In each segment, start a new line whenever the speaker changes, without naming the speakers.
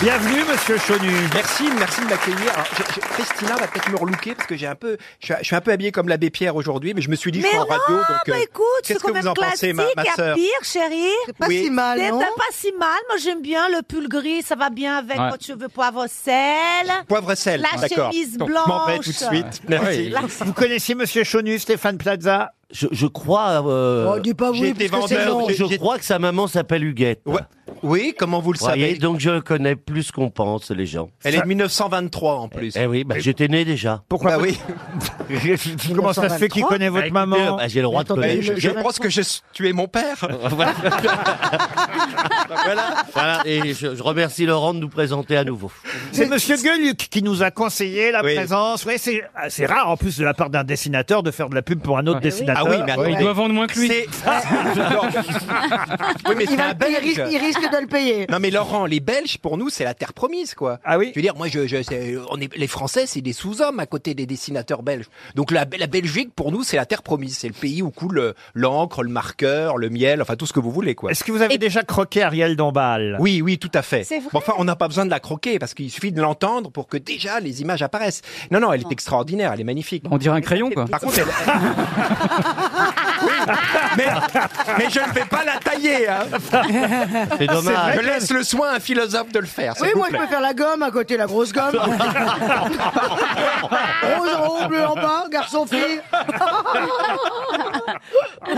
Bienvenue, monsieur Chaunu.
Merci, merci de m'accueillir. Alors, je- je- Christina va peut-être me relooker parce que j'ai un peu, je suis, je suis un peu habillé comme l'abbé Pierre aujourd'hui, mais je me suis dit, je
Mais
suis en
non,
radio, donc.
bah
euh,
écoute, c'est
qu'est-ce
quand
que
même
vous en pensez,
classique,
ma, ma
y a
sœur
pire, chérie.
C'est pas
Oui.
si mal,
C'est
non
pas si mal. Moi, j'aime bien le pull gris. Ça va bien avec
Ouais.
votre cheveux poivre sel.
Poivre sel,
La
d'accord.
chemise
Donc, je m'en vais
blanche.
tout de suite. Merci.
La-
Vous connaissez monsieur Chaunu, Stéphane Plaza
Je, je crois. euh,
Oh, dis pas
j'ai
oui,
été
parce que c'est
vendeur,
long.
j'ai-
je crois que sa maman s'appelle Huguette.
Ouais. Oui, comment vous le
Vous voyez,
savez
donc je connais plus qu'on pense les gens.
Elle est de 1923 en plus.
Eh oui, bah, j'étais né déjà.
Pourquoi
Bah
vous-
oui.
Comment ça se fait qu'il connaît votre maman
Bah, J'ai le droit de
attendez,
Et
connaître.
Je, je pense que j'ai tué mon père. voilà.
Voilà, et je, je remercie Laurent de nous présenter à nouveau.
C'est monsieur Gueluc qui nous a conseillé la
Oui.
présence. Oui, c'est ah, c'est rare en plus de la part d'un dessinateur de faire de la pub pour un autre
Ah oui.
dessinateur.
Ah oui, mais
Il
attendez.
doit vendre moins que lui.
C'est. Non. oui, mais
Il,
c'est
va
un
le payer, il risque,
belge.
il risque de le payer.
Non mais Laurent, les Belges pour nous c'est la terre promise quoi.
Ah oui
Je veux dire, moi je, je c'est- on est les Français c'est des sous-hommes à côté des dessinateurs belges. Donc la, la Belgique pour nous c'est la terre promise, c'est le pays où coule euh, l'encre, le marqueur, le miel, enfin tout ce que vous voulez quoi.
Est-ce que vous avez déjà croqué Ariel Dombal
Oui, oui, tout à fait.
C'est vrai.
Bon, enfin, on n'a pas besoin de la croquer parce qu'il suffit de l'entendre pour que déjà les images apparaissent. Non, non, elle est extraordinaire, elle est magnifique.
On dirait un crayon, quoi.
Par contre, elle... Oui, mais, mais je ne vais pas la tailler. Hein.
C'est dommage.
Je laisse le soin à un philosophe de le faire. s'il
Oui,
vous
moi je
plaît.
peux faire la gomme à côté, la grosse gomme. Rose en haut, bleu en bas, garçon, fille.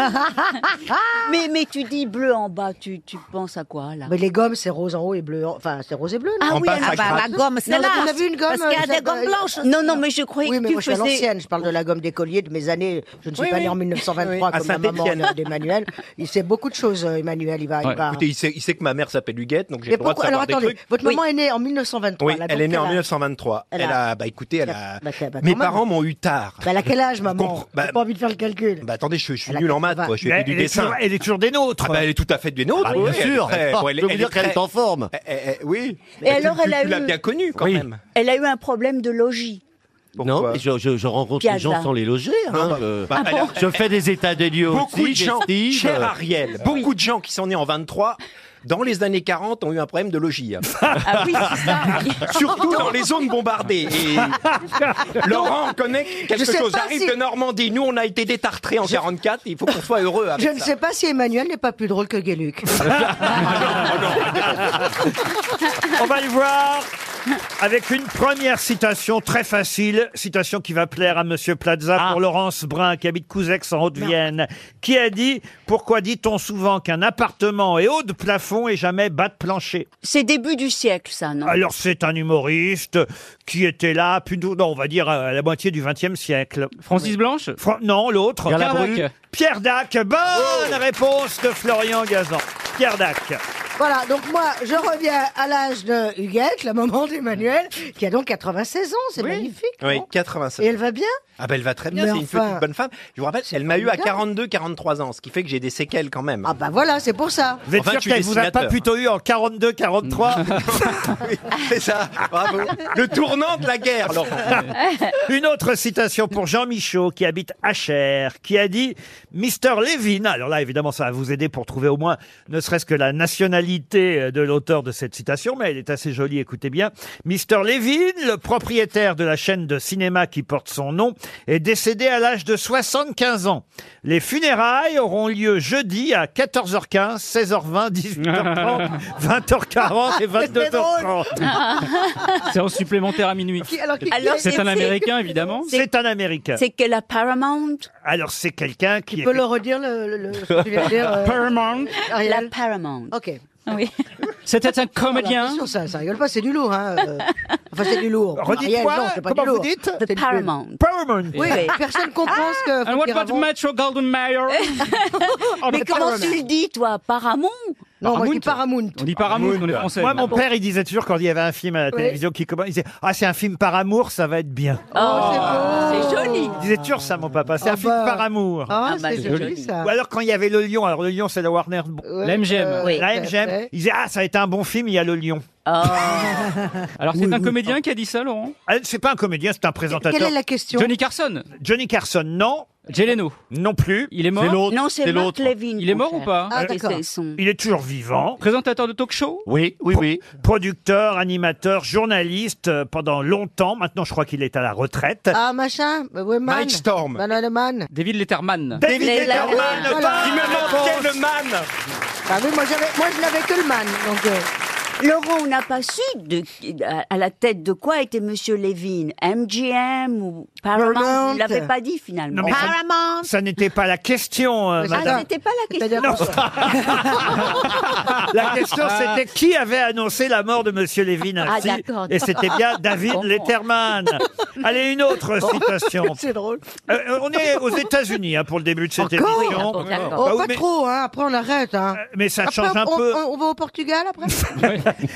Mais, mais tu dis bleu en bas, tu, tu penses à quoi là
Mais les gommes, c'est rose en haut et bleu. en- Enfin, c'est rose et bleu. non
On passe
ah
à
bah,
Grasse.
la gomme, c'est
Non,
là.
mais vous avez une gomme,
Parce qu'il y
euh,
a des
ça-
gommes blanches.
Non, non, mais je croyais
hein. Oui,
que
mais
tu
moi je suis à
faisais.
l'ancienne. Je parle de la gomme des colliers de mes années. Je ne suis
Oui,
pas
oui.
née en 1923
Oui, à
comme la maman
Ah, Saint-Étienne.
de- d'Emmanuel. Il sait beaucoup de choses, euh, Emmanuel. Il va. il
Ouais,
va-
Écoutez, il sait, il sait que ma mère s'appelle Huguette, donc j'ai
Mais
le droit de
pourquoi- Alors
savoir des
attendez,
trucs.
votre
Oui.
maman est née en 1923.
Oui,
là,
elle
donc
est née en
a-
1923. Elle
elle
a,
a-
bah écoutez, elle a.
Bah, bah, quand
Mes
même.
parents m'ont eu tard.
Bah, elle a quel âge,
Je
maman
comprends- bah-
J'ai pas envie de faire le calcul.
Bah attendez, je, je suis
Elle a
nul en maths,
80.
quoi. Je
Mais
fais
elle,
du
est
dessin.
toujours, elle est toujours des nôtres.
Ah bah elle est tout à fait des nôtres.
Ah,
oui,
bien
elle est
sûr.
très- bon, elle est-
je peux vous
elle
dire
est
qu'elle est
très-
en forme.
Eh, eh, eh, oui.
Et alors,
tu,
elle
tu-
a
tu l'as
eu-
bien connue quand même.
Elle a eu un problème de logis.
Non,
Pourquoi
mais je, je- je rencontre les
Piazza.
gens sans les loger. hein,
Non, bah,
je-
Ah
bah, elle a-
je fais des états des lieux
Beaucoup
aussi, euh.
de gens,
d'estives.
cher Ariel, Euh, beaucoup de gens qui sont nés en 23 dans les années 40 ont eu un problème de logis. hein.
Ah oui, c'est ça.
Surtout dans les zones bombardées. Et Laurent connaît quelque
Je sais
chose.
pas
J'arrive
si-
de Normandie. Nous, on a été détartrés en 44. Il faut qu'on soit heureux avec
Je ne
ça.
sais pas si Emmanuel n'est pas plus drôle que Guéluc.
Oh
On va le voir avec une première citation très facile, citation qui va plaire à Monsieur Plaza
Ah.
pour Laurence Brun, qui habite Couzex en Haute-Vienne, qui a dit « Pourquoi dit-on souvent qu'un appartement est haut de plafond et jamais bas de plancher
C'est début du siècle, ça, ?» non
Alors c'est un humoriste qui était là, plutôt, non, on va dire à la moitié du XXe siècle.
Francis Blanche
Fran- non, l'autre.
Galabru. Pierre Dac.
Pierre Dac. Bonne
Oh.
réponse de Florian Gazan. Pierre Dac.
Voilà, donc moi, je reviens à l'âge de Huguette, la maman d'Emmanuel, qui a donc 96 ans, c'est magnifique.
Oui,
non
85.
Et elle va bien
Ah ben elle va très bien,
Mais
c'est une
enfin.
petite bonne femme. Je vous rappelle, elle m'a eu à 42-43 ans, ce qui fait que j'ai des séquelles quand même.
Ah bah voilà, c'est pour ça.
Vous êtes
Enfin,
sûr
tu
qu'elle vous a pas
dessinateur.
plutôt eu en 42, 43
Oui, c'est ça, bravo. Le tournant de la guerre, Laurent.
Une autre citation pour Jean Michaud, qui habite Acher, qui a dit Mr. Levin. Alors là, évidemment, ça va vous aider pour trouver au moins, ne serait-ce que la nationalité euh, de l'auteur de cette citation, mais elle est assez jolie, écoutez bien. Mr. Levin, le propriétaire de la chaîne de cinéma qui porte son nom, est décédé à l'âge de 75 ans. Les funérailles auront lieu jeudi à 14h15, 16h20, 18h30,
Ah,
20h40 et
Ah, C'est drôle. Ah,
22h30.
C'est en supplémentaire à minuit.
Qui- alors, qui-
Alors,
C'est un Américain, évidemment.
C'est un Américain.
C'est que la Paramount,
Alors c'est quelqu'un qui,
Tu
est-
peux le redire, le, le- ce que tu viens de dire, euh,
Paramount.
la
Ariel
Paramount.
Ok.
Oui.
C'était un
Alors,
comédien.
attention, ça, ça rigole pas, c'est du lourd. Hein. euh. Enfin, c'est du lourd.
Redites
Ariel,
quoi
non, c'est pas
Comment
du
vous
lourd.
dites
C'est du-
Paramount.
Paramount.
Oui,
Oui.
personne comprend ce que...
And
faut
what
dire
about
avant.
Metro Golden Mayer
Mais comment tu le dis, toi Paramount
Non, moi, je dis Paramount.
On dit Paramount, on est français.
Moi, mon père, il disait toujours quand il y avait un film à la
Oui.
télévision qui commence, il disait Ah, c'est un film par amour, ça va être bien.
C'est joli.
Il disait toujours ça, mon papa, c'est
Ah
un film
bah.
par amour.
Ah,
Ah, bah, c'est
c'est joli,
joli.
ça.
Ou alors quand il y avait Le Lion, alors Le Lion, c'est la Warner.
Ouais,
L'MGM.
euh,
Oui.
La MGM,
ouais.
il disait Ah, ça a été un bon film, il y a Le Lion.
Alors, c'est un comédien qui a dit ça, Laurent
Ah, C'est pas un comédien, c'est un présentateur.
Quelle est la question
Johnny Carson
Johnny Carson, non,
Jay Leno.
non plus.
Il est
C'est
mort
l'autre.
Non, c'est Marc
l'autre.
Levin.
Il est
mon
mort ou
cher.
pas
Ah,
C'est-
d'accord.
c'est son-
Il est toujours vivant.
Présentateur de talk show
Oui, oui, oui.
Producteur, animateur, journaliste euh, pendant longtemps. Maintenant, je crois qu'il est à la retraite.
Ah, machin ouais, man.
Mike Storm.
Banana Man.
David Letterman.
David
David
Letterman,
Letterman,
voilà.
bonne
Il me manquait
réponse.
le man
Ah oui, moi, j'avais- moi, je n'avais que le man. Donc, euh,
Laurent, on n'a pas su de, à- à la tête de quoi était Monsieur Levin. MGM ou Paramount.
Paramount.
Il l'avait pas dit finalement.
Non, mais ça-
Paramount.
Ça n'était pas la question, euh,
Mais ça-
ah,
madame.
c'était pas la question.
c'est-à-dire qu'on se-
La question, c'était qui avait annoncé la mort de Monsieur Lévin
Ah,
ainsi
d'accord.
Et c'était bien David
Comprends.
Letterman. Allez, une autre citation.
Oh, c'est drôle.
Euh, on est aux États-Unis hein, pour le début de cette
Encore
émission.
D'accord, d'accord.
Oh,
Bah oui,
pas
mais-
trop, hein. Après, on arrête, hein.
Euh, Mais ça
Après,
change un
on,
peu.
on- on va au Portugal après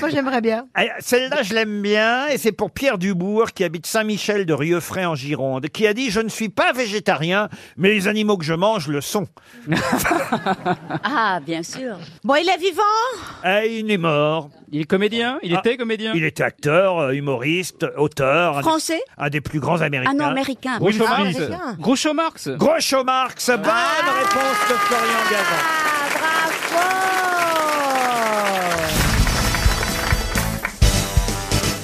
Moi j'aimerais bien.
Ah, Celle-là, je l'aime bien, et c'est pour Pierre Dubourg, qui habite Saint-Michel de Rieufray en Gironde, qui a dit Je ne suis pas végétarien, mais les animaux que je mange le sont.
Ah, bien sûr.
Bon, il est vivant
Ah, il est mort.
Il est comédien Il
Ah.
était comédien
Il était acteur, euh, humoriste, auteur, un des-
Français
un des, plus grands américains.
Ah non, américain.
Groucho
Ah,
Marx
américain.
Groucho Marx
Groucho Marx, bonne réponse de Florian Gazan.
Ah, bravo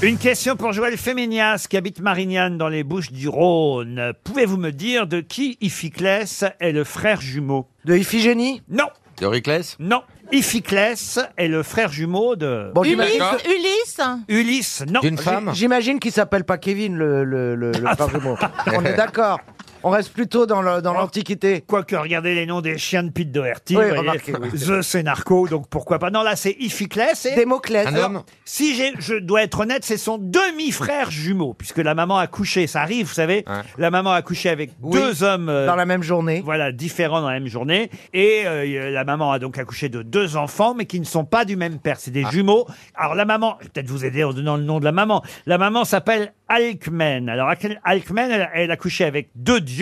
Une question pour Joël Féménias, qui habite Marignane dans les Bouches du Rhône. Pouvez-vous me dire de qui Iphiclès est le frère jumeau
De Iphigénie
Non,
Théoriclès
non. Iphiclès est le frère jumeau de
Bon, j'imagine
Ulysse, Ulysse
Ulysse. Non.
D'une
que-
femme
j'imagine qu'il s'appelle pas Kevin, le, le, le,
Ah,
le frère jumeau. On est d'accord. On reste plutôt dans le- dans l'Antiquité.
Quoique, regardez les noms des chiens de Pete Doherty.
Oui,
vous voyez.
remarquez, oui.
The, c'est narco, donc pourquoi pas. Non, là, c'est Iphiclès. Et
Démoclès.
Un
Alors,
homme
si j'ai- je dois être honnête, c'est son demi-frère jumeau, puisque la maman a couché. Ça arrive, vous savez.
Ouais.
La maman a couché avec
Oui,
deux hommes. euh,
Dans la même journée.
voilà, différents dans la même journée. Et euh, la maman a donc accouché de deux enfants, mais qui ne sont pas du même père. C'est
Ah.
des jumeaux. Alors la maman, je vais peut-être vous aider en donnant le nom de la maman. La maman s'appelle Alkmen. Alors Alk- Alkmen, elle, elle a couché avec deux dieux,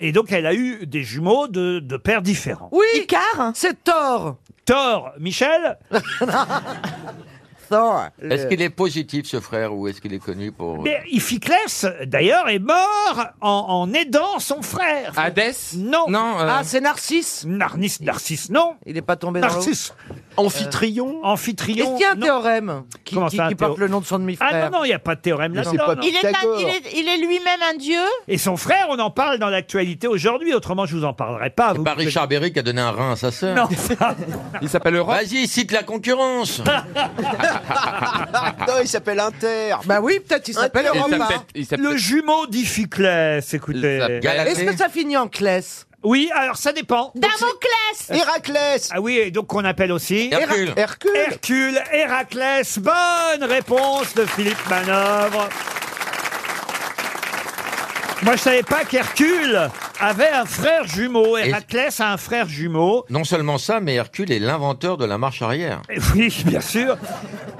et donc elle a eu des jumeaux de, de pères différents.
Oui,
Icar
c'est Thor.
Thor, Michel,
Thor. le-
Est-ce qu'il est positif ce frère ou est-ce qu'il est connu pour... euh,
mais Iphiclès, d'ailleurs, est mort en, en aidant son frère.
Hadès
Non.
Non, euh,
Ah, c'est Narcisse.
Narcisse, Narcisse, non.
Il n'est pas tombé dans l'eau.
Narcisse,
Amphitryon
Amphitryon.
Est-ce qu'il y a un
non.
théorème qui,
Comment
qui-
ça, un
qui porte
théo-
le nom de son
Ah
demi-frère
non, non, il n'y a pas de théorème
Mais c'est
là-dedans.
pas
non.
il est, un-
Pythagore.
il est, il est lui-même un dieu
Et son frère, on en parle dans l'actualité aujourd'hui, autrement je vous en parlerai pas.
C'est
vous
pas
pouvez-
Richard Berry qui a donné un rein à sa sœur
Non,
Il s'appelle Europe
Vas-y, cite la concurrence
Non, il s'appelle Inter.
Bah oui, peut-être il s'appelle Europa.
le jumeau d'Iphiclès, écoutez.
Est-ce que ça finit en Clès
Oui, alors ça dépend.
Damoclès
Héraclès.
Ah oui, et donc on appelle aussi
Hercule
Hercule
Hercule, Héraclès. Bonne réponse de Philippe Manœuvre. Moi, je savais pas qu'Hercule avait un frère jumeau. Héraclès a un frère jumeau.
Non seulement ça, mais Hercule est l'inventeur de la marche arrière.
Eh Oui, bien sûr.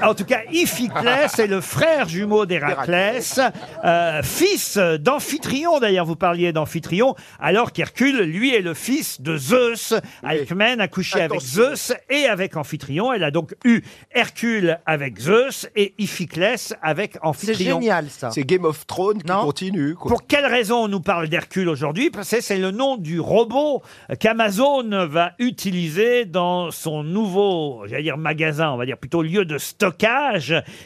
En tout cas, Iphiclès est le frère jumeau d'Héraclès, euh, fils d'Amphitryon. D'ailleurs, vous parliez d'Amphitryon, alors qu'Hercule, lui, est le fils de Zeus. Alcmène a couché avec Zeus et avec Amphitryon. Elle a donc eu Hercule avec Zeus et Iphiclès avec
C'est
Amphitryon.
génial ça.
C'est Game of Thrones qui
Non.
continue. quoi.
Pour quelle raison on nous parle d'Hercule aujourd'hui Parce que c'est le nom du robot qu'Amazon va utiliser dans son nouveau, j'allais dire magasin, on va dire plutôt lieu de stockage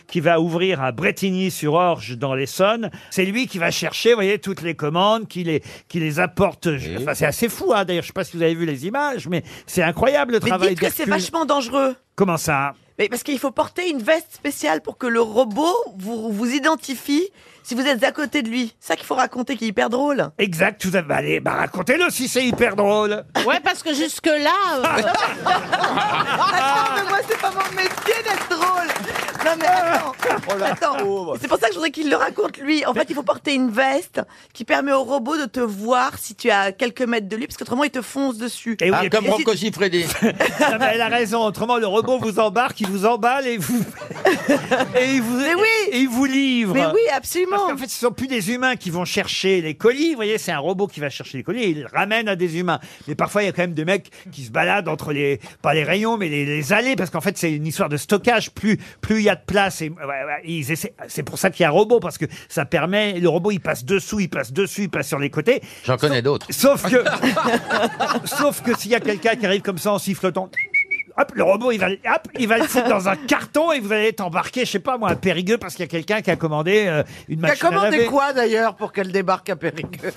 qui va ouvrir à Bretigny-sur-Orge dans l'Essonne. C'est lui qui va chercher, vous voyez, toutes les commandes, qui les, qui les apporte. Enfin, c'est assez fou, hein, d'ailleurs. Je sais pas si vous avez vu les images, mais c'est incroyable le
Mais
travail
dites que c'est
d'Hercule.
vachement dangereux.
Comment ça
Mais parce qu'il faut porter une veste spéciale pour que le robot vous, vous identifie si vous êtes à côté de lui. C'est ça qu'il faut raconter qui est hyper drôle.
Exact, vous avez... bah, Allez, bah, racontez-le si c'est hyper drôle
Ouais, parce que jusque-là... euh,
Attends, mais moi c'est pas mon métier d'être drôle. Non mais attends, attends. C'est pour ça que je voudrais qu'il le raconte lui. En fait, il faut porter une veste qui permet au robot de te voir si tu es à quelques mètres de lui, parce qu'autrement il te fonce dessus.
Et Eh oui,
Ah,
et
comme
puis-
Rocco Freddy.
Non, mais elle a raison. Autrement, le robot vous embarque, il vous emballe et vous. et il vous,
Mais oui.
et il vous livre.
Mais oui,
Parce
absolument.
qu'en fait, ce sont plus des humains qui vont chercher les colis. Vous voyez, c'est un robot qui va chercher les colis et il le ramène à des humains. Mais parfois, il y a quand même des mecs qui se baladent entre les, pas les rayons, mais les, les allées, parce qu'en fait, c'est une histoire de stockage. Plus, plus il y a de place. et, ouais, ouais, ils essaient- C'est pour ça qu'il y a un robot, parce que ça permet. Le robot, il passe dessous, il passe dessus, il passe sur les côtés.
J'en connais d'autres.
Sauf que, sauf que s'il y a quelqu'un qui arrive comme ça en sifflotant, hop, le robot, il va, le- hop, il va le foutre dans un carton et vous allez être embarqué, je sais pas moi, à Périgueux parce qu'il y a quelqu'un qui a commandé euh, une
T'as
machine à
commandé
laver.
quoi d'ailleurs pour qu'elle débarque à Périgueux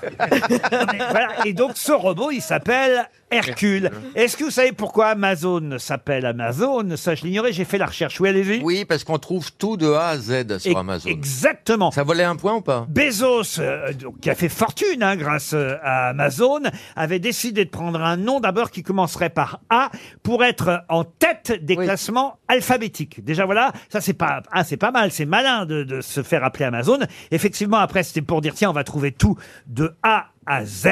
Voilà. Et donc ce robot, il s'appelle Hercule. Est-ce que vous savez pourquoi Amazon s'appelle Amazon Ça, je l'ignorais, j'ai fait la recherche. Oui, allez-y.
Oui, parce qu'on trouve tout de A à Z sur Amazon.
Exactement.
Ça valait un point ou pas
Bezos, euh, donc, qui a fait fortune hein, grâce euh, à Amazon, avait décidé de prendre un nom d'abord qui commencerait par A pour être en tête des classements alphabétiques. Déjà voilà, ça c'est pas ah, c'est pas mal, c'est malin de, de se faire appeler Amazon. Effectivement, après c'était pour dire tiens on va trouver tout de A à Z.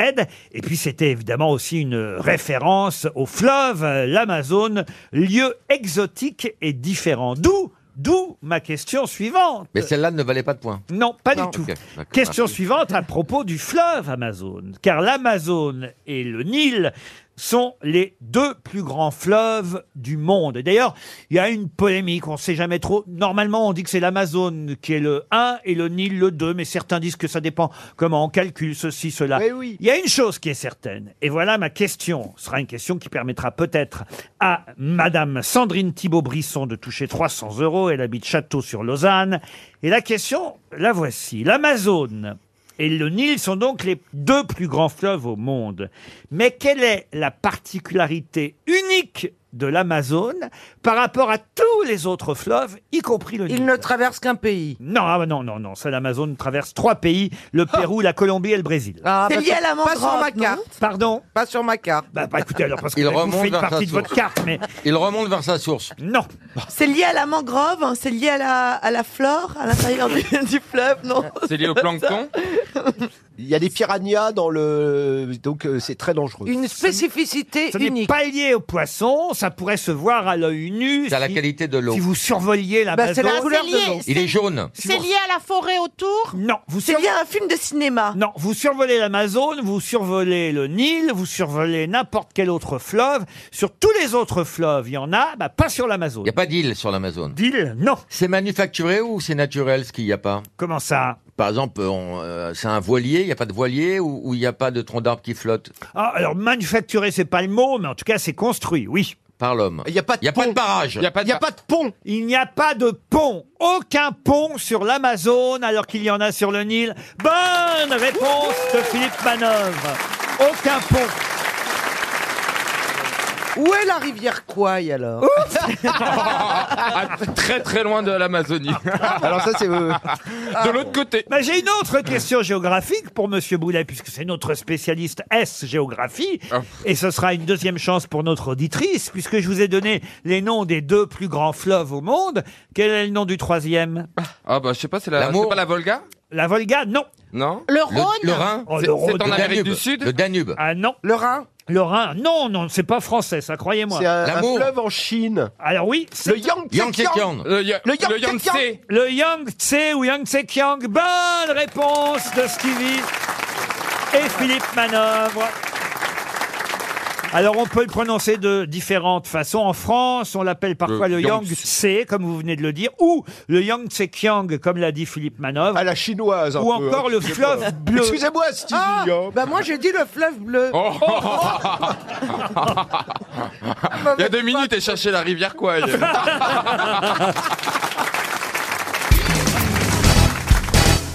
Et puis c'était évidemment aussi une référence au fleuve, euh, l'Amazone, lieu exotique et différent. D'où D'où ma question suivante.
Mais celle-là ne valait pas de point.
Non, pas
Non.
du tout.
Ok, d'accord.
Question
Merci.
suivante à propos du fleuve Amazon. Car l'Amazone et le Nil sont les deux plus grands fleuves du monde. Et D'ailleurs, il y a une polémique, on ne sait jamais trop. Normalement, on dit que c'est l'Amazone qui est le 1 et le Nil le 2, mais certains disent que ça dépend comment on calcule ceci, cela.
Oui, oui.
Il y a une chose qui est certaine, et voilà ma question. Ce sera une question qui permettra peut-être à Madame Sandrine Thibault-Brisson de toucher 300 euros. Elle habite Château sur Lausanne. Et la question, la voici. L'Amazone et le Nil sont donc les deux plus grands fleuves au monde. Mais quelle est la particularité unique de l'Amazone par rapport à tous les autres fleuves, y compris le Nil
Il ne traverse qu'un pays.
Non, ah bah non, non, non. Ça, l'Amazone traverse trois pays, le Pérou, la Colombie et le Brésil.
Ah,
C'est
bah,
lié à la
Pas sur
mangrove,
ma
non
carte.
Pardon
Pas sur ma carte.
Bah, bah, écoutez, alors, parce que
Il
vous
remonte
faites
vers
partie
sa
de votre
source.
carte, mais
Il remonte vers sa source.
non.
C'est lié à la mangrove, hein, c'est lié à la, à la flore, à l'intérieur du, du fleuve, non
C'est lié au plancton
Il y a des piranhas dans le. Donc euh, c'est très dangereux.
Une spécificité
Ce n'est
unique.
pas lié aux poissons, ça pourrait se voir à l'œil nu.
C'est à la
si-
qualité de l'eau.
Si vous survoliez la
Bah, c'est la couleur
c'est
de l'eau.
lié.
Il est jaune.
C'est lié à la forêt autour
Non, vous
C'est
survo-
lié à un film de cinéma.
Non, vous survolez l'Amazone, vous survolez le Nil, vous survolez n'importe quel autre fleuve. Sur tous les autres fleuves, il y en a, bah, pas sur
Il
l'Amazone.
n'y a pas d'île sur l'Amazon.
D'île Non.
C'est manufacturé ou c'est naturel ce qu'il n'y a pas
Comment ça
Par exemple, on, euh, c'est un voilier, il n'y a pas de voilier ou ou il n'y a pas de tronc d'arbre qui flotte
Ah, Alors, manufacturer, c'est pas le mot, mais en tout cas, c'est construit, oui.
par l'homme.
Il n'y a pas de
Il n'y a pas
pont.
de barrage.
pas
Il n'y a pas de pont.
Il n'y a pas de pont, aucun pont sur l'Amazone alors qu'il y en a sur le Nil. Bonne réponse de Philippe Manœuvre. Aucun pont.
Où est la rivière Kouai alors
Ah, Très très loin de l'Amazonie.
Ah,
Alors ça c'est. euh,
De l'autre côté.
Mais Ah, Bah, j'ai une autre question géographique pour Monsieur Boulet puisque c'est notre spécialiste S géographie
Ah.
et ce sera une deuxième chance pour notre auditrice puisque je vous ai donné les noms des deux plus grands fleuves au monde. Quel est le nom du troisième
Ah bah je sais pas, c'est la,
L'amour.
c'est pas la Volga
La Volga Non.
Non
Le
Le,
Rhône
le Rhin
Oh,
C'est-
le Rhône.
c'est en
Le
Amérique
Danube.
du Sud
Le Danube.
Ah non.
Le Rhin
Le Rhin Non, non, c'est pas français, ça croyez-moi.
C'est un, un
L'amour.
fleuve en Chine.
Alors oui, c'est
Le Yang
Yangtze Kiang.
Le, Ya-
Le Yangtze
le Yangtze
Kiang.
Le Yangtze ou Yangtze Kiang, bonne réponse de Stevie et Philippe Manœuvre. Alors on peut le prononcer de différentes façons. En France, on l'appelle parfois
Le
le
Yangtze.
Yangtze, comme vous venez de le dire, ou le Yangtze Kiang, comme l'a dit Philippe Manœuvre,
À la chinoise. un
ou
peu,
encore
hein.
le fleuve bleu.
Excusez-moi, Stevie.
Ah
hein.
Bah moi j'ai dit le fleuve bleu.
Oh. Il y a deux minutes et chercher la rivière quoi.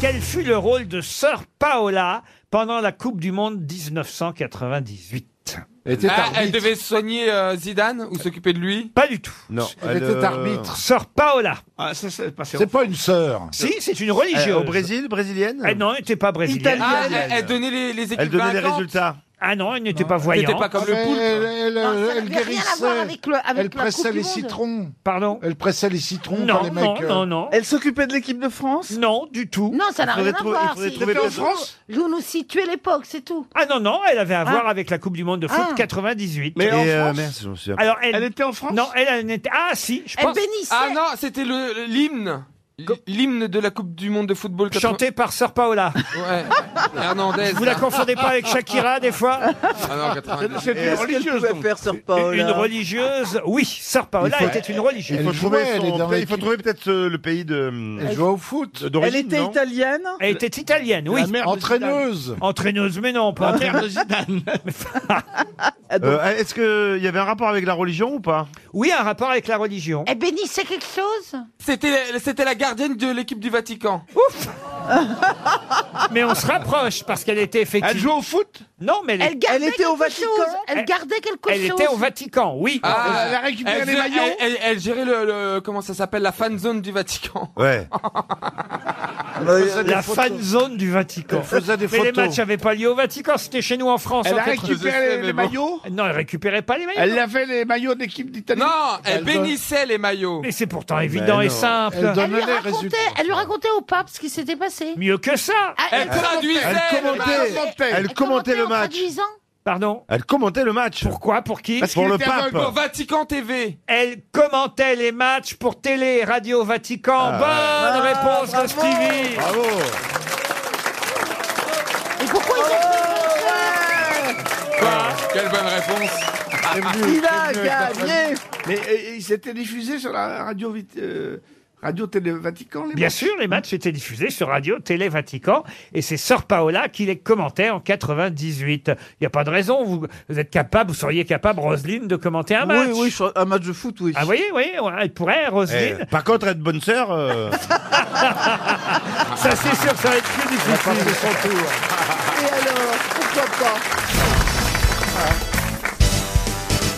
Quel fut le rôle de Sœur Paola pendant la Coupe du Monde 1998
Elle était
Ah, elle
arbitre.
devait soigner euh, Zidane ou s'occuper de lui
Pas du tout.
Non,
Elle était
euh,
arbitre.
Sœur Paola.
C'est pas une sœur.
Si, c'est une religieuse.
Euh,
Au Brésil, brésilienne
Eh non, elle n'était pas brésilienne.
Ah, elle, elle donnait les, les équipes vaincantes.
Ah non, elle n'était pas
Elle
voyante.
n'était pas comme le
Ah,
Ah,
poulpe.
Non, ça n'avait rien à voir avec, le, avec la Coupe du Monde.
Pardon
Elle pressait les euh. citrons
Non, non, non, non.
Elle s'occupait de l'équipe de France
Non, du tout.
Non, ça n'a rien à voir. c'est- Vous nous situez l'époque, c'est tout.
Ah non, non, elle avait à voir avec la Coupe du Monde de foot
Ah.
98.
Mais en
euh,
France,
Alors, elle...
était en France
Non, elle, elle n'était... Ah si, je
Elle
pense...
bénissait.
Ah non, c'était le- l'hymne. L'hymne de la Coupe du Monde de football.
Chanté par Sir Paola.
Ouais. Hernandez.
Vous la confondez pas avec Shakira des fois
Ah non, 90. C'est- c'est une religieuse, donc.
Une religieuse, oui, Sir Paola
Il faut-
était une religieuse.
Il faut trouver, son pays- il faut trouver peut-être euh, le pays de.
Elle jouait au foot.
d'origine,
Elle était
non
italienne Elle était italienne, oui.
La mère de Entraîneuse.
Entraîneuse, mais non, pas
La mère de
Zidane.
Euh, Est-ce qu'il y avait un rapport avec la religion ou pas
Ah, Oui, un rapport avec la religion.
Eh,
Elle bénissait quelque chose
C'était, c'était la gardienne de l'équipe du Vatican.
Ouf Mais on se rapproche parce qu'elle était effectivement. Elle jouait au foot Non, mais
Elle gardait quelque chose. Elle gardait quelque
Elle
chose.
était au Vatican, oui.
Ah,
Elle a récupéré les
gérait-
maillots
Elle, elle- elle gérait le, le- comment ça s'appelle la fan zone du Vatican.
Ouais.
Euh, La fan zone du Vatican.
Elle faisait des
mais les
photos.
matchs n'avaient pas lieu au Vatican, c'était chez nous en France.
Elle
en
a
80.
récupéré Je sais, les mais bon. maillots
Non, elle récupérait pas les maillots.
Elle
avait les maillots d'équipe d'Italie.
Non, elle bénissait les maillots.
Mais c'est pourtant évident et simple.
Elle lui, racontait, elle lui racontait au pape ce qui s'était passé.
Mieux que ça.
Elle traduisait
Elle
le
commentait,
match.
elle
Elle
commentait le
en
match.
traduisant.
Pardon
Elle commentait le match.
Pourquoi Pour qui
Pour le pape.
Pour Vatican TV.
Elle commentait les matchs pour télé et radio Vatican. Ah. Bonne réponse de Stevie.
Ah. Bravo.
Et pourquoi il a
Quelle bonne réponse.
Il a gagné.
Mais euh, il s'était diffusé sur la radio vit- euh, radio télé Vatican. les
Bien
matchs.
sûr, les matchs étaient diffusés sur Radio Télé Vatican et c'est Sœur Paola qui les commentait en 98. Il n'y a pas de raison, vous, vous êtes capable, vous seriez capable, Roselyne, de commenter un match.
Oui, oui, sur un match de foot, oui.
Ah, vous voyez, oui, elle pourrait, Roselyne.
Eh, par contre, être bonne sœur. euh,
Ça, c'est sûr, ça va être plus difficile.
Et alors, pourquoi pas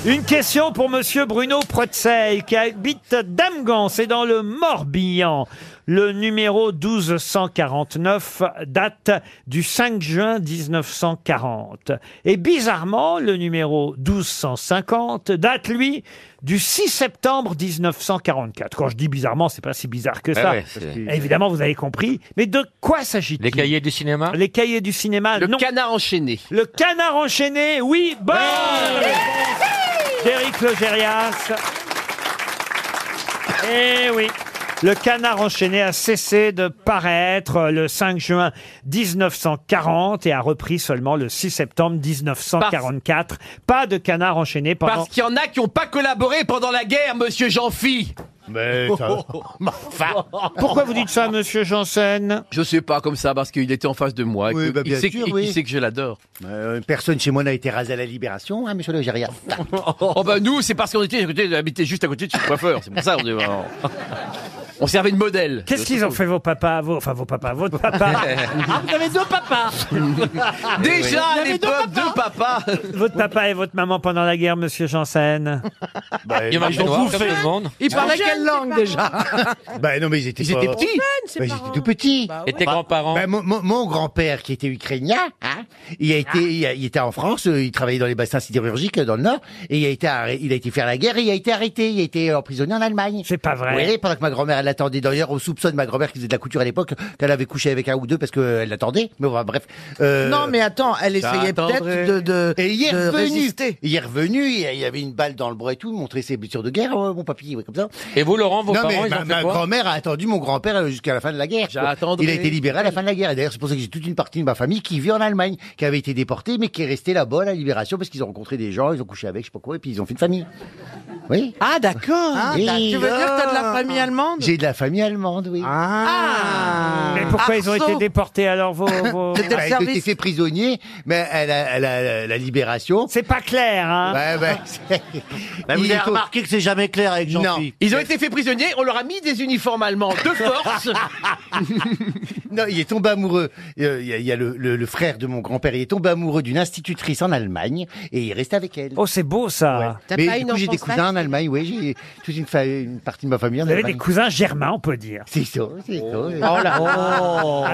Une question pour Monsieur Bruno Protseil, qui habite Damgan, c'est dans le Morbihan. Le numéro 1249 date du 5 juin 1940. Et bizarrement, le numéro 1250 date, lui, du 6 septembre 1944. Quand je dis bizarrement, c'est pas si bizarre que
Ouais,
ça.
ouais, c'est-
Évidemment, vous avez compris. Mais de quoi s'agit-il Les cahiers du cinéma Les cahiers du cinéma, Le canard enchaîné. Le canard enchaîné, oui, bonne réponse d'Éric Logérias. Eh oui. Le canard enchaîné a cessé de paraître le 5 juin 1940 et a repris seulement le 6 septembre 1944. Pas de canard enchaîné pendant...
Parce qu'il y en a qui n'ont pas collaboré pendant la guerre, monsieur Jean-Phi.
Mais
ça- Pourquoi vous dites ça, monsieur Janssen
Je sais pas, comme ça, parce qu'il était en face de moi. et
Oui,
que-
bah,
il,
bien
sait,
sûr,
il-
oui.
il sait que je l'adore.
Euh, personne chez moi n'a été rasé à la libération, hein, monsieur le Gériard.
Oh bah nous, c'est parce qu'on était, à côté- on habitait juste à côté de chez le coiffeur. C'est pour ça on, est- on- on servait de modèle.
Qu'est-ce qu'ils ont fait vos papas, vos... enfin vos papas, votre papa
Ah, vous avez deux papas
Vous
Déjà à
avez deux
l'époque, deux papas
Votre papa et votre maman pendant la guerre, monsieur Janssen
Il y en a Bah, ils ont noir, bouffé. comme tout le monde.
Il parlait
quelle langue déjà Bah non, mais ils étaient,
Ils
pas-
étaient petits.
Bah, ils étaient tout petits.
Et tes grands-parents
bah, mon, mon- mon grand-père, qui était ukrainien, hein, il, a été, il, a- il était en France, euh, il travaillait dans les bassins sidérurgiques euh, dans le Nord, et il a été, arrê- il a été faire la guerre, et il a été arrêté, il a été emprisonné en Allemagne.
C'est pas vrai.
Oui, pendant que ma grand-mère, elle l'attendait. D'ailleurs, on soupçonne ma grand-mère qui faisait de la couture à l'époque, qu'elle avait couché avec un ou deux parce qu'elle l'attendait. Mais enfin, bref. Euh,
Non, mais attends, elle essayait
Attendez.
peut-être de- de-
Et il est
de
revenu.
résister.
Il est revenu, il y avait une balle dans le bras et tout, il montrait ses blessures de guerre, euh, mon papy, ouais, comme ça.
Et vous, Laurent, vos
non,
parents,
mais
ils ont
ma,
fait
ma
quoi
grand-mère a attendu mon grand-père euh, jusqu'à la fin de la guerre. quoi.
J'attendrai.
Il a été libéré à la fin de la guerre. Et d'ailleurs, c'est pour ça que j'ai toute une partie de ma famille qui vit en Allemagne, qui avait été déportée, mais qui est restée là-bas à la libération parce qu'ils ont rencontré des gens, ils ont couché avec, je sais pas quoi, et puis ils ont fait une famille. Oui.
Ah d'accord.
Ah,
tu veux
d'accord.
dire que t'as de la famille allemande
J'ai de la famille allemande, oui.
Mais pourquoi ils ont
Ah. Arceau.
été déportés alors vos, vos...
Bah, elle a été fait prisonnier, mais elle a, elle a la, la libération.
C'est pas clair, hein
Bah,
vous
Il
avez
est au-
remarqué que c'est jamais clair avec Jean-Philippe.
Ils ont été faits prisonniers, on leur a mis des uniformes allemands de force.
Non, il est tombé amoureux. Euh, Il y a, il y a le, le- le frère de mon grand-père. Il est tombé amoureux d'une institutrice en Allemagne et il est resté avec elle.
Oh, c'est beau ça
T'as pas
Mais du
une
coup, j'ai des
enfance
cousins en
facile.
Allemagne. Oui, j'ai toute une, fa- une partie de ma famille en
Vous avez
Allemagne.
des cousins germains, on peut dire.
C'est ça, c'est ça. oui.
Ah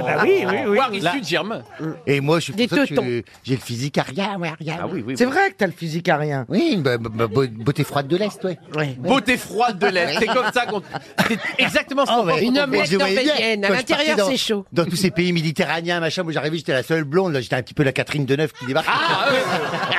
bah oui, oui, oui.
Voir issu de Germain.
Et moi, je suis
Des
pour ça que
teutons.
je- j'ai le physique à rien, ouais, à rien.
C'est vrai que t'as le physique à rien.
Oui, bah, bah, bah, beau- beauté froide de l'Est, ouais.
Beauté froide de l'Est, c'est comme ça qu'on... C'est exactement
Ah
ce qu'on pense.
Et je voyais bien, quand je partais dans-
chaud.
Dans tous ces pays méditerranéens, machin, moi j'arrivais, j'étais la seule blonde, là j'étais un petit peu la Catherine Deneuve qui débarque.
Ah
Ah
Ah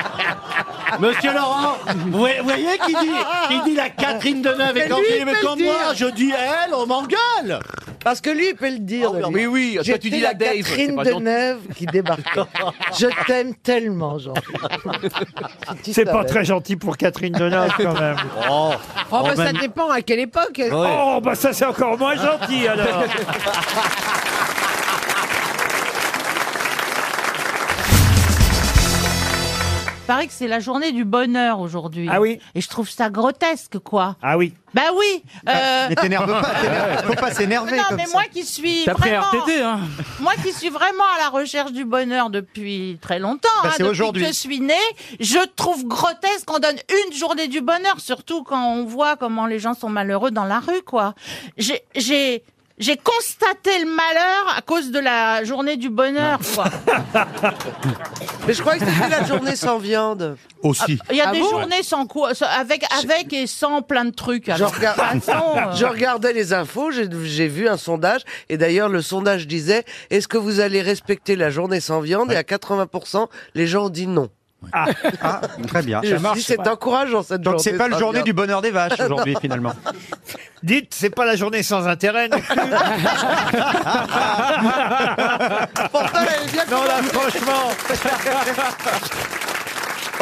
Monsieur Laurent, vous voyez- vous voyez qui dit, qui dit la Catherine Deneuve et
Mais
quand
lui,
il
il peut
est
le
quand moi, je dis elle, on m'engueule Parce que lui, il peut le dire.
oui,
lui.
mais oui, toi, tu
J'étais
dis la Dave, c'est
Catherine
pas gentil.
Deneuve qui débarquait. Je t'aime tellement, Jean. Si tu
C'est pas
savais.
euh,
très gentil pour Catherine Deneuve, quand même. Oh,
Oh, bah, ça dépend à quelle époque.
Oh, bah ça, c'est encore moins gentil, alors.
Il paraît que c'est la journée du bonheur aujourd'hui.
Ah oui
Et je trouve ça grotesque, quoi.
Ah oui
Bah oui euh,
Ah, Mais t'énerve pas, t'énerve- faut pas s'énerver
Non,
comme
mais
ça.
moi qui suis
T'as pris
vraiment...
RTT, hein.
Moi qui suis vraiment à la recherche du bonheur depuis très longtemps,
Bah,
hein,
c'est
depuis
aujourd'hui.
que je suis née, je trouve grotesque qu'on donne une journée du bonheur, surtout quand on voit comment les gens sont malheureux dans la rue, quoi. J'ai... j'ai- j'ai constaté le malheur à cause de la journée du bonheur, quoi.
Mais je crois que c'était la journée sans viande.
Aussi.
Il y a
Ah
des
bon
journées sans quoi, sans- avec, avec et sans plein de trucs.
Je,
Alors,
regarde-
de toute façon, euh,
Je regardais les infos, j'ai- j'ai vu un sondage, et d'ailleurs le sondage disait est-ce que vous allez respecter la journée sans viande Et à 80%, les gens ont dit non.
Ah,
très bien.
Et je me suis dit, c'est encourageant cette journée.
Donc c'est pas le
sans
journée
viande.
du bonheur des vaches aujourd'hui
Non.
finalement.
Dites, c'est pas la journée sans intérêt non plus.
Non, là, franchement.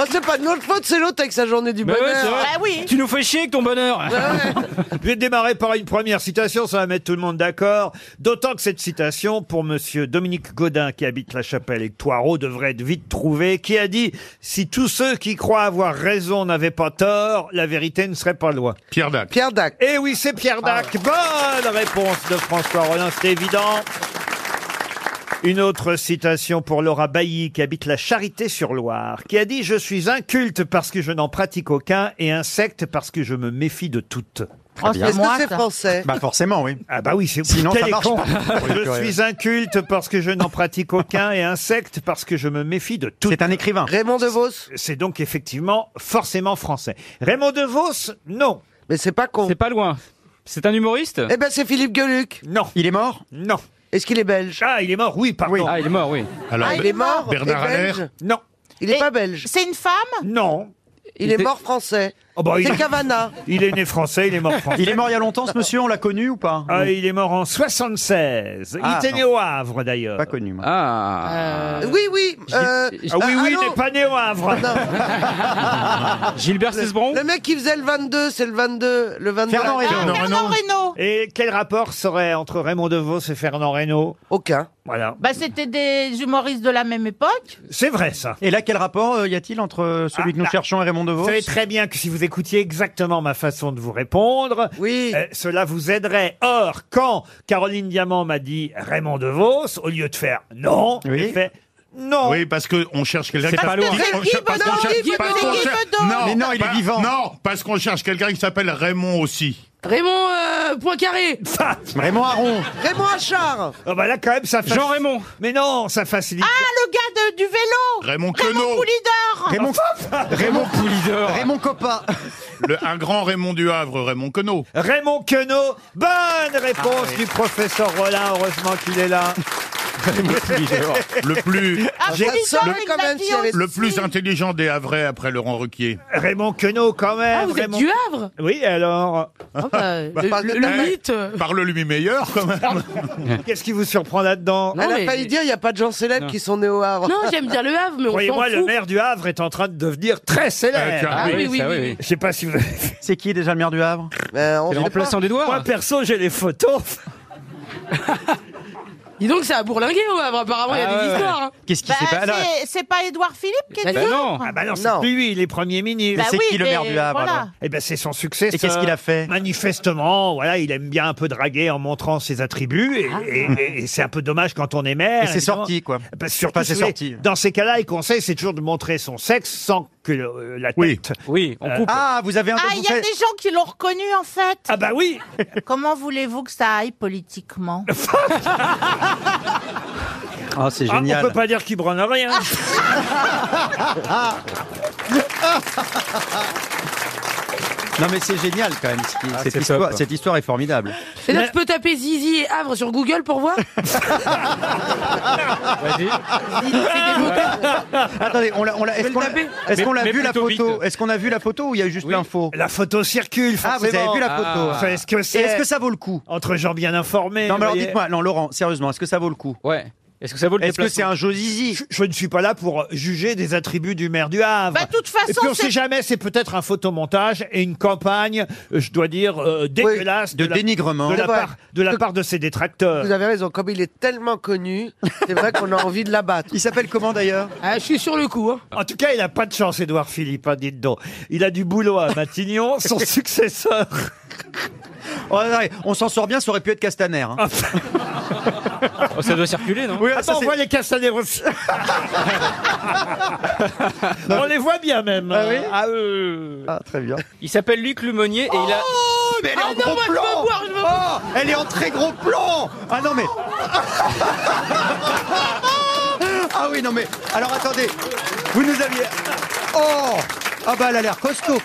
Oh, c'est pas de notre faute, c'est l'autre avec sa journée du bonheur.
Ah
Tu nous fais chier avec ton bonheur. Je vais démarrer par une première citation, ça va mettre tout le monde d'accord. D'autant que cette citation, pour monsieur Dominique Godin, qui habite la chapelle et Toireau, devrait être vite trouvée, qui a dit « Si tous ceux qui croient avoir raison n'avaient pas tort, la vérité ne serait pas loin. » Pierre Dac.
Pierre Dac.
Eh oui, c'est Pierre Dac. Bonne réponse de François Rollin, c'est évident. Une autre citation pour Laura Bailly, qui habite la Charité-sur-Loire, qui a dit « Je suis inculte parce que je n'en pratique aucun et insecte parce que je me méfie de toutes. »
Oh, c'est Est-ce que moi, c'est ça. français
Bah forcément, oui.
Ah bah oui, c'est
Sinon
Quel
ça
est
marche
con.
pas.
Je suis inculte parce que je n'en pratique aucun et insecte parce que je me méfie de tout. C'est un écrivain.
Raymond DeVos.
C'est donc effectivement forcément français. Raymond DeVos, non.
Mais c'est pas con.
C'est pas loin. C'est un humoriste
Eh ben, c'est Philippe Gueluc.
Non.
Il est mort
Non.
Est-ce qu'il est belge
Ah, il est mort, oui, pardon.
Ah, il est mort, oui.
ah, il est mort
Bernard
il est
Allaire
belge
Non.
Il est pas belge.
C'est une femme
Non.
Il,
Il
est
était-
mort français.
Oh, bah, il-
c'est Cavana.
Il est né français, il est mort français.
Il est mort il y a longtemps ce monsieur, on l'a connu ou pas
Ah, il est mort en 76.
Ah,
il était né
non.
au Havre d'ailleurs. Pas
connu moi.
Euh,
Ah.
Oui, oui. euh,
Ah oui,
euh,
oui,
allô
il n'est pas né au Havre.
Gilbert Cesbron
Le mec qui faisait le 22, c'est le 22. Le 22.
Fernand Reynaud.
Ah,
Fernand Reynaud.
Et quel rapport serait entre Raymond DeVos et Fernand Reynaud
Aucun.
Voilà.
Bah, c'était des humoristes de la même époque.
C'est vrai ça.
Et là quel rapport euh, y a-t-il entre euh, celui que nous
là.
cherchons et Raymond
Vous
DeVos
savez très bien que si vous écoutiez exactement ma façon de vous répondre, euh, cela vous aiderait. Or, quand Caroline Diamant m'a dit Raymond DeVos, au lieu de faire non,
Oui.
j'ai fait non.
Oui, parce qu'on cherche quelqu'un
C'est
qui
pas
parce
lourd.
qu'on-
C'est Guy
parce qu'on
Bedos,
cherche-
Guy
parce
Bedos,
qu'on
Guy
cherche-
Bedos. Mais non, il est
pas-
vivant.
Non, parce qu'on cherche quelqu'un qui s'appelle Raymond aussi.
Raymond euh, Poincaré.
Raymond Aron.
Raymond Achard.
Ah bah là quand même ça. Jean Raymond. Mais non, ça facilite.
Ah, le gars de- du vélo
Raymond
Raymond
Queneau.
Poulidor
Raymond- Raymond Poulidor.
Raymond Coppa.
Le- un grand Raymond du Havre, Raymond Queneau. Ah
Raymond Queneau. Bonne réponse du professeur Rollin. Ah, Heureusement qu'il est là.
Le plus,
Ah,
J'ai-
Poulidor,
le-
il
quand
l'a
même,
dit
si elle est-
aussi.
le plus intelligent des Havrais après Laurent Ruquier.
Raymond Queneau quand même.
Ah, vous êtes
Raymond-
du Havre Ah,
Oui, alors.
Bah, le- le- le eh, mythe. Parle-lui meilleur quand même.
Qu'est-ce qui vous surprend là-dedans
Elle a failli dire, il n'y a pas de gens célèbres qui sont nés au Havre.
Croyez-moi, le maire du Havre est en train de devenir très
Ah,
célèbre.
tiens, Ah oui, oui, oui, ça, oui, oui. oui.
Je sais pas si vous avez
C'est qui déjà le maire du Havre
on
C'est le
sait
remplaçant
pas.
d'Édouard
Moi, perso, j'ai les photos.
Dis donc, c'est à bourlinguer au Havre, apparemment,
il y a Ah des ouais, histoires, ouais. hein. Qu'est-ce qui s'est pas- alors-
Bah, C'est pas Édouard Philippe qui est
Bah
du
non.
Havre
Ah bah non, c'est plus lui, il est Premier ministre.
Bah
c'est qui le maire
mais
du Havre,
voilà.
alors
Eh ben c'est son successeur.
Et qu'est-ce qu'il a fait
Manifestement, voilà, il aime bien un peu draguer en montrant ses attributs et,
Ah.
et- et- et c'est un peu dommage quand on est maire.
Et c'est
évidemment.
sorti, quoi.
Parce que surtout,
Enfin, c'est
si vous voulez,
sorti.
Dans ces cas-là, il conseille, c'est toujours de montrer son sexe sans que euh, la tête. Euh, Oui,
oui,
on
coupe. Ah, vous avez un
Ah, il y a des gens qui l'ont reconnu, en fait.
Ah bah oui.
Comment voulez-vous que ça aille politiquement
Ah, c'est génial.
on peut pas dire qu'il branle rien.
Non mais c'est génial quand même. ce qui- cette,
Ah, c'est
histoire,
top.
cette histoire est formidable.
C'est-à-dire que je peux taper Zizi et Havre sur Google pour voir
Attendez, on l'a- on l'a- est-ce qu'on l'a- est-ce qu'on l'a vu la photo Est-ce qu'on a vu la photo ou il y a eu juste l'info
La photo circule.
Ah, vous avez
forcément.
vu la photo. hein.
Ah. Vous savez ce que c'est
Et Est-ce que ça vaut le coup
Entre gens bien informés.
Non mais alors
voyez.
dites-moi, non Laurent, sérieusement, est-ce que ça vaut le coup
Ouais. Est-ce que ça vaut
le Est-ce que déplacement c'est un josizi
je, je ne suis pas là pour juger des attributs du maire du Havre.
Bah, de toute façon,
Et puis on
c'est-
sait jamais, c'est peut-être un photomontage et une campagne, euh, je dois dire, euh, dégueulasse.
de
la-
dénigrement.
De la,
C'est vrai.
part, de la part de ses détracteurs.
Vous avez raison, comme il est tellement connu, c'est vrai qu'on a envie de l'abattre.
Il s'appelle comment d'ailleurs
Je suis sur le coup. hein.
En tout cas, il n'a pas de chance, Édouard Philippe, hein, dites donc. Il a du boulot à Matignon, son successeur.
Oh, ouais, on s'en sort bien, ça aurait pu être Castaner. hein.
Oh, ça doit circuler, non
Oui, Ah, ça,
Ah, Attends, on
c'est-
voit les Castaner aussi. on les voit bien même.
Ah oui
euh.
Ah, très bien.
Il s'appelle Luc Lemonnier et il a.
Oh, mais
Ah
elle est en gros plan Oh, Elle est en très gros plan Ah non, mais... ah oui, non, mais... Alors, attendez. Vous nous aviez... Oh Ah bah, elle a l'air costaud.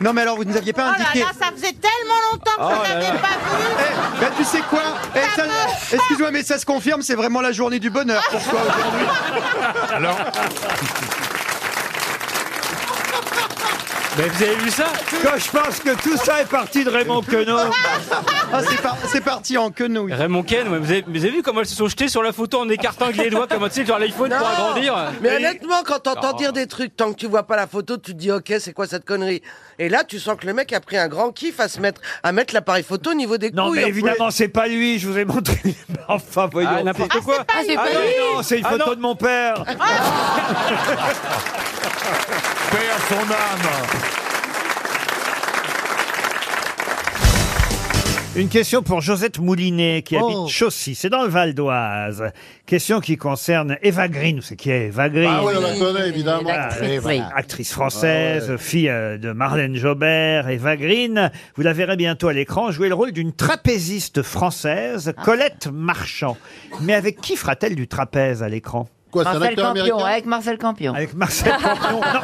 Non, mais alors, vous nous aviez pas
Oh là
indiqué...
là, ça faisait tellement longtemps que
Oh
je
là
l'avais
là.
pas vu.
Eh, bah, tu sais quoi Eh, ça- Excuse-moi, mais ça se confirme, c'est vraiment la journée du bonheur pour toi aujourd'hui.
Alors,
Mais vous avez vu ça Quand je pense que tout ça est parti de Raymond Queneau.
Ah, c'est par- c'est parti en quenouille.
Raymond Ken, ouais, vous, avez, vous avez vu comment elles se sont jetées sur la photo en écartant avec les doigts comme un type sur l'iPhone pour
Non,
agrandir
Mais
Et-
honnêtement, quand t'entends
Oh.
dire des trucs, tant que tu vois pas la photo, tu te dis ok, c'est quoi cette connerie Et là, tu sens que le mec a pris un grand kiff à se mettre à mettre l'appareil photo au niveau des
Non,
couilles.
mais évidemment, c'est pas lui, je vous ai montré. enfin, voyons.
Ah, n'importe Ah, quoi. c'est pas
Ah,
lui.
non, non, c'est une
Ah,
photo
non.
de mon père.
père son âme.
Une question pour Josette Moulinet qui
Oh.
habite Chaussy, c'est dans le Val d'Oise. Question qui concerne Eva Green, c'est qui est Eva Green
Ah oui, on la connaît, évidemment. L'actrice,
Oui, voilà.
oui.
Actrice
Ah,
française, fille euh, de Marlène Jobert, Eva Green. Vous la verrez bientôt à l'écran jouer le rôle d'une trapéziste française, Colette Marchand. Mais avec qui fera-t-elle du trapèze à l'écran
Quoi, c'est un Marcel acteur Campion, américain avec
Marcel Campion. Avec Marcel Campion, non.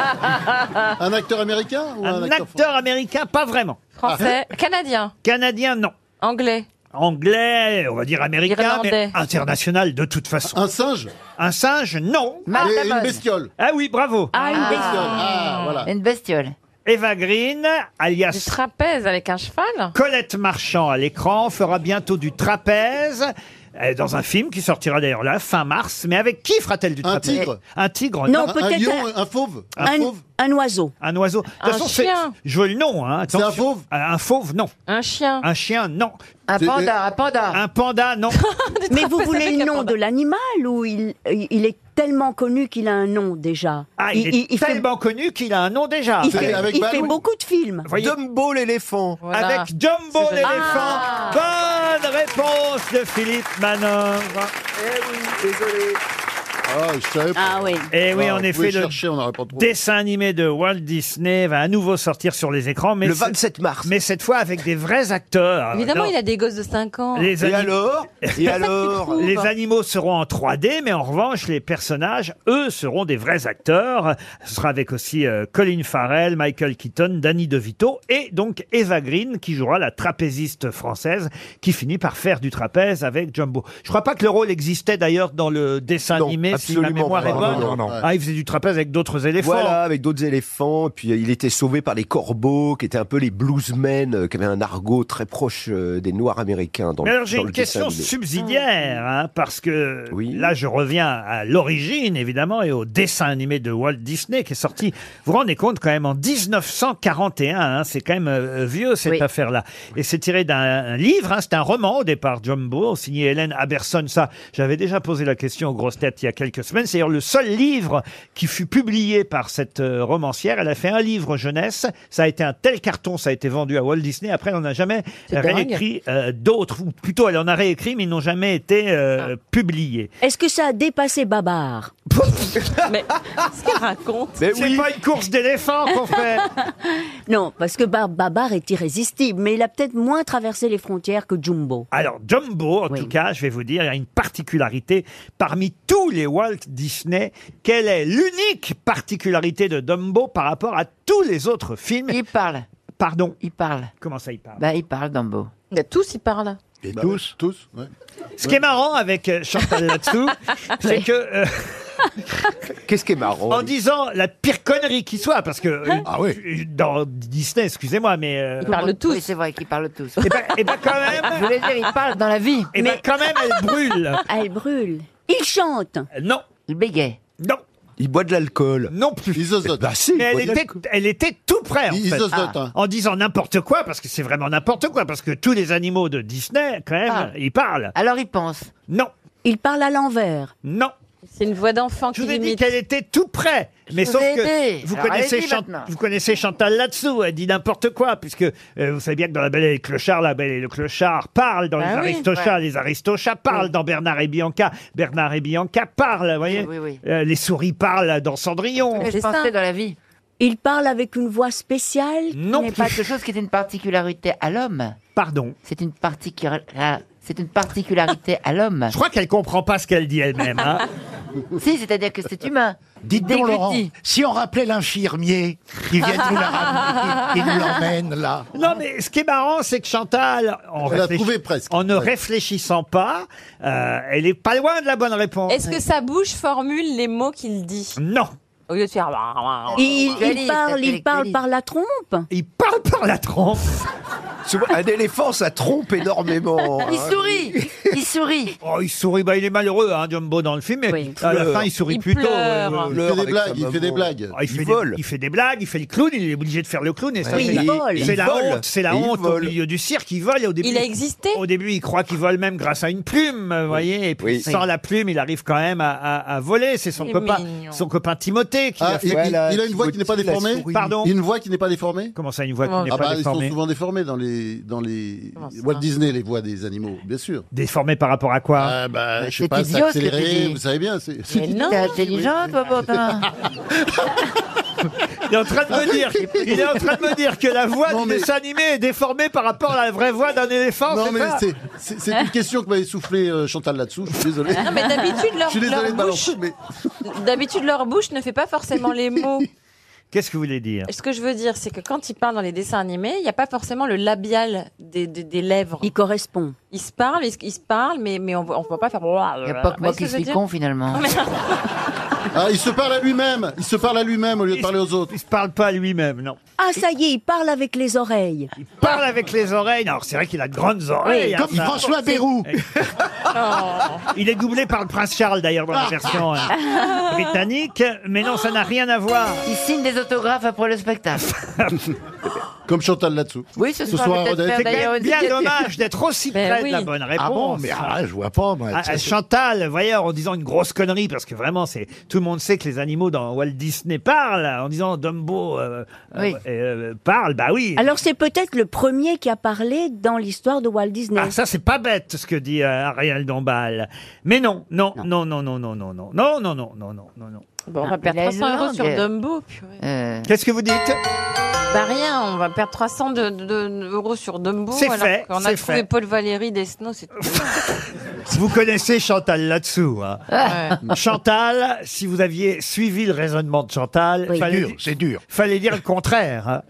Un acteur américain ou un,
Un
acteur
acteur américain, pas vraiment.
Français.
Ah. Canadien. Canadien, non. Anglais. Anglais, on va dire américain,
Irlandais.
mais international de toute façon. Un singe Un singe, non.
Martha Et- et une Bond. bestiole.
Ah oui, bravo.
Ah, une Ah. bestiole. Ah, voilà. Une
bestiole. Eva Green, alias...
Du trapèze avec un cheval
Colette Marchand à l'écran fera bientôt du trapèze euh, dans un film qui sortira d'ailleurs là fin mars. Mais avec qui fera-t-elle du
Un
trapèze
tigre.
Un tigre.
Non, peut-être
un fauve.
un, un oiseau.
Un oiseau. De toute
Un
façon, c'est-
chien.
Je veux le nom. Hein. C'est un fauve. Un fauve, non. Un chien. Un chien, non.
Un C'est- panda,
Un panda. Un panda, non.
Mais vous voulez le nom de l'animal ou il, il est tellement connu qu'il a un nom déjà
Ah, il, est tellement connu qu'il a un nom déjà.
il fait, il fait beaucoup de films.
Dumbo l'éléphant.
Voilà.
Avec Dumbo
C'est
l'éléphant.
Ah.
Bonne réponse de Philippe Manœuvre.
Désolé.
Ah, je savais
Ah oui.
Et Eh oui,
Ah,
en
vous
effet,
pouvez
le
chercher, on n'aurait pas trouvé.
dessin animé de Walt Disney va à nouveau sortir sur les écrans. Mais
Le
ce- Mais cette fois avec des vrais acteurs.
Évidemment,
Ah, Non.
il a des gosses de 5 ans.
Les anim- Les animaux seront en 3D, mais en revanche, les personnages, eux, seront des vrais acteurs. Ce sera avec aussi euh, Colin Farrell, Michael Keaton, Danny DeVito et donc Eva Green qui jouera la trapéziste française qui finit par faire du trapèze avec Jumbo. Je crois pas que le rôle existait d'ailleurs dans le dessin animé, si ma
absolument
mémoire
pas.
est bonne.
Non, non, non.
Ah, il faisait du trapèze avec d'autres éléphants.
Voilà, avec d'autres éléphants. Et puis euh, il était sauvé par les corbeaux, qui étaient un peu les bluesmen, euh, qui avaient un argot très proche euh, des Noirs américains. Dans
Mais
le-
alors j'ai
dans
une
le dessin
question
animé.
subsidiaire, hein, parce que là je reviens à l'origine évidemment et au dessin animé de Walt Disney qui est sorti, vous vous rendez compte quand même en 1941, hein, c'est quand même euh, vieux cette affaire-là. Et c'est tiré d'un un livre, hein, c'est un roman au départ, Jumbo, signé Hélène Aberson, ça j'avais déjà posé la question aux grosses têtes il y a quelques semaines, c'est d'ailleurs le seul livre qui fut publié par cette euh, romancière, elle a fait un livre jeunesse, ça a été un tel carton, ça a été vendu à Walt Disney, après on n'a jamais
C'est dingue.
réécrit euh, d'autres, ou plutôt elle en a réécrit, mais ils n'ont jamais été
Ah.
euh, publiés.
Est-ce que ça a dépassé Babar Mais ce qu'elle raconte
C'est pas une course d'éléphant qu'on fait
Non, parce que Bar- Babar est irrésistible, mais il a peut-être moins traversé les frontières que Jumbo.
Alors, Jumbo, en tout cas, je vais vous dire, il y a une particularité parmi tous les Walt Disney. Quelle est l'unique particularité de Jumbo par rapport à tous les autres films Il parle. Pardon
Il parle.
Comment ça, il parle
Bah, il parle, Dumbo. tous, ils parlent.
Et
tous Tous ouais.
Ce qui est marrant avec euh, Chantal là-dessous, c'est que. euh,
Qu'est-ce qui est marrant Ah
En disant la pire connerie qui soit, parce que. euh, Dans Disney, excusez-moi, mais. euh,
Ils parlent tous. Oui, c'est vrai qu'ils parlent tous.
Et ben, et ben quand même.
Je voulais dire, ils parlent dans la vie.
Et ben quand même, elle brûle.
Ah, elle brûle. Il chante.
Euh, Non.
Il bégaye.
Non.
Il boit de l'alcool.
Non plus. Eh ben,
Ils osent. Bah si,
Mais
il
elle
boit de
était, elle était tout près, en
Ils
fait.
osent, hein.
En disant n'importe quoi, parce que c'est vraiment n'importe quoi, parce que tous les animaux de Disney, quand même,
Ah.
ils parlent.
Alors il pense.
Non.
Il parle à l'envers.
Non.
C'est une voix d'enfant
Je vous ai dit qu'elle était tout près. Mais
vous
sauf
ai aidé.
que vous
Alors,
connaissez,
allez-y
Chan-
maintenant.
vous connaissez Chantal là-dessous, elle dit n'importe quoi, puisque euh, vous savez bien que dans La Belle et le Clochard, La Belle et le Clochard parle
Bah
dans
Ah
Les
oui,
Aristochats,
ouais.
Les Aristochats parlent dans Bernard et Bianca, Bernard et Bianca parlent, vous voyez
Oui, oui,
Euh, Les souris parlent dans Cendrillon.
Je pensais dans la vie. Il parle avec une voix spéciale.
Non
n'est
plus.
pas quelque chose qui est une particularité à l'homme.
Pardon.
C'est une particularité. C'est une particularité à l'homme.
Je crois qu'elle comprend pas ce qu'elle dit elle-même. hein.
si, c'est-à-dire que c'est humain.
Dites donc,
Déglutit.
Laurent, si on rappelait l'infirmier qui vient nous la
Ah,
ramener, qui nous l'emmène là.
Non, mais ce qui est marrant, c'est que Chantal, en,
Elle a
réfléch-
trouvé presque.
en ne
Ouais.
réfléchissant pas, euh, elle est pas loin de la bonne réponse.
Est-ce que sa bouche formule les mots qu'il dit
Non.
Au lieu de faire.
Oh,
Ah,
Il, il parle, il parle par la trompe.
Il parle par la trompe.
Souvent, Un éléphant, ça trompe énormément.
Il
ah.
hein.
sourit. il sourit.
Oh, il sourit, bah, il est malheureux, hein, Jumbo, dans le film, mais à la
pleure.
fin, il sourit
Il
plutôt.
pleure.
ouais, ouais, ouais.
Il fait des Pleure avec blagues, sa il fait des maman. blagues.
Ah, il,
Il
fait
vole.
Des, il fait des blagues, il fait le clown, il est obligé de faire le clown, et ça,
Oui,
c'est
il
la,
vole.
c'est
Il
la
vole.
honte, c'est la
Et il
honte au
vole.
milieu du cirque, il vole, et au début.
Il a existé
Au début, il croit qu'il vole même grâce à une plume, vous voyez, et puis
Oui.
sans la plume, il arrive quand même à, à- à voler, c'est son
C'est
copain,
mignon.
son copain Timothée qui
Ah,
l'a fait.
il, il- il a une voix qui n'est pas
la
déformée
souris.
Pardon
Une voix qui n'est pas déformée
Comment ça, une voix qui n'est
Ah bah,
pas
ils sont
déformée
souvent déformés dans les, dans les
Comment ça
Walt Disney, les voix des animaux, bien sûr.
Déformée par rapport à quoi
Ah bah, je sais
c'est
pas,
idiot,
c'est
ce que tu
accéléré,
dis.
vous savez bien. c'est-
Mais non,
T'es intelligent, toi, hein. potin.
Il est en train de me dire, il est en train de me dire que la voix
Non,
du
mais-
dessin animé est déformée par rapport à la vraie voix d'un éléphant.
Non,
c'est
mais
ça
c'est- c'est c'est une question que m'avait soufflé euh, Chantal là-dessous, je suis désolé.
Non, mais d'habitude, leur-
Je suis désolé
leur
de balancer,
bouche-
mais-
D'habitude, leur bouche ne fait pas forcément les mots.
Qu'est-ce que vous voulez dire
Ce que je veux dire, c'est que quand ils parlent dans les dessins animés, il n'y a pas forcément le labial des, des- des lèvres.
Il correspond.
Ils se parlent, ils, se- ils se parlent, mais, mais on ne peut pas faire. Il
Il n'y a pas que moi qui suis con, finalement.
Ah, il se parle à lui-même, il se parle à lui-même au lieu de parler aux autres.
Il se parle pas à lui-même, non.
Ah, ça y est, il parle avec les oreilles.
Il parle avec les oreilles. Alors c'est vrai qu'il a de grandes oreilles. hein,
Comme
ça.
François Bérou.
Il est doublé par le prince Charles d'ailleurs
Ah.
dans la version euh, britannique. Mais non, ça n'a rien à voir.
Il signe des autographes après le spectacle.
Comme Chantal là-dessous.
Oui, ce soir, peut-être
Rodin-
faire
C'est
d'ailleurs une
Bien
signature.
dommage d'être aussi
Ben
près de
oui.
la bonne réponse.
Ah bon, mais ah, je vois pas. moi.
Ah, ah, Chantal, voyez, en disant une grosse connerie, parce que vraiment, c'est tout le monde sait que les animaux dans Walt Disney parlent, en disant Dumbo euh,
Oui.
euh, euh, parle, bah oui.
Alors c'est peut-être le premier qui a parlé dans l'histoire de Walt Disney.
Ah, ça, c'est pas bête, ce que dit euh, Ariel Dombal. Mais non, non, non, non, non, non, non, non, non, non, non, non, non, non, non.
Bon, on va
Non,
perdre hein,
mais la
300 euros sur
langue.
Dumbo. purée.
Euh.
Qu'est-ce que vous dites
Bah rien, on va perdre 300 de- de- de- euros sur Dumbo.
C'est
alors
fait,
qu'on a
c'est
trouvé
fait.
Paul Valéry Desnos. c'est tout.
Vous connaissez Chantal là-dessous. hein. Chantal, si vous aviez suivi le raisonnement de Chantal,
C'est
fallait,
dur, c'est dur.
fallait dire le contraire. hein.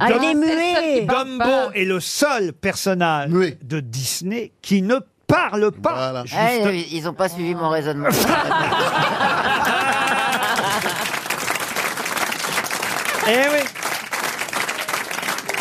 Ah,
Dum-
il est muet
Dumbo est le seul personnage de Disney qui ne parle
Ah,
pas. Juste-
Ils n'ont pas suivi mon raisonnement.
Eh oui.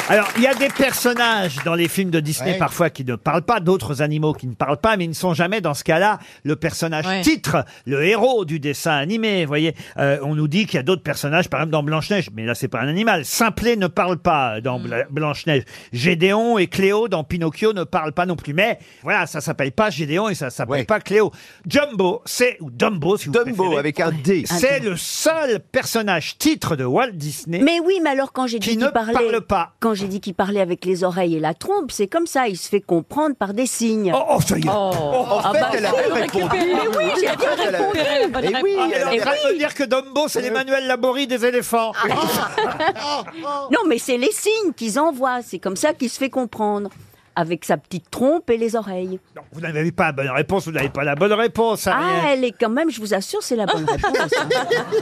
Alors, il y a des personnages dans les films de Disney
Ouais.
parfois qui ne parlent pas, d'autres animaux qui ne parlent pas, mais ils ne sont jamais dans ce cas-là le personnage
Ouais.
titre, le héros du dessin animé. Vous voyez, Euh, on nous dit qu'il y a d'autres personnages, par exemple dans Blanche-Neige, mais là c'est pas un animal. Simplet ne parle pas dans
Mm.
Bla- Blanche-Neige. Gédéon et Cléo dans Pinocchio ne parlent pas non plus. Mais voilà, ça s'appelle pas Gédéon et ça s'appelle pas Cléo. Jumbo, c'est ou Dumbo si vous
Dumbo
préférez.
avec un D.
C'est le seul personnage titre de Walt Disney.
Mais oui, mais alors quand j'ai dit
Qui ne
qu'il parlait,
parle pas.
quand j'ai dit qu'il parlait avec les oreilles et la trompe, c'est comme ça, il se fait comprendre par des signes.
Oh, oh, ça y est.
En
Ah
fait,
bah,
elle
si,
avait
on
répondu.
récupère. Mais oui, j'ai
En fait,
bien
elle avait-
répondu la bonne
Eh oui,
réponse.
Ah, Elle
elle
est en
avait-
train de me dire que Dumbo, c'est l'Emmanuel Laborie des éléphants.
Ah. Non, mais c'est les signes qu'ils envoient, c'est comme ça qu'il se fait comprendre. avec sa petite trompe et les oreilles.
Vous n'avez pas la bonne réponse, vous n'avez pas la bonne réponse, Ariel.
Ah, elle est quand même, je vous assure, c'est la bonne réponse. hein.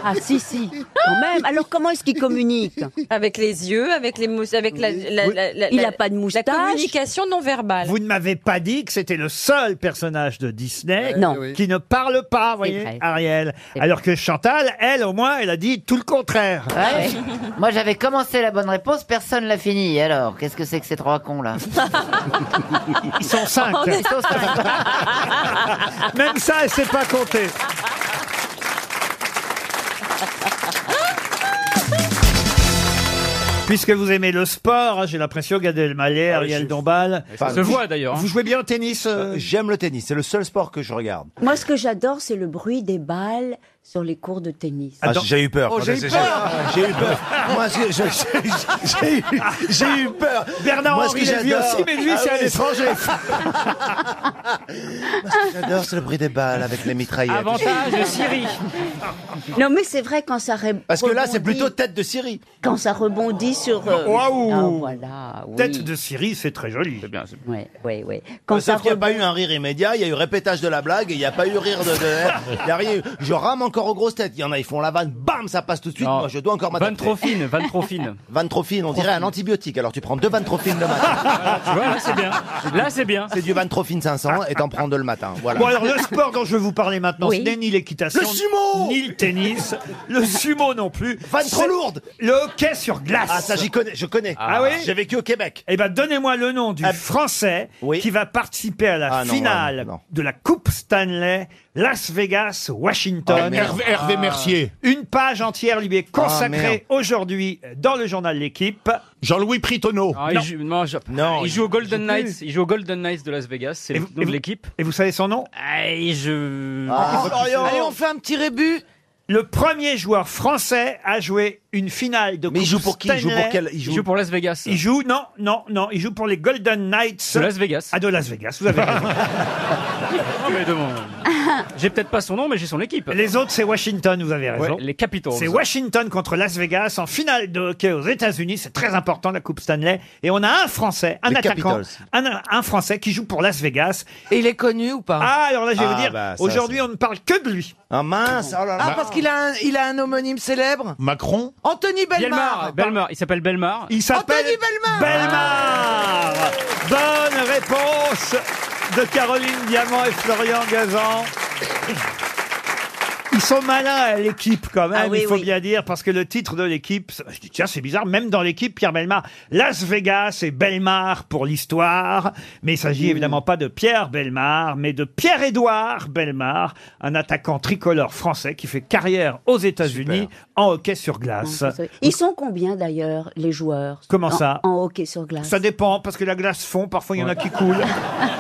Ah, si, si, quand même. Alors, comment est-ce qu'il communique
Avec les yeux, avec les mous- avec la, la- la- la-
Il
la-
a pas de moustache.
La communication non verbale.
Vous ne m'avez pas dit que c'était le seul personnage de Disney
Non.
qui ne parle pas, voyez,
vrai.
Ariel. Alors que Chantal, elle, au moins, elle a dit tout le contraire.
Ouais. Moi, j'avais commencé la bonne réponse, personne l'a fini. Alors, qu'est-ce que c'est que ces trois cons là
Ils sont cinq.
Ils sont
Même ça, elle sait pas compter. Puisque vous aimez le sport, hein, j'ai l'impression, Gad
Ah
Elmaleh, Ariel Dombal.
Ça se voit, d'ailleurs, hein.
Vous jouez bien au tennis euh
J'aime le tennis, c'est le seul sport que je regarde.
Moi, ce que j'adore, c'est le bruit des balles sur les cours de tennis.
Ah, j'ai eu peur.
Oh,
quand
j'ai eu
j'ai-
peur.
J'ai eu peur. Moi, j'ai- je- je- j'ai eu- j'ai eu peur.
Bernard
Moi, ce que
Henry l'a vu
j'adore-
aussi, mais lui,
Ah
c'est à
oui.
l'étranger.
Moi, ce que J'adore, c'est le bruit des balles avec les mitraillettes.
Siri.
Non, mais c'est vrai quand ça re- rebondit.
Parce que là, c'est plutôt tête de Syrie.
Quand ça rebondit sur. euh,
Waouh.
Ah, voilà, oui. Eh
Tête de Syrie, c'est très joli.
C'est bien,
Oui, oui, oui.
Euh, Sauf qu'il n'y a pas eu un rire immédiat, il y a eu répétage de la blague, et il n'y a pas eu rire de... de- il y a rien eu. Je rame encore aux grosses têtes. Il y en a, ils font la vanne, bam, ça passe tout de suite. Moi, je dois encore m'adapter.
Vanne trop fine, vanne trop fine.
Vanne trop fine, on dirait un antibiotique. Alors tu prends deux vannes trop fines le matin.
Tu vois, là, c'est bien. Là, c'est bien.
C'est du vanne trop fine 500 et t'en prends deux le matin. Voilà.
Bon, alors le sport dont je vais vous parler maintenant,
Oui.
ce n'est ni l'équitation,
Le sumo
ni le tennis, le sumo non plus.
Vanne trop
C'est
lourde
Le hockey sur glace.
Ah, ça, j'y connais, je connais.
Ah oui
J'ai vécu au Québec.
Eh ben, donnez-moi le nom du Français qui va participer à la
Ah non,
finale
ah non, non.
de la Coupe Stanley Las Vegas Washington.
Ah, merde. Hervé- Hervé Mercier.
Une page entière lui est consacrée aujourd'hui dans le journal L'équipe.
Jean-Louis Pritonneau.
Ah, il, joue, non, je-
Non,
il joue aux Golden
joue plus.
Knights. Il joue aux Golden Knights de Las Vegas. C'est le
vous-
nom
et
de
vous-
l'équipe.
Et vous savez son nom Ah,
Et je.
Ah,
Allez, on fait un petit rébut.
Le premier joueur français à jouer une finale de Mais
il joue pour qui Il joue pour quel- il joue- Il joue pour
Las Vegas.
Il joue non non non, il joue pour les Golden Knights
De Las Vegas.
Ah de Las Vegas, vous avez raison.
Non, mais demande. J'ai peut-être pas son nom, mais j'ai son équipe.
Les autres c'est Washington, vous avez raison.
Ouais, les Capitals.
C'est Washington contre Las Vegas en finale de hockey aux États-Unis. C'est très important la Coupe Stanley. Et on a un Français, un
Les
attaquant,
Capitals.
un, un Français qui joue pour Las Vegas.
Et il est connu ou pas
Ah, alors là, je vais
Ah,
vous dire,
bah, ça,
aujourd'hui, on ne parle que de lui.
Ah mince, oh là là.
Bah.
Ah, parce qu'il a, un- il a un homonyme célèbre
Macron
Anthony
Belmar.
Belmar.
Belmar. Il s'appelle Belmar.
Il s'appelle
Anthony Belmar.
Ah.
Belmar. Bonne réponse de Caroline Diamant et Florian Gazan. Ils sont malins, euh, l'équipe, quand même,
Ah oui,
il faut
oui.
bien dire, parce que le titre de l'équipe, c'est- je dis, tiens, c'est bizarre, même dans l'équipe, Pierre Belmar, Las Vegas et Belmar pour l'histoire, mais il s'agit
Hmm.
évidemment pas de Pierre Belmar, mais de Pierre-Édouard Belmar, un attaquant tricolore français qui fait carrière aux États-Unis en hockey sur glace.
Hein, Ils sont combien d'ailleurs, les joueurs
Ah, Comment
en-
ça
En hockey sur glace.
Ça dépend, parce que la glace fond, parfois il y en a qui coulent.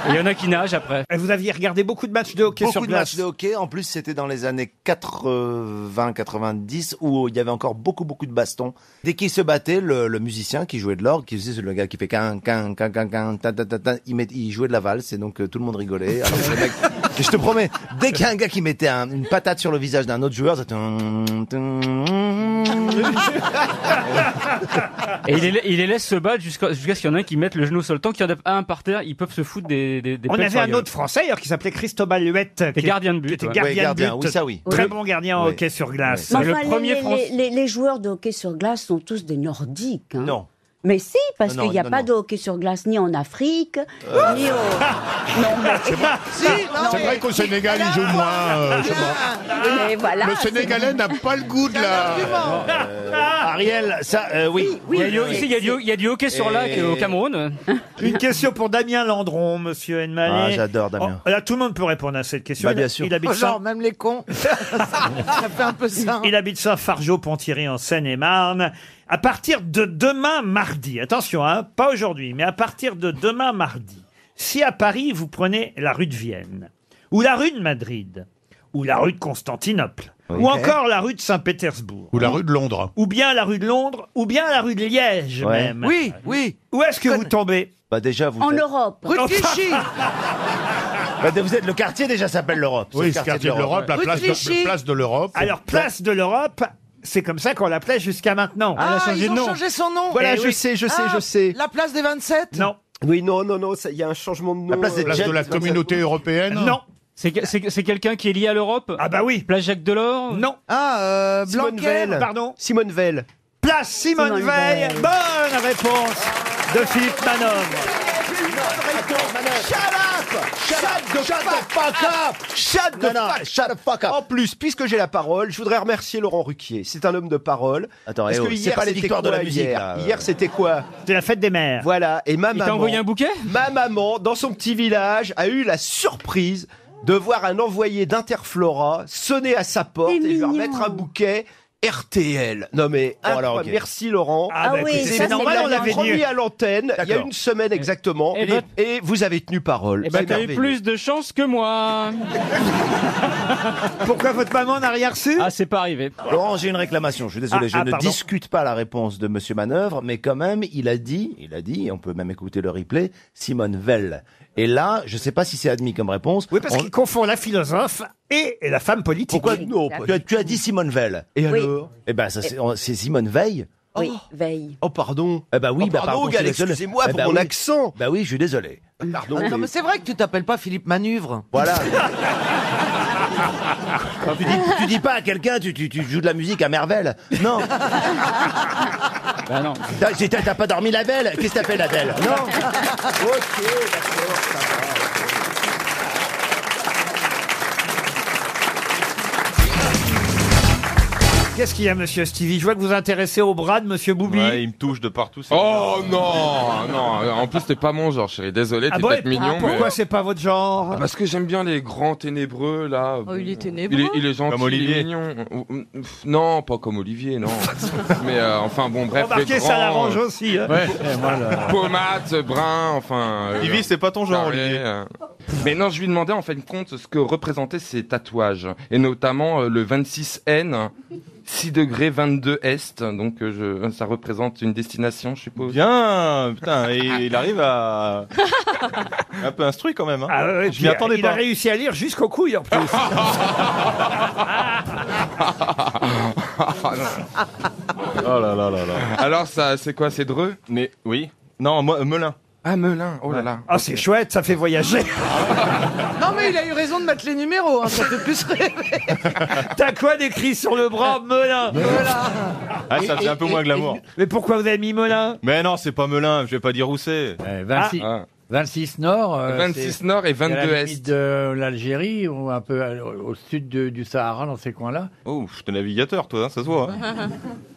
Il y en a qui nagent après.
Et Vous aviez regardé beaucoup de matchs de hockey sur
Beaucoup de
glace.
matchs de hockey. En plus, c'était dans les années 80-90 où il y avait encore beaucoup, beaucoup de bastons. Dès qu'ils se battaient, le, le musicien qui jouait de l'orgue, qui faisait le gars qui fait quin, quin, quin, quin, quin, ta, ta, ta, ta, il, met- il jouait de la valse et donc euh, tout le monde rigolait. Alors que le mec- et je te promets, dès qu'il y a un gars qui mettait un- une patate sur le visage d'un autre joueur, ça...
Et il les, il les laisse se battre jusqu'à jusqu'à ce qu'il y en ait un qui mette le genou sur le temps, qu'il y en ait un par terre, ils peuvent se foutre des, des, des
On
pelles
avait
sur la
un
gueule.
autre Français d'ailleurs qui s'appelait Cristobal Huette, qui est-
gardien de but,
qui était
ouais.
gardien
Oui,
de
gardien,
but,
oui, ça, oui.
très
Oui.
bon gardien en
Oui.
hockey sur glace.
Mais
le
enfin, les-
premier
les,
Français.
les- les joueurs de hockey sur glace sont tous des Nordiques. hein.
Non.
Mais si, parce
Non,
qu'il n'y a
non,
pas
non.
de hockey sur glace ni en Afrique,
Euh.
ni au. non, mais.
Si, non, mais-
vrai qu'au Sénégal, ils jouent moins. euh,
Ah.
je sais pas.
Mais voilà,
le
c'est-
Sénégalais n'a pas le goût de la.
Ariel, ça, euh, oui.
Il y a du- ici, il y a du- il y a du hockey sur lac
Et-
au Cameroun.
Une question pour Damien Landron, monsieur Enmanet.
Ah, j'adore Damien.
Oh, là, tout le monde peut répondre à cette question.
Bah,
Il-
bien sûr.
Il
Oh,
Oh,
habite
Genre,
Saint-
même les cons. ça fait un peu ça. hein.
Il habite Saint-Fargeau-Ponthierry en Seine-et-Marne. À partir de demain mardi, attention, hein, pas aujourd'hui, mais à partir de demain mardi, si à Paris vous prenez la rue de Vienne, ou la rue de Madrid, ou la rue de Constantinople, ou
Ok.
encore la rue de Saint-Pétersbourg,
Ou la rue de Londres.
ou bien la rue de Londres, ou bien la rue de Liège
Ouais.
même.
Oui, oui.
Où est-ce que vous tombez
Bah déjà, vous
En
êtes-
Europe.
Rue de Clichy.
Bah, vous êtes le quartier déjà s'appelle l'Europe.
Oui,
C'est
ce quartier de l'Europe, la
Rue de
place
Clichy.
de, place de l'Europe.
Alors, place de l'Europe, c'est comme ça qu'on l'appelait jusqu'à maintenant.
Ah, ils Ah, ont changé son nom.
Voilà,
Eh
je
oui.
sais, je sais,
Ah,
je sais.
La place des 27
Non.
Oui, non, non, non, ça- il y a un changement de nom. euh, Jacques-
Non. C'est que- c'est que- c'est quelqu'un qui est lié à l'Europe
Ah bah oui.
Place Jacques Delors
Non.
Ah, euh,
Simone Veil.
Pardon
Simone Veil.
Place Simone,
Simone
Veil.
Veil.
Bonne réponse de Philippe Manon.
En plus, puisque j'ai la parole, je voudrais remercier Laurent Ruquier. C'est un homme de parole.
Attends,
Parce
eh oh,
que
c'est
hier,
pas les
c'était
victoires de la
quoi,
musique,
hier
là, euh.
Hier, c'était quoi
C'était la fête des mères.
Voilà. Et ma
Il t'a
maman.
envoyé un bouquet
Ma maman, dans son petit village, a eu la surprise de voir un envoyé d'Interflora sonner à sa porte et lui remettre un bouquet. RTL. Non mais
Bon, alors,
incroyable.
ok.
merci Laurent.
Ah, bah, écoutez,
C'est
ça, c'est
normal,
bien
on l'avait
entendu.
promis à l'antenne il y a
D'accord.
une semaine exactement
Eh
et,
ben-
et vous avez tenu parole.
Eh ben,
C'est
t'as eu
merveilleux.
plus de chance que moi.
Pourquoi votre maman n'a rien reçu
Ah, c'est pas arrivé.
Laurent, j'ai une réclamation. Je suis désolé,
Ah,
je
ah,
ne
pardon.
discute pas la réponse de Monsieur Manœuvre, mais quand même, il a dit, il a dit, et on peut même écouter le replay, Simone Veil. Et là, je sais pas si c'est admis comme réponse.
Oui, parce qu'il confond la philosophe et, et la femme politique.
Pourquoi non tu as, tu as dit Simone Veil.
Et
alors
Oui.
Eh ben, ça, c'est on- c'est Simone Veil.
Oui, veille.
Oh pardon.
Eh ben oui,
Oh,
bah,
pardon,
je suis
Gal,
désolé.
excusez-moi
Eh
pour
ben
mon
oui.
accent.
Bah oui, je suis désolé. Pardon.
non, mais c'est vrai que tu t'appelles pas Philippe Manœuvre.
Voilà. Quand tu, dis, tu dis pas à quelqu'un, tu, tu- tu joues de la musique à merveille. Non.
Bah non.
T'as j'ai- t'as- t'as pas dormi la belle Qu'est-ce que t'appelles la belle Non.
Ah,
Qu'est-ce qu'il y a, monsieur Stevie Je vois que vous vous intéressez au bras de monsieur Boubi.
Ouais, il me touche de partout. Oh non, non. En plus, t'es pas mon genre, chérie. Désolé, Eh, t'es
bon,
peut-être
et-
mignon,
ah, pourquoi
mais-
c'est pas votre genre
Ah, Parce que j'aime bien les grands ténébreux, là.
Oh, il est ténébreux.
Euh, Il est, il est gentil, Comme Olivier. il est mignon. Ou- ou- pff, Non, pas comme Olivier, non. Mais euh, enfin, bon, bref. Remarquez, les ça grands, l'arrange euh,
aussi, hein.
Ouais.
Eh, voilà.
Pommade, brun, enfin. Olivier, c'est pas
ton genre, Olivier.
Mais non, je lui demandais en fin de compte ce que représentaient ses tatouages, et notamment euh, le 26N, 6 degrés 22 Est, donc euh, je, ça représente une destination, je suppose.
Bien, putain, et il arrive à. un peu instruit quand même. Hein.
Ah ouais, ouais,
je
puis,
m'y attendais
il
pas.
a réussi à lire jusqu'aux couilles en plus.
Oh là là là là.
Alors, ça, c'est quoi, c'est Dreux
Mais oui. Non, moi, euh, Melun.
Ah, Melun, oh là là.
Ah, c'est chouette, ça fait voyager.
Non, mais il a eu raison de mettre les numéros, hein, ça fait plus rêver.
T'as quoi d'écrit sur le bras Melin
Ah, ça faisait un peu moins glamour.
Mais pourquoi vous avez mis Melin
Mais non, c'est pas Melun, je vais pas dire où c'est.
26,
Ah.
26 nord. euh,
26
c'est-
nord et
c'est à
22
la
est.
limite de l'Algérie ou un peu
euh,
à- au au sud de- du Sahara, dans ces coins-là.
Oh, je t'es navigateur, toi, hein, ça se voit. hein.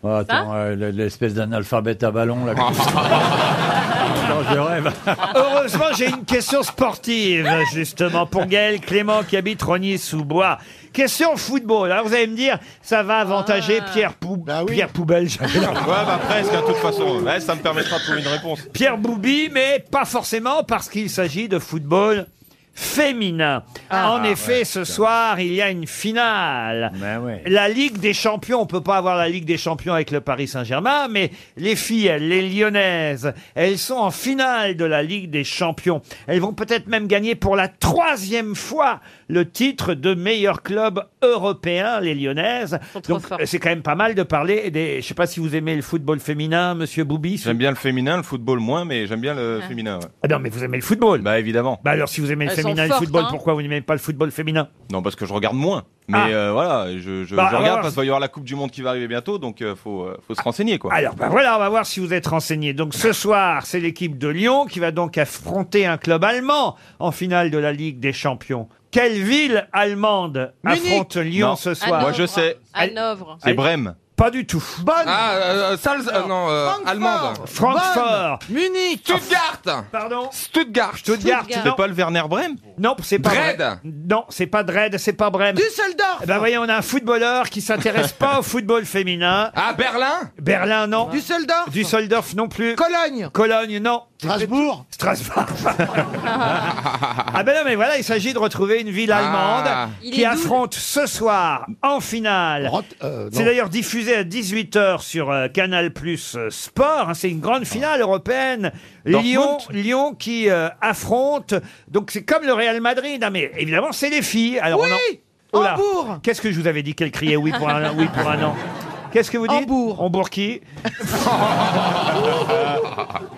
Oh, attends, euh, le- l'espèce d'analphabète à ballon, là. Attends, je rêve.
Heureusement, j'ai une question sportive, justement, pour Gaël Clément qui habite Rogny-sous-Bois. Question football. Alors, vous allez me dire, ça va avantager Pierre, Pou- Pierre Poubelle. j'allais dire.
ouais, bah presque, hein, de toute façon. Ouais, ça me permettra de trouver une réponse.
Pierre Boubi, mais pas forcément parce qu'il s'agit de football féminin.
Ah.
en
Ah,
effet,
ouais, Ben
ce soir, il y a une finale.
ouais.
La Ligue des Champions, on peut pas avoir la Ligue des Champions avec le Paris Saint-Germain, mais les filles, les Lyonnaises, elles sont en finale de la Ligue des Champions. Elles vont peut-être même gagner pour la troisième fois le titre de meilleur club européen, les Lyonnaises. Donc, euh, c'est quand même pas mal de parler des, je sais pas si vous aimez le football féminin, monsieur Boubi.
J'aime bien le féminin, le football moins, mais j'aime bien le féminin. ouais.
Ah non, mais vous aimez le football
Bah évidemment.
Bah alors, si vous aimez le
Elles sont
féminin et le
fortes,
football,
hein.
pourquoi vous n'aimez pas le football féminin
Non, parce que je regarde moins. Mais
Ah.
euh, voilà, je, je,
Bah,
je
alors-
regarde parce qu'il va y avoir la Coupe du Monde qui va arriver bientôt, donc euh, faut, euh, faut se renseigner quoi.
Alors, bah voilà, on va voir si vous êtes renseigné. Donc, ce soir, c'est l'équipe de Lyon qui va donc affronter un club allemand en finale de la Ligue des Champions. Quelle ville allemande affronte Lyon
Non.
ce soir
Moi je sais.
Hanovre.
C'est Brême.
Pas du tout. Bonne.
Ah, euh, Salz, euh, non, euh, allemande.
Francfort.
Munich. Stuttgart.
Pardon.
Stuttgart.
Stuttgart, non.
C'est pas le Werner Brême
Non, c'est pas
Dresde.
Brême. Non, c'est pas Dredd, c'est pas Brême.
Düsseldorf.
Eh Ben voyez, on a un footballeur qui s'intéresse pas au football féminin.
Ah, Berlin
Berlin, non.
Düsseldorf.
Düsseldorf, non plus. Cologne. Cologne, non. Strasbourg. Strasbourg. ah ben non, mais voilà, il s'agit de retrouver une ville allemande
Ah. Il
qui
est doux.
affronte ce soir en finale.
euh,
Ah,
C'est d'ailleurs diffusé à 18h sur euh, Canal Plus Sport. hein. c'est une grande finale européenne. Lyon, Lyon qui euh, affronte. Donc c'est comme le Real Madrid. hein, mais évidemment, c'est les filles. Alors,
Oui
on en- Oh là. Qu'est-ce que je vous avais dit qu'elle criait oui pour un, oui pour un an Qu'est-ce que vous dites Hambourg. Hambourg qui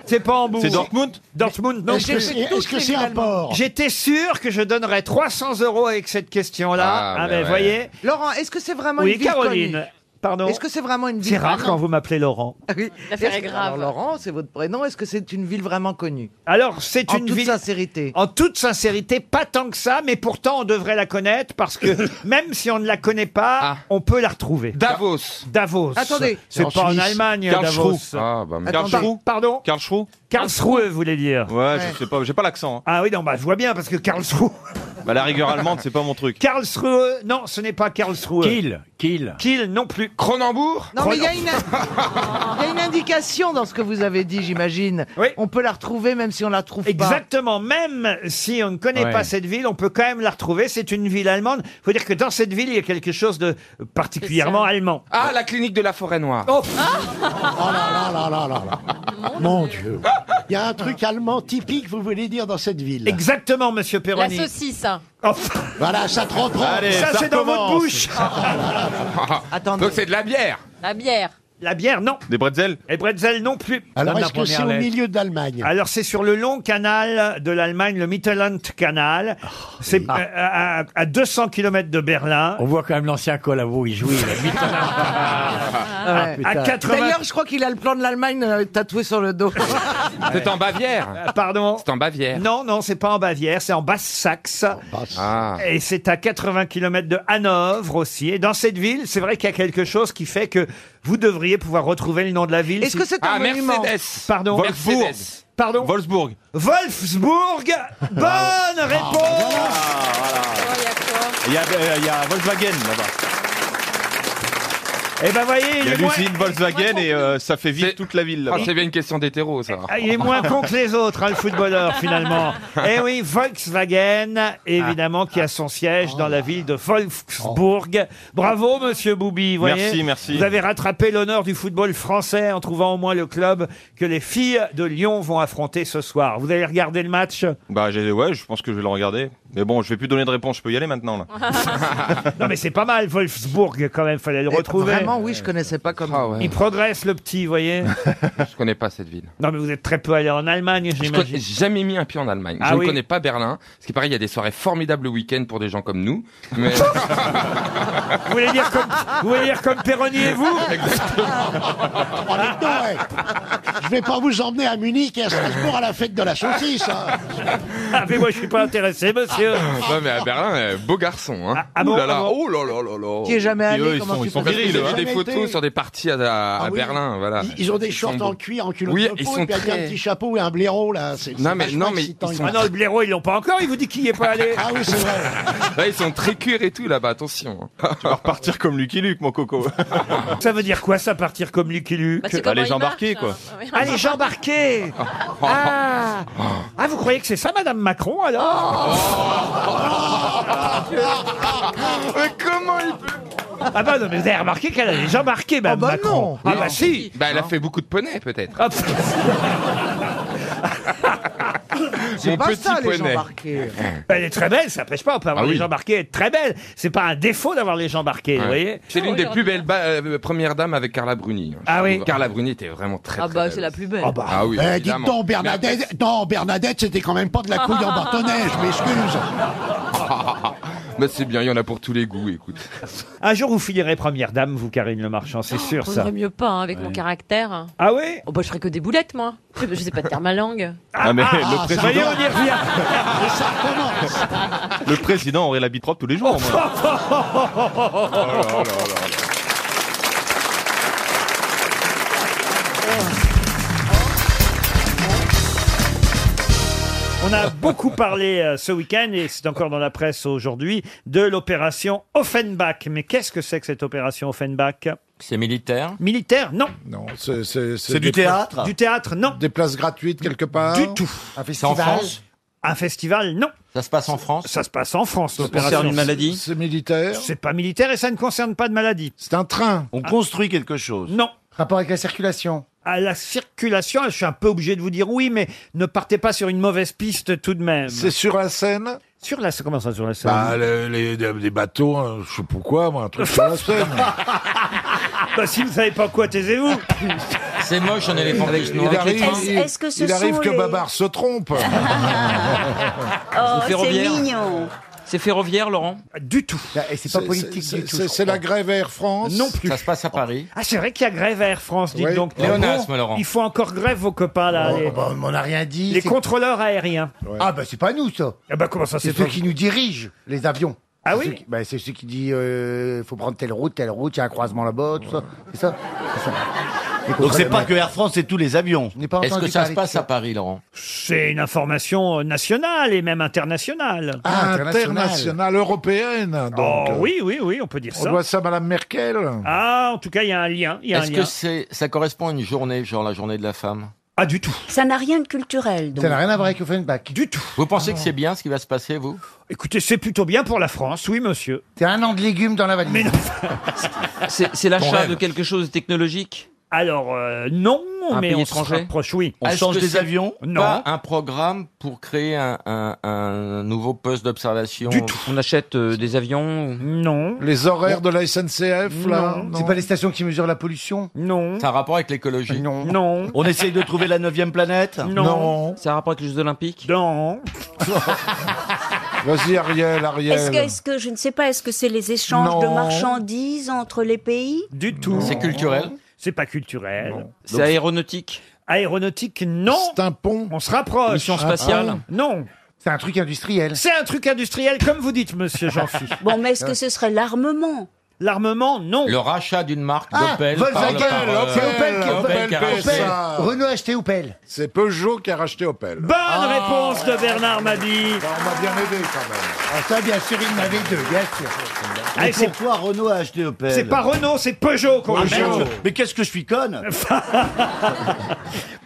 C'est pas Hambourg.
C'est Dortmund
Dortmund, non.
Est-ce que c'est- est-ce que c'est un port
J'étais sûr que je donnerais 300 euros avec cette question-là.
Ah,
Ah,
bah
mais
ouais.
voyez.
Laurent, est-ce que c'est vraiment
Oui,
Ah, une ville
Caroline.
connue
Pardon.
Est-ce que c'est vraiment une ville
C'est rare
vraiment-
quand vous m'appelez Laurent.
Ah oui.
L'affaire
Est-ce
est
que-
grave.
Alors, Laurent, c'est votre prénom. Est-ce que c'est une ville vraiment connue
Alors, c'est
En
une
toute
ville.
sincérité.
En toute sincérité, pas tant que ça, mais pourtant on devrait la connaître parce que même si on ne la connaît pas,
Ah.
on peut la retrouver.
Davos.
Davos.
Attendez.
C'est
C'est en
pas en
Suisse.
Allemagne,
Karlsruhe.
Davos.
Ah, bah, mais-
Attendez.
Karlsruhe.
Pardon
Karlsruhe.
Karlsruhe, vous voulez dire
Ouais, je sais pas, j'ai pas l'accent.
Ah oui, non, bah je vois bien parce que Karlsruhe.
hein. Bah, la rigueur allemande, c'est pas mon truc.
Karlsruhe, non, ce n'est pas Karlsruhe.
Kiel,
Kiel. Kiel non plus. Cronenbourg
Non, mais il y, a une- il y a une indication dans ce que vous avez dit, j'imagine. On peut la retrouver même si on la trouve pas.
Exactement, même si on ne connaît
Ouais.
pas cette ville, on peut quand même la retrouver. C'est une ville allemande. Il faut dire que dans cette ville, il y a quelque chose de particulièrement allemand.
Ah, la clinique de la forêt noire.
Oh,
Ah.
là Ah là là là là. Mon Dieu. Il y a un truc allemand typique, vous voulez dire, dans cette ville.
Exactement, monsieur
La
Perroni.
saucisse.
Oh.
Voilà, ça te reprend.
Allez, Ça, ça c'est dans votre recommence. bouche.
Oh.
Donc c'est de la bière.
La bière.
La bière, non.
Des bretzels
Et bretzels non plus.
Alors, est-ce que c'est au milieu de l'Allemagne
Alors c'est sur le long canal de l'Allemagne, le Mittelland Canal.
Ah,
C'est euh, à, à- à 200 km de Berlin.
On voit quand même l'ancien collabo, il jouit.
Ah.
Ah, à, à 80
D'ailleurs, je crois qu'il a le plan de l'Allemagne euh, tatoué sur le dos.
C'est en Bavière.
Pardon
C'est en Bavière.
Non, non, c'est pas en Bavière, c'est en Basse-Saxe.
Ah.
Et c'est à 80 km de Hanovre aussi. Et dans cette ville, c'est vrai qu'il y a quelque chose qui fait que vous devriez pouvoir retrouver le nom de la ville.
Est-ce
si-
que c'est un Ah, monument
Mercedes.
Pardon
Wolfsburg.
Mercedes. Pardon
Wolfsburg.
Wolfsburg Bonne
Ah,
réponse
Ah, Il y, a, euh, il y a Volkswagen là-bas.
Eh ben voyez,
Il
il
y a
est moins-
l'usine Volkswagen et euh, ça fait vivre toute la ville.
Ah,
là-bas.
c'est bien une question d'hétéro, ça.
Ah, il est moins con que les autres, hein, le footballeur, finalement. Eh oui, Volkswagen, évidemment, qui a son siège dans la ville de Wolfsburg. Bravo, monsieur Boubi. vous voyez.
Merci, merci.
Vous avez rattrapé l'honneur du football français en trouvant au moins le club que les filles de Lyon vont affronter ce soir. Vous allez regarder le match
Bah j'ai- ouais, je pense que je vais le regarder. Mais bon, je vais plus donner de réponse, je peux y aller maintenant là.
Non, mais c'est pas mal, Wolfsburg, quand même, fallait le retrouver. Ah,
Vraiment, oui, je connaissais pas comme.
Il progresse, le petit, vous voyez.
Je connais pas cette ville.
non, mais vous êtes très peu allé en Allemagne,
Je
j'imagine.
connais- j'ai jamais mis un pied en Allemagne.
Ah
je ne
oui.
connais pas Berlin. Ce qui paraît, il y a des soirées formidables le week-end pour des gens comme nous. Mais
Vous voulez dire comme, vous voulez dire comme Perroni et vous
Oh, dites donc, ouais. Je vais pas vous emmener à Munich et à Strasbourg à la fête de la saucisse. hein.
Ah, mais moi, je suis pas intéressé, monsieur.
non, mais à Berlin, euh, beau garçon. Hein.
ah bon,
Ouh là
ah
là,
bon.
oh là là là là.
Qui est jamais allé,
Et eux, ils
comment
sont,
tu
ils sont
peux
virils,
dire
hein.
J'ai
J'ai des
jamais
photos
été.
sur des parties à, à
Ah oui.
Berlin. Voilà.
Ils, ils ont des
sont
shorts
beaux.
en cuir, en culotte
Oui,
de
ils
peau,
sont
et puis avec
très-
un petit chapeau et un blaireau, là. C'est-
Non,
c'est
mais-
vachement
non, mais
excitant,
ils
ils
sont-
Ah non, le blaireau, ils l'ont pas encore, il vous dit qu'il n'y est pas allé.
Ah oui, c'est vrai.
Là, ils sont très cuir et tout là-bas, attention.
tu vas repartir comme Lucky Luke, mon coco.
Ça veut dire quoi, ça, partir comme Lucky Luke
Bah, c'est Bah, comment les il gens marche, barqués, quoi.
Ah, les gens barqués ah. Ah, vous croyez que c'est ça, Madame Macron, alors
Mais comment il peut
Ah bah non, mais vous avez remarqué qu'elle a les gens barqués, Madame Macron. Ah bah si Ah,
Bah, elle a fait beaucoup de poney, peut-être.
Hop.
Mon
pas
petit
ça, les gens
poney.
marqués. Bah, Elle est très belle, ça n'empêche pas, on peut avoir
Ah oui.
les gens barqués, être très belle. C'est pas un défaut d'avoir les gens barqués, vous voyez
C'est l'une des plus belles
hein.
ba- euh, premières dames avec Carla Bruni. hein, je
Ah oui.
trouve. Carla Bruni était vraiment très,
Ah
très
bah
belle
c'est la
aussi.
plus belle.
Ah bah. Ah oui,
Eh, dites
évidemment.
donc, Bernadette, non, Bernadette, c'était quand même pas de la couille en bâtonnet, je m'excuse.
Ah, Mais c'est bien, il y en a pour tous les goûts, écoute.
Un jour, vous finirez première dame, vous, Karine Le Marchand, c'est sûr, ça.
Faudrait mieux pas hein, avec mon caractère.
Ah oui
Oh bah je ferais que des boulettes moi. Je je sais pas taire ma langue.
Ah, mais
Ah,
le,
ça y est,
président,
on y revient.
le président aurait la bite propre tous les jours. moi. Oh là là là là.
On a beaucoup parlé euh, ce week-end, et c'est encore dans la presse aujourd'hui, de l'opération Offenbach. Mais qu'est-ce que c'est que cette opération Offenbach
C'est militaire
Militaire Non.
Non, c'est... C'est,
C'est du
des places-
théâtre Du théâtre, non.
Des places gratuites quelque part
Du tout.
Un festival C'est en France
Un festival, non.
Ça se passe en France
Ça se passe en France, l'opération.
C'est militaire
C'est pas militaire et ça ne concerne pas de maladie.
C'est un train
On
construit quelque chose
Non.
Rapport avec la circulation.
À la circulation, je suis un peu obligé de vous dire oui, mais ne partez pas sur une mauvaise piste tout de même.
C'est sur la Seine
Sur la Seine, comment ça, sur la Seine
Bah, les, les- des bateaux, hein, je sais pas pourquoi, moi, un truc sur la Seine.
Bah, si vous savez pas quoi, taisez-vous
C'est moche un éléphant gris
Il arrive,
Est-ce-
il-
est-ce que ce
il arrive
sont
que
les-
Babar se trompe.
Oh,
C'est
c'est
ferroviaire.
mignon.
C'est ferroviaire, Laurent
Du tout.
Bah,
c'est
pas politique
c'est-
du tout,
c'est-
je
C'est
crois.
la grève Air France
Non plus.
Ça se passe à Paris.
Ah, c'est vrai qu'il y a grève à Air France, dites
Oui.
donc.
Léonasme,
Ah bon
Laurent.
Il faut encore grève, vos copains, là.
Oh,
les-
bah, on n'a rien dit.
Les
c'est-
contrôleurs aériens.
Ah bah c'est pas nous ça.
Ah bah comment ça
c'est
c'est
ceux
pas
qui
vous
nous dirigent les avions.
Ah
oui bah, C'est ceux qui disent euh, faut prendre telle route, telle route, il y a un croisement là-bas, tout ça. C'est ça, C'est ça. Les
Donc, c'est
contrôleurs-
pas que
Air France, c'est tous les avions.
pas
Est-ce
entendu
que ça
parler
se
de
passe
ça.
à Paris, Laurent
C'est une information euh, nationale et même internationale.
Ah, internationale. Internationale, européenne. Donc,
Oh,
euh,
oui, oui, oui, on peut dire
On
ça.
doit ça à Madame Merkel.
Ah, en tout cas, il y a un lien. il Y a un
Est-ce que
lien.
c'est, ça correspond à une journée, genre la journée de la femme
Ah, du tout.
Ça n'a rien de culturel, donc.
Ça n'a rien à voir avec Offenbach.
Du tout.
Vous pensez que c'est bien ce qui va se passer, vous
Écoutez, c'est plutôt bien pour la France, oui, monsieur.
T'as un an de légumes dans la valise.
C'est c'est
Ton
l'achat
rêve.
de quelque chose de technologique
Alors, euh, non,
Un
mais
pays
on se
étranger
rapproche, oui.
Est-ce que c'est
Non.
Pas un programme pour créer un, un- un nouveau poste d'observation
Du tout. On achète euh, des avions
Non.
Les horaires de la SNCF, là
Non, c'est pas les stations qui mesurent la pollution
Non.
Ça a un rapport avec l'écologie
Non. Non.
On essaye de trouver la neuvième planète
Ça a un rapport avec les Jeux Olympiques
Non.
Vas-y, Ariel, Ariel.
Est-ce que, est-ce que- je ne sais pas, est-ce que c'est les échanges de
Non.
marchandises entre les pays
Du tout.
C'est culturel
C'est pas culturel.
C'est aéronautique
Aéronautique, non. C'est
un pont.
On se rapproche.
Mission spatiale
Ah,
Un pont. Non.
C'est un truc industriel.
C'est un truc industriel, comme vous dites, monsieur Jean-Phi.
Bon, mais
Euh.
est-ce que ce serait l'armement
L'armement, non.
Le rachat d'une marque
Ah,
d'Opel par le-
Volkswagen,
par, euh,
c'est Opel qui
Opel qui a
Opel.
racheté.
Renault a acheté Opel.
C'est Peugeot qui a racheté Opel.
Bonne réponse de Bernard Mabie.
On m'a bien aidé quand même.
Ah, ça, bien sûr, il m'avait deux, bien sûr.
Ah, c'est-
pourquoi Renault a acheté Opel
C'est pas Renault, c'est Peugeot qu'on
Ah,
achète.
merde, Mais qu'est-ce que je suis conne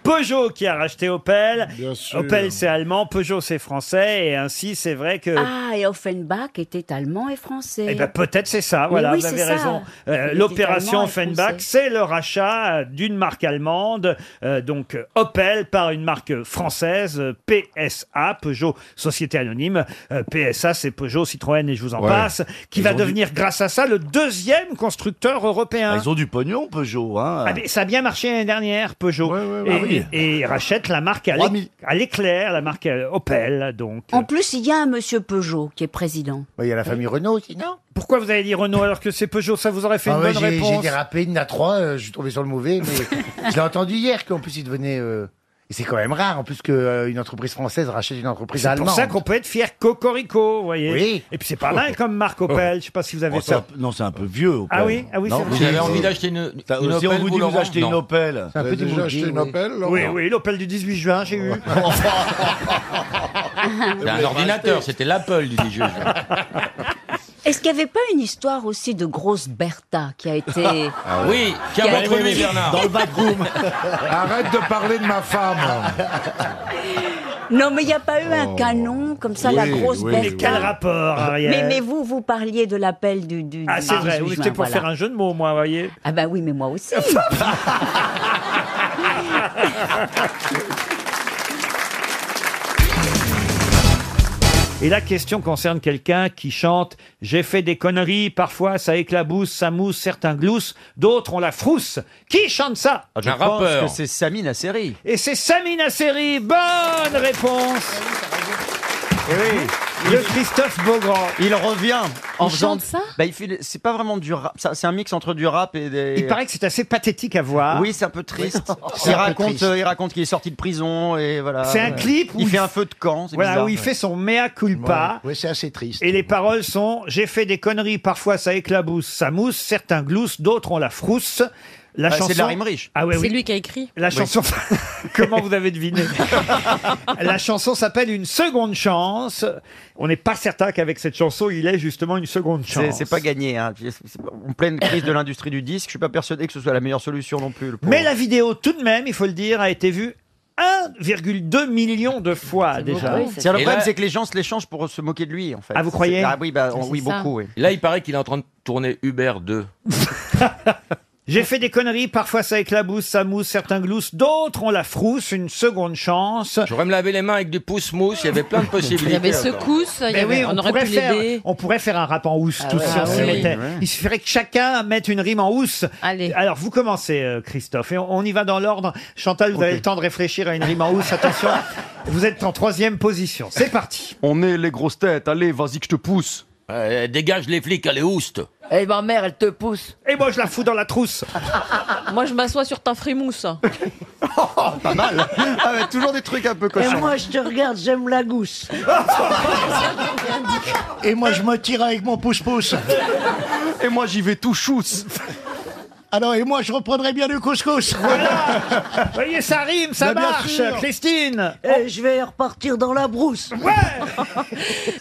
Peugeot qui a racheté Opel.
sûr.
Opel c'est allemand, Peugeot c'est français et ainsi c'est vrai que
Ah, et Offenbach était allemand et français.
Eh ben, peut-être c'est ça,
Mais
voilà,
oui,
vous avez
c'est ça.
raison. Euh,
Il était
L'opération
allemand et
Offenbach,
français.
c'est le rachat euh, d'une marque allemande, euh, donc euh, Opel, par une marque française, euh, PSA, Peugeot Société Anonyme. Euh, PSA, c'est Peugeot, Citroën et je vous en
Ouais.
passe, qui
Ils
va
ont Ah,
devenir, grâce à ça, le deuxième constructeur européen.
Ils ont du pognon, Peugeot. Hein.
Ah, mais ça a bien marché l'année dernière, Peugeot.
ouais.
et,
Ah oui.
et rachète la marque à
Trois
l'éc- à l'éclair, la marque euh, Opel, donc.
En plus, il y a un monsieur Peugeot qui est président.
Bah, Il y a la famille Renault aussi, non
Pourquoi vous avez dit Renault alors que c'est Peugeot Ça vous aurait fait
Ah
une
ouais,
bonne
j'ai, j'ai
réponse.
dérapé une à 3, je suis tombé sur le mauvais, mais je l'ai entendu hier qu'en plus il devenait. euh, et c'est quand même rare en plus qu'une entreprise française rachète une entreprise
C'est
allemande.
pour ça qu'on peut être fier Cocorico, vous voyez.
Oui.
Et puis c'est pas mal comme marque Opel, je sais pas si vous avez ça.
Non, Oh, c'est un peu vieux.
Ah oui, ah oui, c'est vrai.
Vous avez envie d'acheter une, Ça, une si on Opel, vous dit vous Laurent achetez une Non. Opel.
C'est un peu
Vous avez
du
déjà
bourbier,
acheté une
oui.
Opel
Oui, oui, l'Opel du 18 juin, j'ai eu.
C'est un ordinateur, c'était l'Apple du DJ.
Est-ce qu'il n'y avait pas une histoire aussi de grosse Bertha qui a été.
oui, tiens,
Qui a-
montre-lui Bernard. Dans le backroom.
Arrête de parler de ma femme.
Non, mais il n'y a pas eu un canon comme ça, la
Oui,
grosse
oui,
Bertha.
Mais quel rapport, Ariel
mais, mais vous, vous parliez de l'appel du. du
Ah,
du
c'est vrai,
18
oui,
juin,
c'était pour
voilà.
faire un jeu de mots, moi, vous voyez.
Ah, bah oui, mais moi aussi.
Et la question concerne quelqu'un qui chante J'ai fait des conneries, parfois ça éclabousse, ça mousse, certains gloussent, d'autres on la frousse. Qui chante ça
Ah,
Un rappeur.
que c'est Sami Nasseri. Et c'est Sami Nasseri, bonne réponse De Christophe Beaugrand.
Eh Il revient en
Il
faisant
chante ça
Bah, il fait le- c'est pas vraiment du rap, ça- c'est un mix entre du rap et des
Il paraît que c'est assez pathétique à voir.
Oui, c'est un peu triste.
C'est un
il,
peu
raconte,
triste.
euh, il raconte qu'il est sorti de prison et voilà.
C'est un clip où
il
il
fait
f-
un feu de camp. c'est
Voilà,
bizarre.
où il fait son mea culpa.
Ouais, c'est assez triste.
Et les paroles sont J'ai fait des conneries, parfois ça éclabousse, ça mousse, certains gloussent, d'autres on la frousse. La
Ah, c'est
chanson.
de la rime riche.
Ah ouais,
C'est
oui.
lui qui a écrit.
La
Oui.
chanson. Comment vous avez deviné La chanson s'appelle Une seconde chance. On n'est pas certain qu'avec cette chanson, il ait justement une seconde chance.
C'est- C'est pas gagné. Hein. Puis c'est- c'est pas- En pleine crise de l'industrie du disque, je suis pas persuadé que ce soit la meilleure solution non plus. le pauvre.
Mais la vidéo, tout de même, il faut le dire, a été vue 1,2 million de fois déjà.
Tiens, le
Et
problème,
là-
c'est que les gens se l'échangent pour se moquer de lui, en fait.
Ah, vous croyez
bah, Ah oui, bah, oui, beaucoup, oui.
Là, il paraît qu'il est en train de tourner Uber 2.
J'ai fait des conneries, parfois ça éclabousse, ça mousse, certains gloussent, d'autres on la frousse, une seconde chance. J'aurais me laver les mains avec du pouce-mousse, il y avait plein de
Il y avait secousse, il y
Mais
avait-
oui,
on, aurait
pourrait
pu
faire,
l'aider.
On pourrait faire un rap en housse,
Ah
tous
ouais,
si
ah
on s'y
oui.
mettait.
Ouais.
Il suffirait que chacun mette une rime en housse. Alors, vous commencez, euh, Christophe, et on, on y va dans l'ordre. Chantal, vous avez le temps de réfléchir à une rime en housse. Attention, vous êtes en troisième position. C'est parti.
On est les grosses têtes, allez, vas-y que je te pousse.
Euh, dégage les flics, allez, ouste.
Eh, ma mère, elle te pousse.
Et moi, Eh ben, je la fous dans la trousse.
Moi, je m'assois sur ta frimousse.
Pas mal. Ah, mais toujours des trucs un peu
Et
cochons.
moi, je te regarde, j'aime la gousse.
Et moi, je me tire avec mon pouce-pouce.
Et moi, j'y vais tout chousse.
Alors, et moi, je reprendrai bien du couscous.
Vous voyez, ça rime, ça
Mais bien
marche,
sûr.
Christine.
Et Eh, je vais repartir dans la brousse.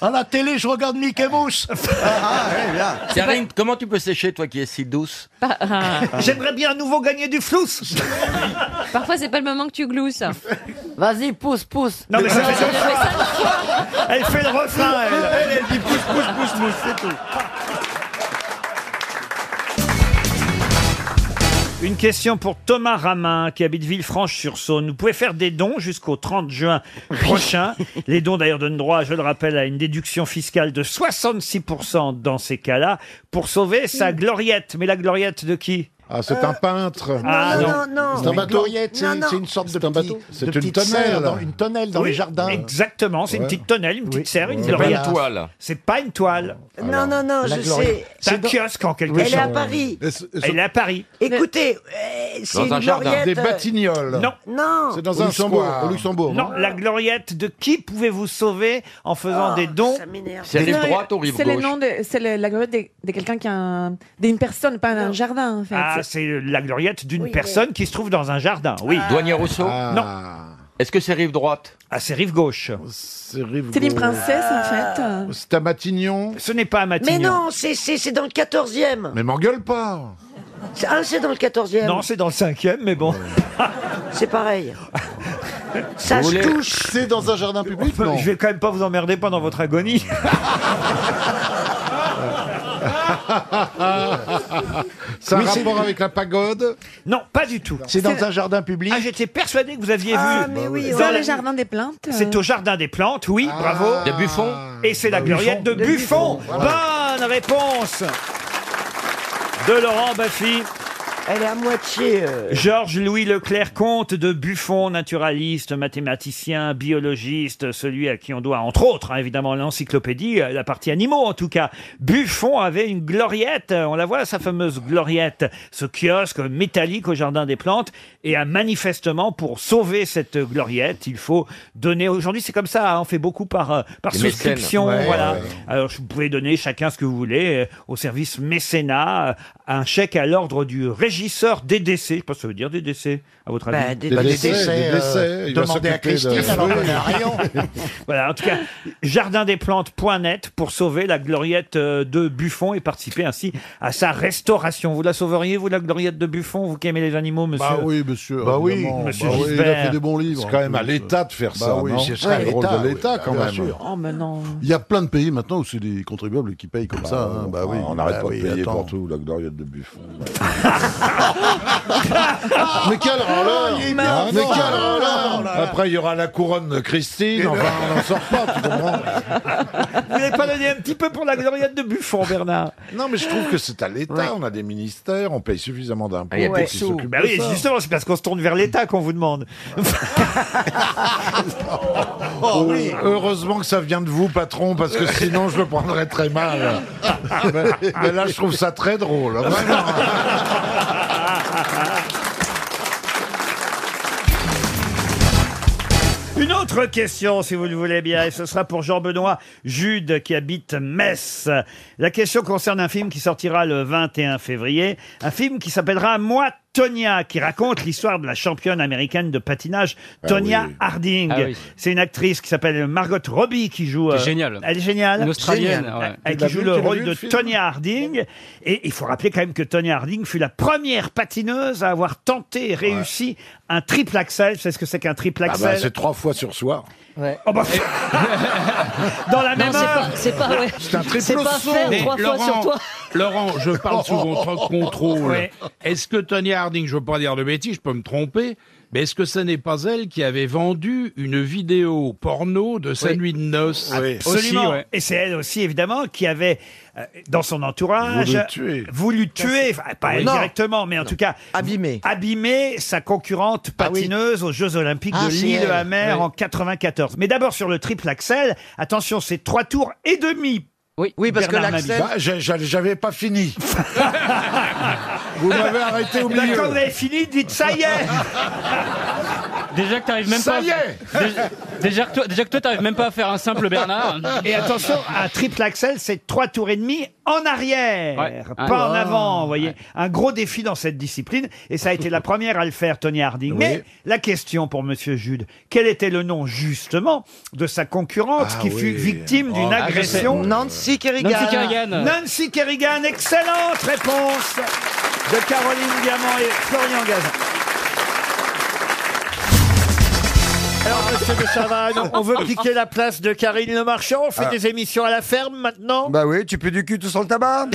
À la télé, je regarde Mickey Mouse.
Ah,
Ah,
eh,
Karine, comment tu peux sécher, toi qui es si douce
J'aimerais bien à nouveau gagner du flousse.
Parfois, c'est pas le moment que tu glousses.
Vas-y, pousse, pousse.
Non, mais ça fait
Elle
fait le refrain,
elle.
dit pousse, pousse, pousse, pousse, c'est tout. Une question pour Thomas Ramin qui habite Villefranche-sur-Saône. Vous pouvez faire des dons jusqu'au 30 juin prochain. Les dons d'ailleurs donnent droit, je le rappelle, à une déduction fiscale de 66% dans ces cas-là pour sauver sa gloriette. Mais la gloriette de qui
Ah, c'est un peintre.
Ah, non.
C'est un bateau.
Gloriette, c'est- c'est une sorte de
un
petit-
bateau.
de
C'est une
petite serre
tonnelle.
dans- une tonnelle dans
Oui,
les jardins.
Exactement, c'est une
Ouais.
petite tonnelle, une petite serre, une
C'est pas
gloriette.
une
toile.
C'est pas une toile.
Non, non, non, je sais.
C'est un
dans-
kiosque en quelque
Elle
sorte.
est à Paris.
Elle est à Paris.
Écoutez, euh, c'est une gloriette,
Des
euh,
batignolles.
Non.
Non.
C'est dans un square. Au Luxembourg.
Non,
hein.
la gloriette de qui pouvez-vous sauver en faisant
Oh,
des dons
C'est rive droite ou rive
C'est le
gauche
nom de, c'est le- la gloire de, de quelqu'un qui a un, d'une personne, pas d'un jardin en fait.
Ah, c'est la gloriette d'une personne qui se trouve dans un jardin, oui.
Ah. Douanier Rousseau
Ah.
Non.
Est-ce que c'est rive droite
Ah, c'est rive gauche.
C'est rive
C'est une
gauche.
princesse en fait.
Ah,
C'est à Matignon.
Ce n'est pas à
Mais non, c'est- c'est c'est dans le 14e.
Mais m'engueule pas.
C'est- Ah, c'est dans le 14e.
Non, c'est dans le cinquième, mais bon.
C'est pareil. Ça se touche.
C'est dans un jardin public, non
Je vais quand même pas vous emmerder pendant votre agonie.
C'est un
Oui, c'est-
rapport avec la pagode
Non, pas du tout.
C'est dans un jardin public.
Ah, j'étais persuadé que vous aviez
Ah,
vu.
mais oui,
Dans
dans
la-
le jardin des plantes.
C'est au jardin des plantes, oui, bravo.
De Buffon
Et c'est la
De
gloriette de,
Buffon. De
Buffon.
Buffon, voilà.
Bonne réponse de Laurent Baffy.
Elle est à moitié. euh,
Georges-Louis Leclerc, comte de Buffon, naturaliste, mathématicien, biologiste, celui à qui on doit, entre autres, hein, évidemment, l'encyclopédie, euh, la partie animaux en tout cas. Buffon avait une gloriette, euh, on la voit, sa fameuse gloriette, ce kiosque métallique au Jardin des Plantes. Et a manifestement, pour sauver cette gloriette, il faut donner. Aujourd'hui, c'est comme ça, hein, on fait beaucoup par, euh, par
Les mécènes.
souscription.
Ouais,
voilà.
ouais.
Euh, Alors, je- vous pouvez donner chacun ce que vous voulez euh, au service mécénat, euh, un chèque à l'ordre du régisseur DDC. Je sais pas ce que ça veut dire DDC, à votre avis.
Bah, des- Bah, des DDC, décès, des euh, décès. Il va demandez à s'occuper de- Christine, alors qu'on est à Rion.
voilà, en tout cas, jardindesplantes.net pour sauver la gloriette euh, de Buffon et participer ainsi à sa restauration. Vous la sauveriez, vous, la gloriette de Buffon, vous qui aimez les animaux, monsieur
Bah oui, monsieur.
Bah oui,
évidemment.
monsieur
Bah oui, il a
Gisbert.
fait des bons livres.
C'est
quand même à l'État de faire
ça,
Bah oui,
non
ce serait le rôle de l'État,
oui,
quand
bien
même.
sûr.
Oh, mais non.
Il y a plein de pays maintenant où c'est des contribuables qui payent comme ça. hein. Bah
Ah,
oui.
Ah, on n'arrête
Bah
pas
oui,
de payer
attends.
pour tout, la gloriette de Buffon.
Mais quel
Ah,
râleur
il est
Mais
mort.
quel
Oh là
râleur
là.
Après, il y aura la couronne de Christine. Enfin, on n'en sort pas, tu comprends
Vous n'avez pas donné un petit peu pour la gloriette de Buffon, Bernard
Non, mais je trouve que c'est à l'État. On a des ministères, on paye suffisamment d'impôts
Ah, il y a
pour
plus de
qu'ils
sous.
s'occupent
Bah
de
oui,
ça.
justement, c'est parce qu'on se tourne vers l'État qu'on vous demande.
Oh, Heureusement que ça vient de vous, patron, parce que sinon je le prendrais très mal. mais, mais là, je trouve ça très drôle. Vraiment.
Une autre question, si vous le voulez bien, et ce sera pour Jean-Benoît Jude qui habite Metz. La question concerne un film qui sortira le 21 février, un film qui s'appellera Moi Tonya, qui raconte l'histoire de la championne américaine de patinage
Ah
Tonya
oui.
Harding.
Ah oui.
C'est une actrice qui s'aelle Margot Robbie qui joue.
Qui est
euh,
géniale.
Elle est géniale.
Une Australienne,
Géniale.
ouais.
Elle
Tu l'as
qui joue
vu,
le
tu l'as
rôle
vu,
de
le film
Tonya Harding. Et il faut rappeler quand même que Tonya Harding fut la première patineuse à avoir tenté et réussi un triple axel. C'est ce que c'est qu'un triple
Ah
axel
bah, c'est trois fois sur soir.
Oh bah, Dans la
Non,
même
c'est
heure.
pas- c'est pas- ouais. C'est un triple C'est pas saut. faire trois fois sur
Laurent,
toi.
Laurent, je parle souvent sans contrôle.
Ouais.
Est-ce que Tonya Harding, je ne veux pas dire de bêtises, je peux me tromper, mais est-ce que ce n'est pas elle qui avait vendu une vidéo porno de sa nuit de noces
Absolument.
Aussi, ouais.
Et c'est elle aussi, évidemment, qui avait, euh, dans son entourage,
Voulu tuer.
voulu tuer, enfin, pas elle
Non.
directement, mais en tout cas, abîmé. sa concurrente
Ah
patineuse aux Jeux Olympiques
Ah,
de
c'est
Lille
elle.
à mer
Oui.
en 94. Mais d'abord sur le triple axel, attention, c'est trois tours et demi. Oui,
Oui, parce que l'accès.
Bah,
J'avais pas fini. Vous m'avez arrêté au milieu.
Quand vous avez fini, dites ça y est
Déjà que t'arrives même
Ça
pas.
y est
déjà, déjà que toi, déjà que toi, t'arrives même pas à faire un simple Bernard.
Et attention, un triple axel, c'est trois tours et demi en arrière,
Ouais.
pas
Ah.
en avant. Vous voyez, un gros défi dans cette discipline, et ça a été la première à le faire, Tony Harding.
Oui.
Mais la question pour Monsieur Jude, quel était le nom justement de sa concurrente
Ah
Ah
qui fut victime d'une
Oh, ah, je
agression
sais. Nancy Kerrigan. Nancy Kerrigan.
Nancy Kerrigan, excellente réponse de Caroline Diamant et Florian Gazan. Alors, monsieur de Chavannes, on veut piquer la place de Karine Le Marchand. On fait
Ah.
des émissions à la ferme maintenant.
Bah oui, tu peux du cul tout sans le tabac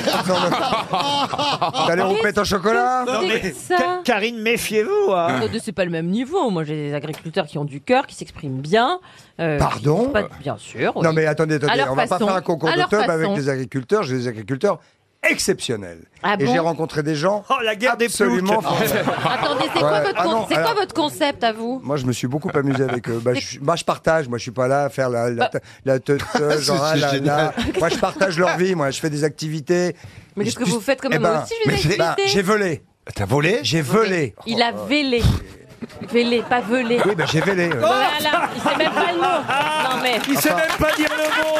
T'as les roupettes au chocolat
Non, mais Ka- Karine, méfiez-vous. hein.
Non, Ah, C'est pas le même niveau. Moi, j'ai des agriculteurs qui ont du cœur, qui s'expriment bien. euh, qui
Pardon
sont pas- Bien sûr. oui.
Non mais
À
attendez, attendez,
leur
on va pas
façon.
faire un concours
À
de
leur
tub avec
façon.
les agriculteurs, j'ai des agriculteurs exceptionnels.
Ah
Et
bon
j'ai rencontré des gens
oh, la guerre
absolument formidables.
Attendez, c'est quoi,
Ouais,
votre,
ah
con-
non,
c'est quoi
alors-
votre concept à vous
Moi, je me suis beaucoup amusé avec eux. Bah, je, suis- bah, je partage. Moi, je suis pas là à faire la,
Bah.
la, te- la teute, genre, ah,
c'est
là,
génial.
là. Moi, je partage leur vie. Moi, je fais des activités.
Mais qu'est-ce que vous faites comme
Eh
moi
ben,
aussi, je vais
mais- bah, J'ai volé. T'as volé J'ai volé.
Il a vélé. Vélé, pas velé.
Oh, Oui, bah, j'ai volé. euh.
Voilà, il sait même pas le mot. Non mais.
Il sait même pas dire le mot.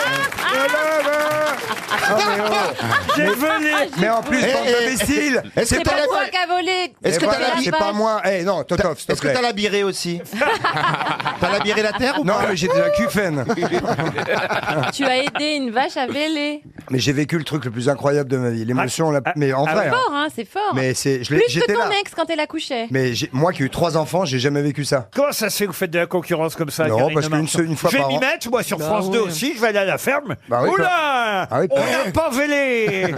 Ah, mais oh.
J'ai volé.
Mais en plus,
Eh,
bande
eh,
d'imbéciles
est-ce
C'est
que t'as
pas
la-
moi.
Toi qui as volé.
Eh,
que t'as
voilà,
la-
C'est pas moi. Eh non, Totov, s'il te
Est-ce que
plaît.
t'as la birée aussi T'as la birée la terre ou
Non,
pas
mais j'ai de la cufaine.
ah. Tu as aidé une vache à véler.
Mais j'ai vécu le truc le plus incroyable de ma vie. L'émotion, la-
Ah,
mais en
C'est
vrai. hein.
fort, hein, c'est fort.
Mais c'est, je l'ai-
Plus que
j'étais
ton
là.
ex quand elle accouchait.
Mais j'ai- moi qui ai eu trois enfants, j'ai jamais vécu ça.
Comment ça se fait que vous faites de la concurrence comme ça
Non,
Karine
parce
Le
qu'une
Marchand
seule- une fois
Je vais
par
m'y
an.
mettre, moi, sur
Bah
France 2
oui.
aussi. Je vais aller à la ferme.
Bah oui,
Oula
toi- Ah oui, toi-
On n'a pas vélé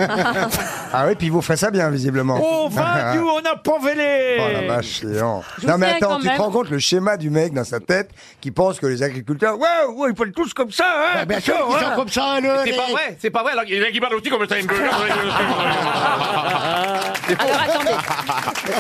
Ah oui, puis vous faites ça bien, visiblement.
On va, nous, Oh, on n'a pas vélé
Oh la vache, c'est lent.
Je
Non
vous
mais
dirais
attends,
quand
tu
même-
te rends compte le schéma du mec dans sa tête qui pense que les agriculteurs, waouh, waouh, ils parlent tous comme ça, hein
Ah,
Bah, bien sûr, ils sont comme
hein,
ça, hein, le- C'est pas les- vrai,
c'est pas vrai. Alors, il y en a qui parlent aussi comme ça.
Alors attendez.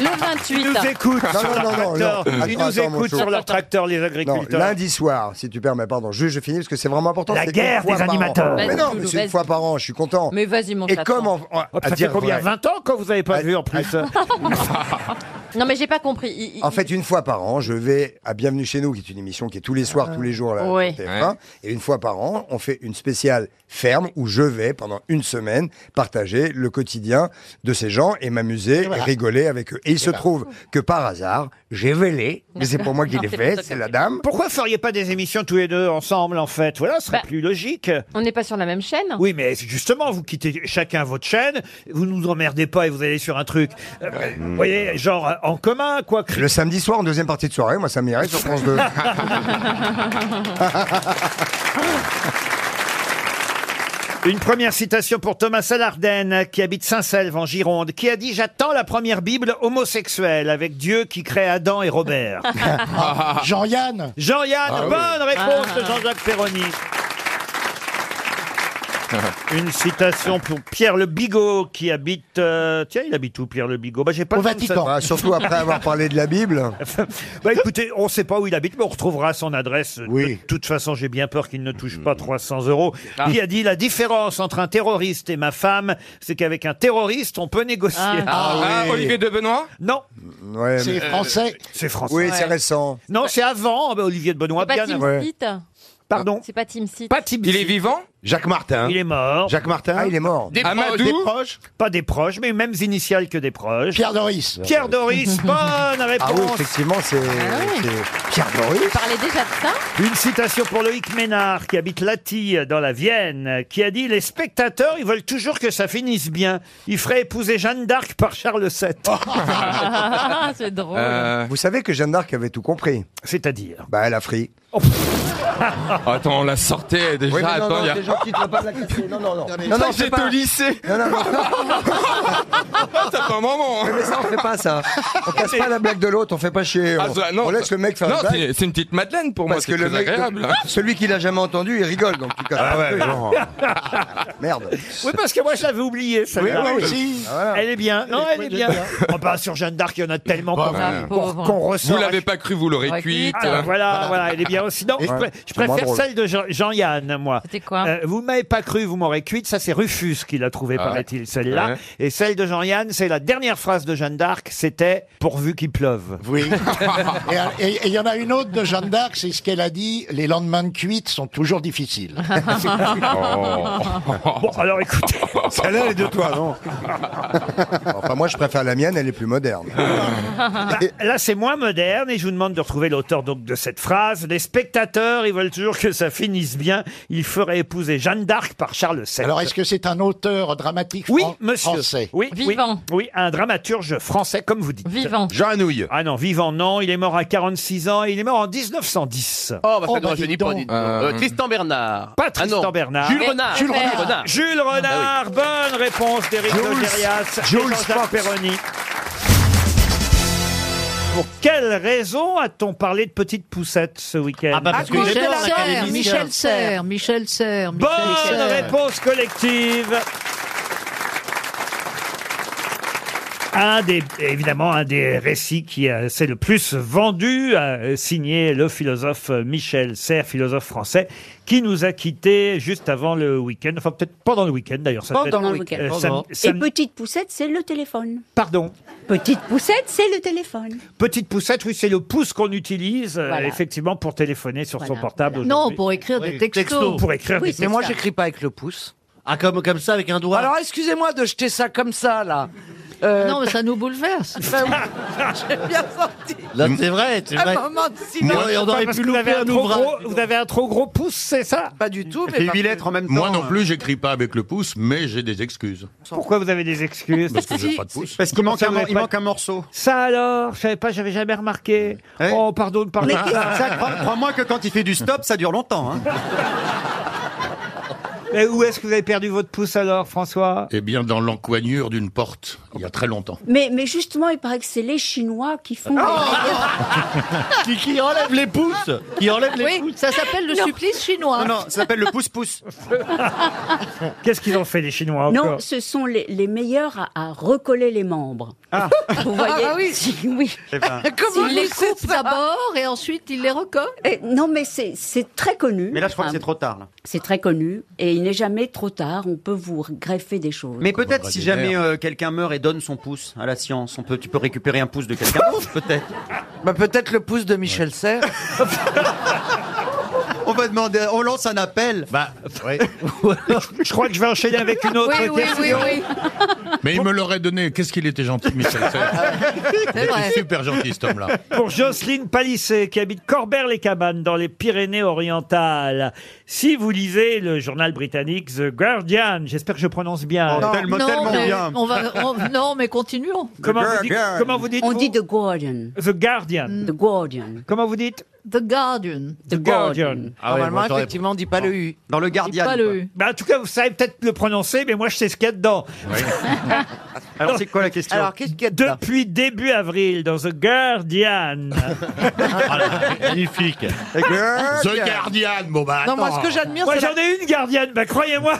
Le 28.
Ils nous écoutent
Non,
sur
non,
leur
non, non,
tracteur.
non.
Ils
Attends,
nous
attends, mon
écoutent
chou.
sur leur tracteur, les
Non,
agriculteurs.
lundi soir, si tu permets, pardon, je, je finis parce que c'est vraiment important.
La
c'est une
guerre
fois
des
par an.
animateurs.
Mais
Vas-y,
non,
Doudou,
mais c'est
vas-y.
une fois par an, je suis content.
Mais vas-y, mon
Et Ah,
chaton.
comme en, en-
Oh,
à
ça fait
dire
combien
vrai.
20 ans quand vous n'avez pas vu en plus
Non mais j'ai pas compris. Il-
Ah,
il-
En fait, une fois par an, je vais à Bienvenue chez nous, qui est une émission qui est tous les soirs, tous les jours là,
Ouais.
sur TF1. Et une fois par an, on fait une spéciale ferme où je vais pendant une semaine partager le quotidien de ces gens et m'amuser, et rigoler avec eux. Et il se
voilà.
trouve que par hasard, j'ai vélé, mais c'est pour moi qui l'ai fait, c'est la dame.
Pourquoi feriez pas des émissions tous les deux ensemble en fait Voilà, ce serait plus logique.
Bah, On n'est pas sur la même chaîne
Oui, mais justement, vous quittez chacun votre chaîne, vous nous emmerdez pas et vous allez sur un truc, euh,
Hmm.
vous voyez, genre euh, en commun, quoi.
Le samedi soir, en deuxième partie de soirée, moi ça m'irait sur France 2.
Une première citation pour Thomas Salarden, qui habite Saint-Selve en Gironde, qui a dit J'attends la première Bible homosexuelle avec Dieu qui crée Adam et Robert.
Ah.
Jean-Yann
Jean-Yann,
Ah oui.
bonne réponse
Ah.
de Jean-Jacques Perroni.
Ah.
Une citation pour Pierre Le Bigot qui habite. euh, tiens, il habite où Pierre Le Bigot bah, j'ai pas
Au
le nom de
Vatican.
sa-
Bah, surtout après avoir parlé de la Bible.
bah écoutez, on sait pas où il habite, mais on retrouvera son adresse. Oui. De toute façon, j'ai bien peur qu'il ne touche
Hmm.
pas 300 euros.
Ah.
Il a dit la différence entre un terroriste et ma femme, c'est qu'avec un terroriste, on peut négocier.
Ah, ah, Olivier
de Benoît Non.
Ouais, mais-
C'est français.
Oui,
Ouais.
c'est récent.
Non, c'est avant. bah, Olivier de Benoît,
C'est pas
bien
Team
avant.
Seat
Pardon.
C'est pas Team Seat.
Pas Tim Il est
vivant
Jacques Martin.
Il est mort.
Jacques Martin. Ah, il est mort.
Des proches, des proches Pas des proches, mais mêmes initiales que des proches.
Pierre Doris.
Pierre Doris, bonne réponse.
Ah oui, effectivement, c'est c'est Pierre
Eh,
Doris.
Parlez déjà de ça
Une citation pour Loïc Ménard, qui habite Latil, dans la Vienne, qui a dit « Les spectateurs, ils veulent toujours que ça finisse bien. Ils feraient épouser Jeanne d'Arc par Charles VII.
Ah, c'est drôle.
Vous savez que Jeanne d'Arc avait tout compris.
C'est-à-dire
Bah, elle a fri.
Attends, on la sortait déjà.
Oui, mais non,
attends,
non,
il y a-
déjà,
tu dois pas me la casser. Non, non, non.
Non, non, j'étais au lycée.
Non, non,
Ah, T'as pas un moment.
Mais ça, on fait pas ça. On casse pas la blague de l'autre, on fait pas chier.
Ah,
on,
ça, non,
on laisse
ça-
le mec faire
non,
la blague.
c'est- c'est une petite madeleine pour moi,
Parce
c'est
que le
très
mec-
agréable. hein.
Celui qui l'a jamais entendu, il rigole, donc tu casses
Ah
pas
ouais,
le truc.
genre.
Merde.
Oui, parce que moi, je l'avais oublié, celle-là. Ah
Oui, moi aussi.
Ah,
Elle est bien. Non, elle est bien. Oh, bah, sur Jeanne d'Arc, il y en a tellement qu'on
Ah,
qu'on- qu'on ressent.
Vous l'avez pas cru, vous l'aurez cuite.
Ah, voilà, voilà, elle est bien aussi. Non,
Ouais.
je, pr- je
C'est moins
préfère
drôle.
celle de Jean- Jean-Yann, moi.
C'était quoi
Euh, Vous m'avez pas cru, vous m'aurez cuite. Ça, c'est Rufus qui l'a trouvé,
Ah.
paraît-il, celle-là.
Ouais.
Et celle de Jean-Yann, c'est la dernière phrase de Jeanne d'Arc, c'était « pourvu qu'il pleuve ».
Oui. Et- Et il y en a une autre de Jeanne d'Arc, c'est ce qu'elle a dit, les lendemains de cuite sont toujours difficiles.
Bon, alors écoutez.
Celle-là, elle est de toi, non Enfin, moi, je préfère la mienne, elle est plus moderne.
Bah, là, c'est moins moderne et je vous demande de retrouver l'auteur donc de cette phrase. Les spectateurs, ils veulent toujours que ça finisse bien. Il ferait épouser Jeanne d'Arc par Charles VII.
Alors, est-ce que c'est un auteur dramatique
oui,
fran-
monsieur.
français
Oui, vivant. Oui, un dramaturge français, comme vous dites.
Vivant.
Jean Anouilh. Ah non, vivant, non. Il est mort à 46 ans. et Il est mort en 1910.
Oh, bah, ça
Oh,
ne
bah,
rajeunit
dis
pas,
donc.
dites donc. Euh,
Euh,
Tristan Bernard.
Pas
Ah non.
Tristan Bernard.
Jules Renard.
Jules Renard. Jules Renard.
Ah
Bonne réponse d'Éric
Jules-
Logérias. et
Jules
Jean-Jacques
Fox.
Perroni. Pour quelle raison a-t-on parlé de petite poussette ce week-end
bah,
Ah, parce que Michel Serre, Michel Serre, Michel Serre, Michel
Bonne
Serres.
réponse collective. Un des, évidemment, un des récits qui euh, s'est le plus vendu, euh, signé le philosophe Michel Serres, philosophe français, qui nous a quittés juste avant le week-end, enfin peut-être pendant le week-end d'ailleurs. ça devait
Pendant
être,
le week-end.
euh, sam-
Et
sam-
petite poussette, c'est le téléphone.
Pardon
Petite poussette, c'est le téléphone.
Petite poussette, oui, c'est le pouce qu'on utilise euh,
Voilà.
effectivement pour téléphoner sur son portable.
Non,
aujourd'hui.
pour écrire
Oui,
des textos.
Pour écrire
Oui,
des
mais moi,
textos.
j'écris pas avec le pouce.
Ah, comme, comme ça, avec un doigt
Alors, excusez-moi de jeter ça comme ça, là. Euh, Ben
Non, mais ça nous bouleverse.
J'ai bien senti. Ah
Là, c'est vrai,
Ah,
c'est
Un
vrai.
moment de silence.
Moi, on aurait
Parce
pu
que vous avez
louper
un
un
trop
ouvrage.
gros- Vous avez un trop gros pouce, c'est ça
Pas du tout, mais.
J'ai
par
huit
contre-
lettres en même temps. hein. Moi non plus, j'écris pas avec le pouce, mais j'ai des excuses.
Pourquoi vous avez des excuses
Parce que j'ai pas de pouce. Parce qu'il manque
Ça,
un
vous
mor-
avez
il
pas-
manque un morceau. Eh.
Ça alors, je savais pas, j'avais jamais remarqué. Oh, pardon de parler.
Mais
de ça.
ça, crois- Crois-moi que quand il fait du stop, ça dure longtemps. hein.
Mais où est-ce que vous avez perdu votre pouce alors, François
Eh bien, dans l'encoignure d'une porte, il y a très longtemps.
Mais, mais justement, il paraît que c'est les Chinois qui font.
Ah, qui, enlève les pouces Qui enlève
Oui, ça s'appelle le supplice chinois.
Non, non, ça s'appelle le pouce-pouce.
Qu'est-ce qu'ils ont fait les Chinois encore
Non, ce sont les, les meilleurs à, à recoller les membres. Vous voyez
Ah oui.
Si- oui.
Comment
Ils
il les coupe d'abord et ensuite il les recolle
Eh, non, mais c'est- c'est très connu.
Mais là, je crois que
Enfin,
c'est trop tard. là.
C'est très connu et il n'est jamais trop tard. On peut vous greffer des choses.
Mais peut-être si jamais euh, quelqu'un meurt et donne son pouce à la science, on peut, tu peux récupérer un pouce de quelqu'un d'autre, peut-être.
Bah, peut-être le pouce de Michel Serres.
On va demander, on lance un appel. Bah,
Je crois que je vais enchaîner avec une autre
Oui, oui,
question.
oui, oui.
Mais il me l'aurait donné. Qu'est-ce qu'il était gentil, Michel
Ah C'est vrai.
super gentil, cet homme-là.
Pour Jocelyne Palissé, qui habite Corbère-les-Cabanes, dans les Pyrénées-Orientales. Si vous lisez le journal britannique The Guardian, j'espère que je prononce bien.
Oh, tellement- tellement
mais
bien.
On va, on- non, mais continuons.
Comment vous dites-
Guardian.
comment vous dites
On
vous
dit The Guardian.
The Guardian.
The Guardian.
Comment vous dites
The Guardian.
The Guardian.
Ah
Normalement, effectivement, on dit pas le U.
Dans le Guardian.
Pas
quoi.
le.
Bah, en tout cas, vous savez peut-être le prononcer, mais moi, je sais ce qu'il y a dedans.
Alors, c'est quoi la question
Alors, qu'est-ce qu'il y a dedans
Depuis début avril, dans The Guardian,
Ah
Ah,
Magnifique. The Guardian, bon bah
Non, moi,
attends.
ce que j'admire,
moi
c'est. la-
j'en ai une gardienne, bah croyez-moi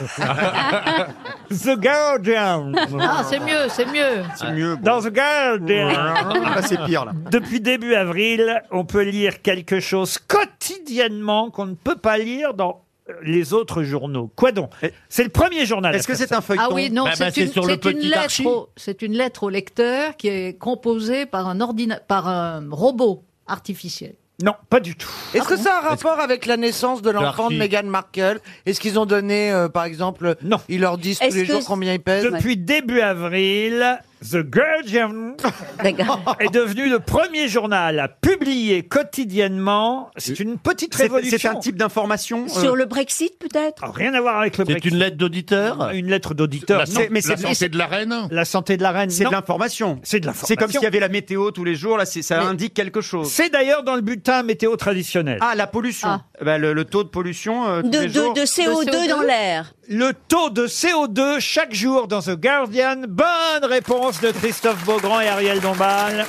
The Guardian
Ah, c'est mieux, c'est mieux.
C'est mieux.
Dans The Guardian
Là, c'est pire, là.
Depuis début avril, on peut lire quelque chose quotidiennement qu'on ne peut pas lire dans euh, les autres journaux. Quoi donc C'est le premier journal. à
Est-ce que
faire
c'est un feuilleton
Ah oui, non,
Bah, bah,
c'est
c'est
une,
sur le
c'est une
petit
lettre
archi.
au, c'est une lettre au lecteur qui est composée par un, ordina- par un robot artificiel.
ça. Non, pas du tout.
Est-ce que ça a un rapport avec la naissance de l'enfant de
Darcy.
Meghan Markle Est-ce qu'ils ont donné, euh, par exemple,
Non.
ils leur disent tous
Est-ce
les
que
jours combien ils pèsent
Depuis début avril, The Guardian est devenu le premier journal à publier quotidiennement. C'est une petite
Euh, C'est-
révolution.
c'est un type euh,
d'information
Sur le Brexit, peut-être
Rien à voir avec le Brexit.
une lettre d'auditeur
Une lettre d'auditeur.
La
non.
san- Mais c'est- la santé mais c'est- de
la reine La santé de la reine.
C'est de
non.
l'information.
C'est de l'information.
C'est comme s'il y avait la météo tous les jours, là, c'est- ça indique quelque chose.
C'est d'ailleurs dans le bulletin météo traditionnel.
Ah, la pollution. Bah, le, le taux de pollution. euh, tous
De-
les
de-
jours.
de CO2 De CO2. dans l'air.
Le taux de CO2 chaque jour dans The Guardian. Bonne réponse de Christophe Beaugrand et Ariel Dombal.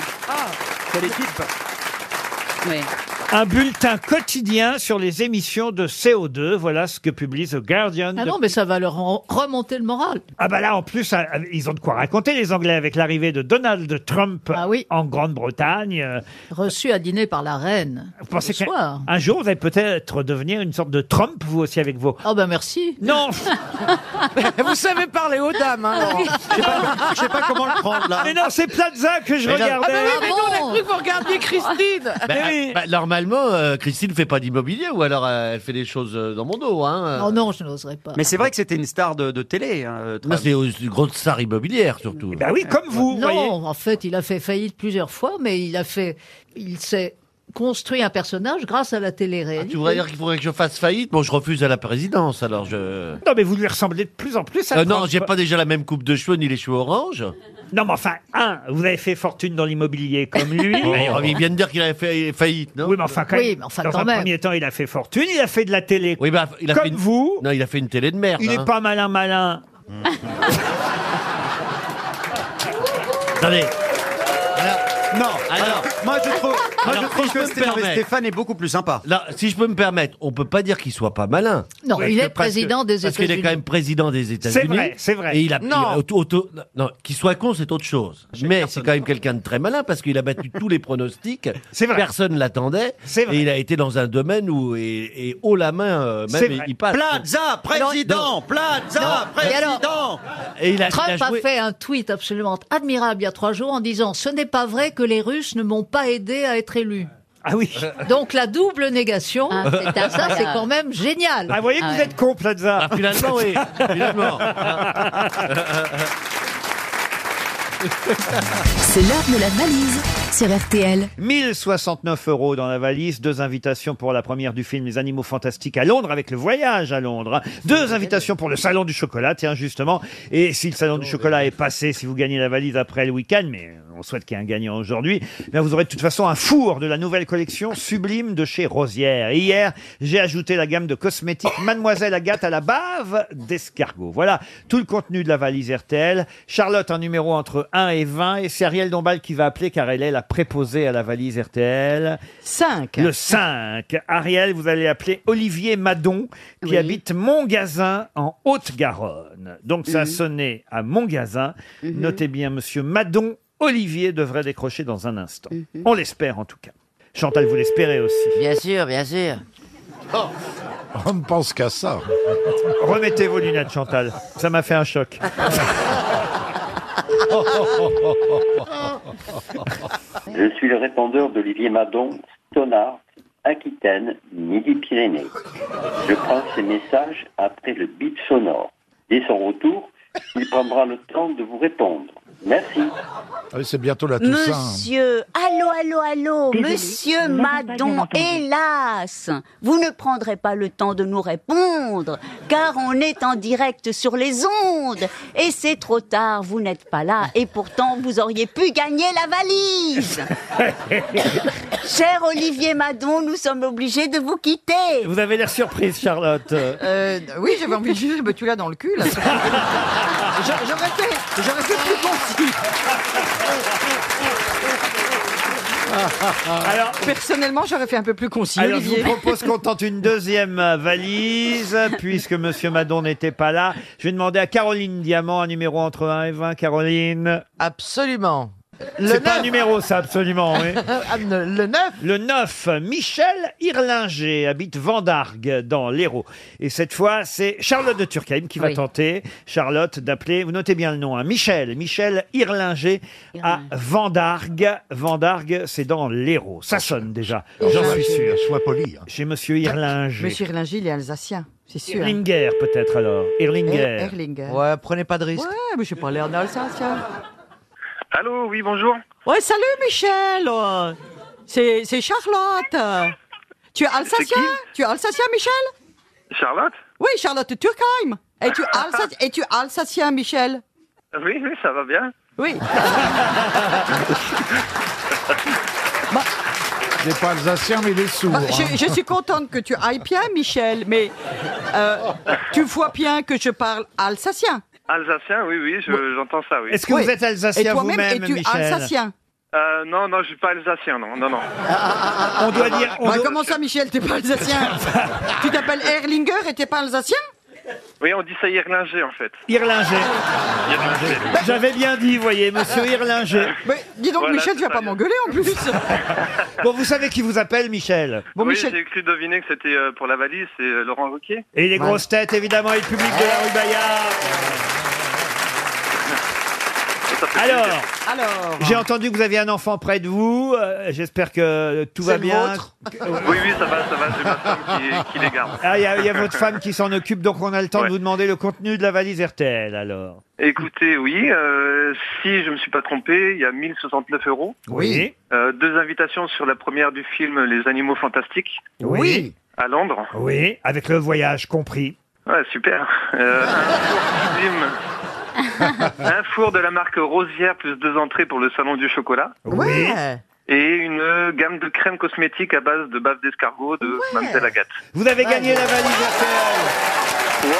Quelle équipe
Un bulletin quotidien sur les émissions de CO2. Voilà ce que publie The Guardian.
Ah non, mais ça va leur en- remonter le moral.
Ah bah là, en plus, ah, ah, ils ont de quoi raconter les Anglais avec l'arrivée de Donald Trump en Grande-Bretagne. Euh,
Ah Reçu à dîner par la reine.
Vous pensez
le soir.
qu'un un jour, vous allez peut-être devenir une sorte de Trump, vous aussi, avec vos...
Oh ben merci.
Non
Vous savez parler aux dames, hein,
Ah
Laurent.
Je sais pas comment le prendre, là. Mais non, c'est Plaza que je Eh
Mais non.
regardais.
Ah bah oui, mais nous, on a cru que vous regardiez Christine.
Bah, bah, normalement, euh, Christine ne fait pas d'immobilier ou alors euh, elle fait des choses euh, dans mon dos. Hein.
Oh non, je n'oserais pas.
Mais c'est vrai que c'était une star de, de télé. hein, Trump.
Moi, c'est euh, c'est une grosse star immobilière surtout.
Bah oui, comme vous.
Euh, non, en fait, il a fait faillite plusieurs fois, mais il a fait, il s'est construit un personnage grâce à la télé-réalité.
Ah, Tu voudrais dire qu'il faudrait que je fasse faillite Bon, je refuse à la présidence, alors je.
Non, mais vous lui ressemblez de plus en plus à
Euh, non,
Trump.
j'ai pas déjà la même coupe de cheveux ni les cheveux orange.
Non, mais enfin, un, Ah, vous avez fait fortune dans l'immobilier comme lui.
Oh, Il vient de dire qu'il avait fait faillite, non
Oui, mais enfin, quand
Oui,
même,
mais enfin,
dans
quand
un
même.
premier temps, il a fait fortune, il a fait de la télé.
Oui, bah, il a
comme
fait une-
vous,
Non, il a fait une télé de merde.
il n'est
hein.
pas malin malin.
Attendez.
Non, alors, moi je trouve, moi, Ah,
Alors,
je trouve
si je peux
que
me
Stéphane-
permettre.
Stéphane est beaucoup plus sympa.
Là, si je peux me permettre, on peut pas dire qu'il soit pas malin.
Non,
Parce
il
que-
est
parce que-
président des
Parce qu'il est
États-Unis.
quand même président des États-Unis.
vrai, c'est vrai.
Et il a,
Non.
il a- auto- auto- non, qu'il soit con, c'est autre chose. Mais c'est quand même quelqu'un de très malin parce qu'il a battu tous les pronostics.
C'est vrai.
Personne l'attendait.
vrai.
Et il a été dans un domaine où, et, et haut la main, euh,
C'est
même, il,
vrai.
il passe.
Plaza, président, Plaza,
Non.
Et alors,
président.
Et il a, il a
Trump a,
Ah, joué-
fait un tweet absolument admirable il y a trois jours en disant Ce n'est pas vrai que les Russes ne m'ont pas aidé à être élu.
Ah oui.
Donc la double négation,
Ah, c'est un-
ça c'est quand même génial.
Ah, vous voyez que vous êtes con, Plaza.
Ah, finalement, oui. Finalement.
C'est l'heure de la valise sur RTL.
1069 euros dans la valise, deux invitations pour la première du film Les Animaux Fantastiques à Londres avec le voyage à Londres, deux invitations pour le Salon du Chocolat, tiens justement, et si le Salon du Chocolat est passé, si vous gagnez la valise après le week-end, mais on souhaite qu'il y ait un gagnant aujourd'hui, bien vous aurez de toute façon un four de la nouvelle collection sublime de chez Rosière. Et Hier, j'ai ajouté la gamme de cosmétiques Mademoiselle Agathe à la bave d'escargot. Voilà tout le contenu de la valise RTL. Charlotte, un numéro entre 1 et 20, et c'est Ariel Dombal qui va appeler car elle est la préposée à la valise RTL.
5.
Le 5. Ariel, vous allez appeler Olivier Madon, qui
Oui.
habite Montgazin, en Haute-Garonne. Donc ça a sonné à Montgazin. Notez bien, monsieur Madon, Olivier devrait décrocher dans un instant. On l'espère en tout cas. Chantal, vous l'espérez aussi.
Bien sûr, bien sûr.
On ne pense qu'à ça.
Remettez vos lunettes, Chantal. Ça m'a fait un choc.
Je suis le répondeur d'Olivier Madon, Stonard, Aquitaine, Midi-Pyrénées. Je prends ces messages après le bip sonore. Dès son retour, il prendra le temps de vous répondre. Merci.
Ah oui, c'est bientôt la Toussaint.
Monsieur, allô, allô, allô,
Désolée,
monsieur
nous n'avons pas bien
Madon,
entendu.
hélas, vous ne prendrez pas le temps de nous répondre, car on est en direct sur les ondes, et c'est trop tard, vous n'êtes pas là, et pourtant vous auriez pu gagner la valise. Cher Olivier Madon, nous sommes obligés de vous quitter.
Vous avez l'air surprise, Charlotte.
Euh, oui, j'avais envie de juger Betula dans le cul. là. J'a- J'aurais fait, j'aurais fait plus concis.
Alors-
personnellement, j'aurais fait un peu plus concis.
Alors, je
Olivier.
vous propose qu'on tente une deuxième euh, valise, puisque Monsieur Madon n'était pas là. Je vais demander à Caroline Diamant un numéro entre 1 et 20. Caroline
Absolument. Ah,
C'est pas un numéro, ça, absolument. oui.
le 9
Le 9, Michel Irlinger habite Vendargue, dans l'Hérault. Et cette fois, c'est Charlotte de Turckheim qui va
Oui.
tenter, Charlotte, d'appeler, vous notez bien le nom, hein, Michel, Michel Irlinger à Vendargue. Vendargue, c'est dans l'Hérault. Ça sonne déjà, j'en suis sûr.
Sois poli.
Chez Monsieur Irlinger.
Ah, Monsieur Erlinger, il est alsacien, c'est sûr. Eh,
Irlinger, peut-être alors. Irlinger.
Er- Erlinger. Ouais, prenez pas de risque. Ouais, mais je suis pas l'air d'un alsacien.
Allô, oui, bonjour.
Ouais, salut Michel. euh, C'est c'est Charlotte. Tu es alsacien Tu es alsacien Michel
Charlotte
Oui, Charlotte Turkheim. Et tu es alsa- et tu es alsacien Michel
Oui, oui, ça va bien.
Oui.
Il n'est pas alsacien, mais il est sourd.
Ah,
hein.
Bah,
hein.
je, je suis contente que tu ailles bien, Michel, mais euh, tu vois bien que je parle alsacien.
Alsacien, oui, oui, je- j'entends ça, oui.
Oui. Et toi-même, es-tu alsacien
Euh, Non, non, je suis pas alsacien, non, non, non.
On
doit dire- on
Bah,
doit-
Comment ça, Michel, t'es pas alsacien Tu t'appelles Erlinger et t'es pas alsacien
Oui, on dit ça Irlinger, en fait.
Irlinger.
Irlinger.
J'avais bien dit, vous voyez, monsieur Irlinger.
Mais dis donc,
Voilà,
Michel, tu vas pas m'engueuler en plus.
Bon, vous savez qui vous appelle, Michel
oui, j'ai cru deviner que c'était euh, pour la valise, c'est euh, Laurent Ruquier.
Et les grosses têtes, évidemment, et le public de la rue Bayard.
Ah.
Alors,
Alors.
j'ai entendu que vous aviez un enfant près de vous. euh, J'espère que tout va
le
bien.
vôtre. Oui, oui, ça va, ça va, j'ai ma femme qui, qui les garde.
Ah, il y, a- il y a votre femme qui s'en occupe, donc on a le temps de vous demander le contenu de la valise RTL, alors.
Écoutez, oui, euh, si je me suis pas trompé, il y a 1069 euros.
Oui.
Euh, deux invitations sur la première du film Les Animaux Fantastiques.
Oui.
À Londres.
Oui, avec le voyage compris.
Ouais, super. Euh, un, four sublime. Un four de la marque Rosière plus deux entrées pour le salon du chocolat.
Oui.
Et une euh, gamme de crème cosmétique à base de bave d'escargot de Mademoiselle Agathe.
Vous avez gagné la valise RTL.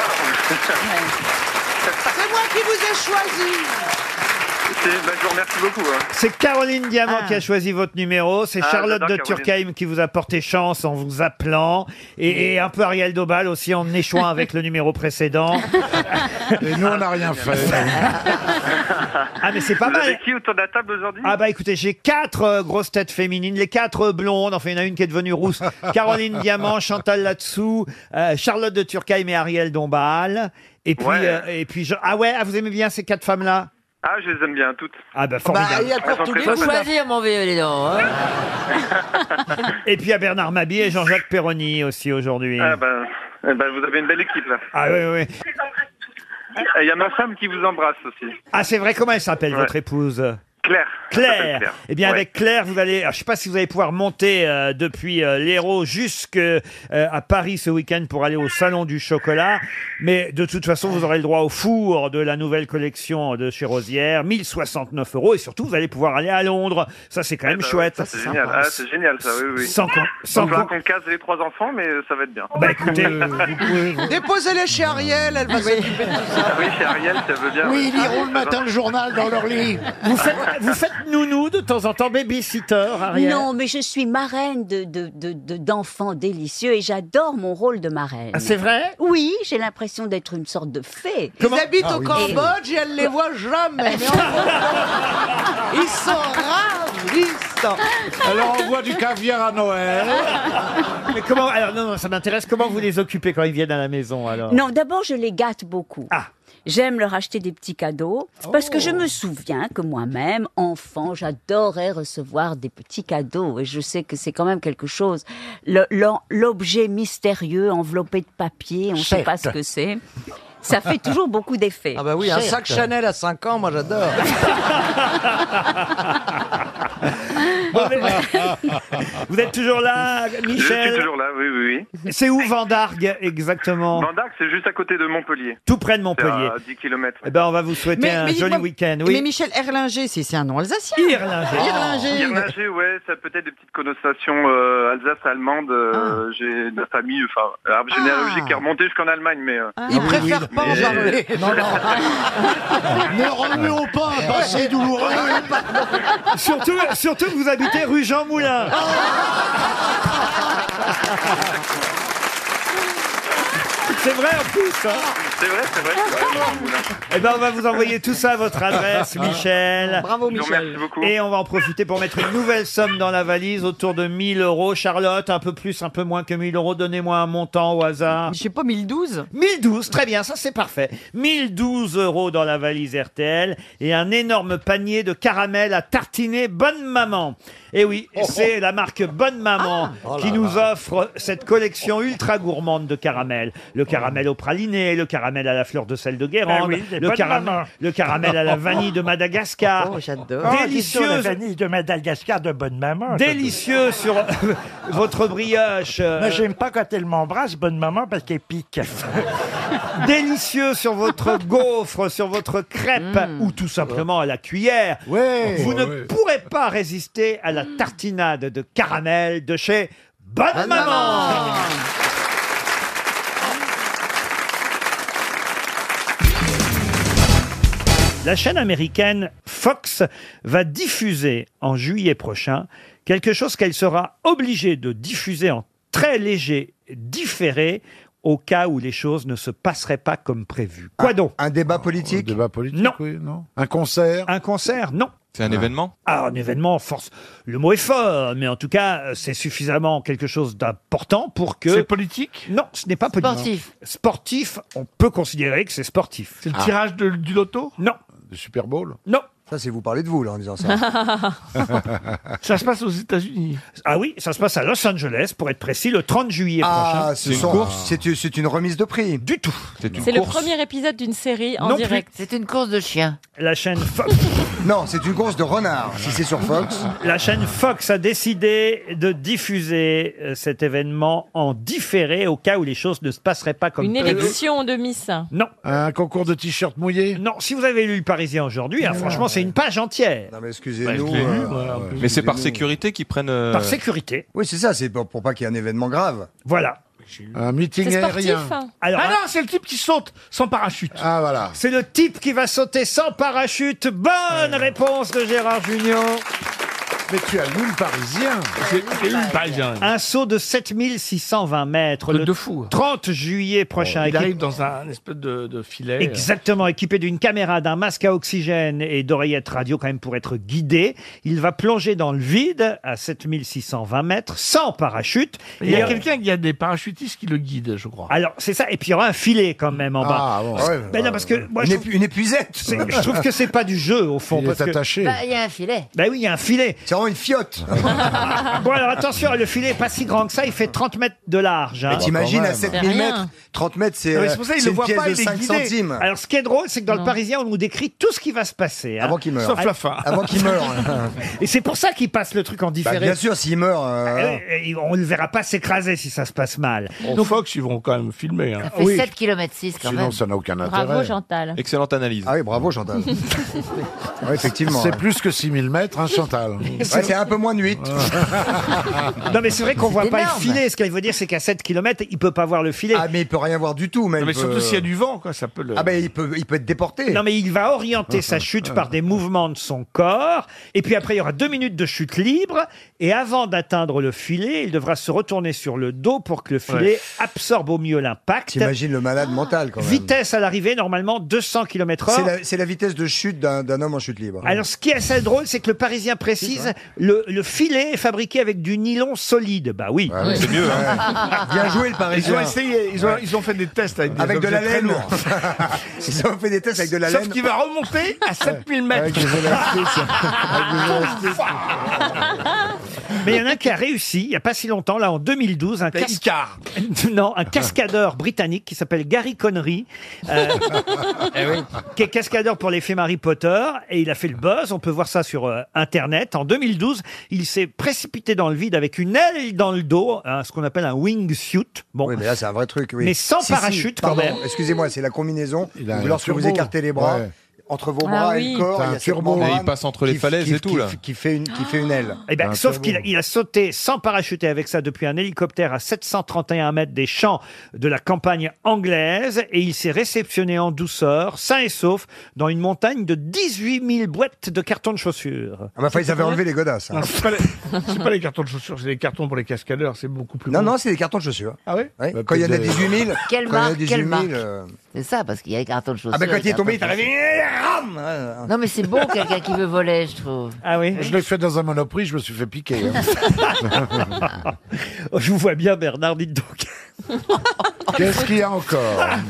C'est moi qui vous ai choisi.
C'est- bah, je vous remercie beaucoup. hein.
C'est Caroline Diamant qui a choisi votre numéro. C'est
Ah,
Charlotte de
j'adore Caroline.
Turckheim qui vous a porté chance en vous appelant. Et, et un peu Ariel Dombal aussi en échouant avec le numéro précédent.
Et nous, on n'a rien fait.
Ah, mais c'est pas
Vous
mal.
avez qui autour de la table aujourd'hui
Ah bah écoutez, j'ai quatre euh, grosses têtes féminines, les quatre euh, blondes, enfin il y en a une qui est devenue rousse, Caroline Diamant, Chantal Latsou, euh, Charlotte de Turckheim et Ariel Dombal. Et puis,
Ouais.
euh, et puis je- ah ouais, ah, vous aimez bien ces quatre femmes-là
Ah, je les aime bien toutes.
Ah bah formidable.
Faut choisir, mon vieux, les dents.
Et puis il y a Bernard Mabie et Jean-Jacques Perroni aussi aujourd'hui.
Ah bah, eh bah, vous avez une belle équipe là.
Ah oui, oui.
Et Il y a ma femme qui vous embrasse aussi.
Ah, c'est vrai, comment elle s'appelle, votre épouse
Claire.
Claire. Eh bien,
Ouais.
avec Claire, vous allez. alors, je ne sais pas si vous allez pouvoir monter euh, depuis euh, l'Hérault jusque euh, à Paris ce week-end pour aller au salon du chocolat. Mais de toute façon, vous aurez le droit au four de la nouvelle collection de chez Rosière, 1069 euros, et surtout, vous allez pouvoir aller à Londres. Ça, c'est quand même chouette.
Eh ben Ça, C'est génial. Ah, c'est génial ça, oui, oui.
Sans con- sans
Il faudra
con-
qu'on casse les trois enfants, mais euh, ça va être bien.
Bah, écoutez,
Déposez-les chez Ariel, elle va s'occuper de tout ça.
Ah Oui, chez Ariel, ça veut bien.
Oui, ils liront le
matin
le journal
dans leur lit.
Vous faites, vous faites nounou de temps en temps, babysitter, Ariel
Non, mais je suis marraine de, de, de- de- d'enfants délicieux et j'adore mon rôle de marraine.
Ah, c'est vrai
Oui, j'ai l'impression d'être une sorte de fée.
Ils habitent au Cambodge et elle les voit jamais. mais en- Ils sont raves, ils sont.
Alors, on voit du caviar à Noël.
Mais comment Alors, non, non, ça m'intéresse. Comment vous les occupez quand ils viennent à la maison alors
Non, d'abord, je les gâte beaucoup. J'aime leur acheter des petits cadeaux parce que je me souviens que moi-même, enfant, j'adorais recevoir des petits cadeaux et je sais que c'est quand même quelque chose. Le- l'en- L'objet mystérieux enveloppé de papier, on ne sait pas ce
Certes.
que c'est. Ça fait toujours beaucoup d'effets.
Ah bah oui, un sac Chanel à 5 ans, moi j'adore.
Bon, mais- vous êtes toujours là,
Je suis
Michel
toujours là, oui, oui, oui.
C'est où Vendargue exactement
Vendargue, c'est juste à côté de Montpellier.
Tout près de Montpellier.
C'est à 10 km.
Eh ben, on va vous souhaiter
Mais-
un
mais
joli
dites-moi-
week-end. Oui.
Mais Michel Erlinger, c'est c'est un nom alsacien.
Irlinger.
Irlinger.
Irlinger, ouais, ça peut être des petites connotations euh, alsace-allemande.
Ah.
euh, J'ai de la famille, enfin, arbre généalogique qui est remonté jusqu'en Allemagne, mais. euh,
Ah.
Il préfère pas en
mais-
parler.
Non, non. ne remuons pas un passé douloureux.
Surtout, Ah, surtout que vous habitez rue Jean Moulin. C'est vrai en plus. hein.
C'est vrai, c'est vrai.
Eh ben, on va vous envoyer tout ça à votre adresse, Michel.
Bravo, Je vous Michel. remercie beaucoup.
Et on va en profiter pour mettre une nouvelle somme dans la valise, autour de 1000 euros. Charlotte, un peu plus, un peu moins que 1000 euros. Donnez-moi un montant au hasard.
Je sais pas, 1012
1012, très bien, ça c'est parfait. 1012 euros dans la valise RTL et un énorme panier de caramel à tartiner Bonne Maman. Et oui, c'est la marque Bonne Maman
Oh là
qui nous
là.
offre cette collection ultra gourmande de caramel. Le caramel au praliné, le caramel à la fleur de sel de
Ben
Guérande,
oui, des
le,
bonnes
caramel-
mamans.
le caramel à la vanille de Madagascar.
Délicieuse
Délicieuse,
vanille de Madagascar de bonne
Ah,
maman.
délicieux sur votre brioche. euh,
Moi, j'aime pas quand elle m'embrasse, bonne maman, parce qu'elle pique.
délicieux sur votre gaufre, sur votre crêpe
Mm.
ou tout simplement à la cuillère. vous ne pourrez pas résister à la tartinade de caramel de chez Bonne, Maman. La chaîne américaine Fox va diffuser en juillet prochain quelque chose qu'elle sera obligée de diffuser en très léger différé au cas où les choses ne se passeraient pas comme prévu. Quoi donc Ah, Un débat politique débat politique, non. Un concert Un concert, non.
C'est un événement
Ah, un événement, force. Le mot est fort, mais en tout cas, euh, c'est suffisamment quelque chose d'important pour que. C'est politique Non, ce n'est pas politique.
Sportif.
Sportif, on peut considérer que c'est sportif. Ah. C'est
Ah.
le tirage
du loto Non. Le Super Bowl Non.
Ça, c'est vous parler de vous, là, en disant ça.
ça se passe aux États-Unis. Ah oui, ça se passe à Los Angeles, pour être précis, le 30 juillet
Ah,
prochain.
ce sont- c'est une- C'est une remise de prix.
Du tout.
C'est le premier épisode d'une série en
Non plus.
direct.
C'est une course de chien.
La chaîne Fox.
non, c'est une course de renard, si c'est sur Fox.
La chaîne Fox a décidé de diffuser euh, cet événement en différé au cas où les choses ne se passeraient pas comme
Une
prévu.
élection de Miss.
Non. Un concours de t-shirt mouillé Non, si vous avez lu le Parisien aujourd'hui, hein, franchement, c'est une page entière.
Non, mais
Ouais,
excusez-nous.
Bah, je l'ai lu,
euh,
moi, en
euh,
plus.
Mais c'est par
excusez-nous.
sécurité qu'ils prennent. euh,
Par
sécurité.
Oui, c'est ça, c'est pour, pour pas qu'il y ait un événement grave.
Voilà.
Un meeting
C'est sportif,
aérien.
hein.
Alors,
ah
un-
non, c'est le type qui saute sans parachute. Ah voilà.
C'est le type qui va sauter sans parachute. Bonne réponse de Gérard Junior.
Mais tu as lu le Parisien.
J'ai lu le Parisien.
Un saut de 7620 mètres.
Truc
Le
de fou. hein. Oh,
30 juillet prochain.
il
Équipe-
arrive dans un, un espèce de, de filet. euh,
Exactement, équipé d'une caméra, d'un masque à oxygène et d'oreillettes radio quand même pour être guidé. Il va plonger dans le vide à 7620 mètres sans parachute.
Il y
Et,
a
euh,
quelqu'un, il y a des parachutistes qui le guident, je crois.
Alors, c'est ça. Et puis, il y aura un filet quand même en
Ah,
bas.
bon.
Parce-
Ouais,
Ben non,
ouais,
parce que, moi,
Une
je,
épu- une épuisette.
trouve- je trouve que c'est pas du jeu, au fond.
Il est
parce que-
attaché.
Bah, il y a un filet.
Ben oui, il y a un filet.
C'est vraiment une fiotte.
bon, alors attention, le filet est pas si grand que ça. Il fait 30 mètres de large. hein.
Mais t'imagines
Oh,
à 7000 mètres, 30 mètres, c'est euh, c'est une pièce de 5 centimes.
Alors, ce qui est drôle, c'est que dans le Parisien, on nous décrit tout ce qui va se passer. hein. Avant
qu'il meure. Sauf la fin. Avant qu'il meure.
Et c'est pour ça qu'il passe le truc en différé. Ah,
Bah, bien sûr, s'il meurt. euh,
Et on ne le verra pas s'écraser si ça se passe mal.
Donc Fox, ils vont quand même filmer. hein.
Ça fait 7 km 6 quand même.
n'a aucun
Bravo Chantal.
Excellente analyse.
Ah oui, bravo Chantal. Ouais, effectivement.
C'est
ouais.
plus que 6000 mètres, hein, Chantal.
Ouais, c'est un peu moins de 8.
Non, mais c'est vrai qu'on
C'est
voit pas le
énorme.
filet. Ce qu'elle veut dire, c'est qu'à 7 km, il peut pas voir le filet.
Ah, mais il peut rien voir du tout, même.
Non, mais surtout s'il y a
du vent, quoi, ça peut le. Ah, ben il peut, il peut être déporté.
Non, mais il va orienter sa chute par des mouvements de son corps. Et puis après, il y aura deux minutes de chute libre. Et avant d'atteindre le filet, il devra se retourner sur le dos pour que le filet
Ouais.
absorbe au mieux l'impact.
T'imagines le malade mental, quand même.
Vitesse à l'arrivée, normalement 200 km/h.
C'est la, c'est la vitesse de chute d'un d'un homme en chute libre.
Alors, ce qui est assez drôle, c'est que le Parisien précise le, le filet est fabriqué avec du nylon solide. Bah oui.
oui, c'est mieux, hein. Bien joué, le Parisien.
Ils ont
essayé, Ah ils ont, ils ont fait des tests avec des
Avec de la
objets très
laine.
lourds.
Ils ont fait des tests avec de la
Sauf
laine.
qu'il va remonter à 7000 mètres.
Mais il y en a un qui a réussi, il n'y a pas si longtemps, là en 2012, un, casque- non, un cascadeur britannique qui s'appelle Gary Connery, euh, qui est cascadeur pour les films Harry Potter, et il a fait le buzz, on peut voir ça sur euh, Internet. En 2012, il s'est précipité dans le vide avec une aile dans le dos, hein, ce qu'on appelle un wingsuit. Bon.
Oui, mais là, c'est un vrai truc, oui.
Mais sans
Si, si,
parachute, quand
pardon,
même.
Excusez-moi, c'est la combinaison.
a
où
un
Lorsque vous
turbo.
écartez les bras,
Ouais.
entre vos
Ah
bras et
oui.
le corps,
T'as
il
un
y a cette
turbo.
membrane
Et il passe entre les
qui-
falaises
qui-
et tout,
qui-
là.
Qui fait une, qui fait une aile.
Eh ben, sauf qu'il a, il a sauté sans parachuter avec ça depuis un hélicoptère à 731 mètres des champs de la campagne anglaise et il s'est réceptionné en douceur, sain et sauf, dans une montagne de 18 000 boîtes de cartons de chaussures.
Ah bah, enfin, ils avaient enlevé les godasses. hein.
Non, c'est pas, les- c'est pas les cartons de chaussures, c'est les cartons pour les cascadeurs, c'est beaucoup plus
Non,
gros.
non, c'est des cartons de chaussures.
Ah ouais
Bah,
Ouais, quand il y en a 18 000.
Bah, Quelle
quand il y en a
marque,
18
quelle
000,
marque
euh,
C'est ça, parce qu'il y a les cartons de chaussures.
Ah ben, quand
les
il est tombé, il est hein.
cartons de
arrivé.
chaussures. Non, mais c'est bon, quelqu'un qui veut voler, je trouve.
Ah oui
Je l'ai fait dans un monoprix, je me suis fait piquer. hein.
Oh, je vous vois bien, Bernard, dites donc.
Qu'est-ce qu'il y a encore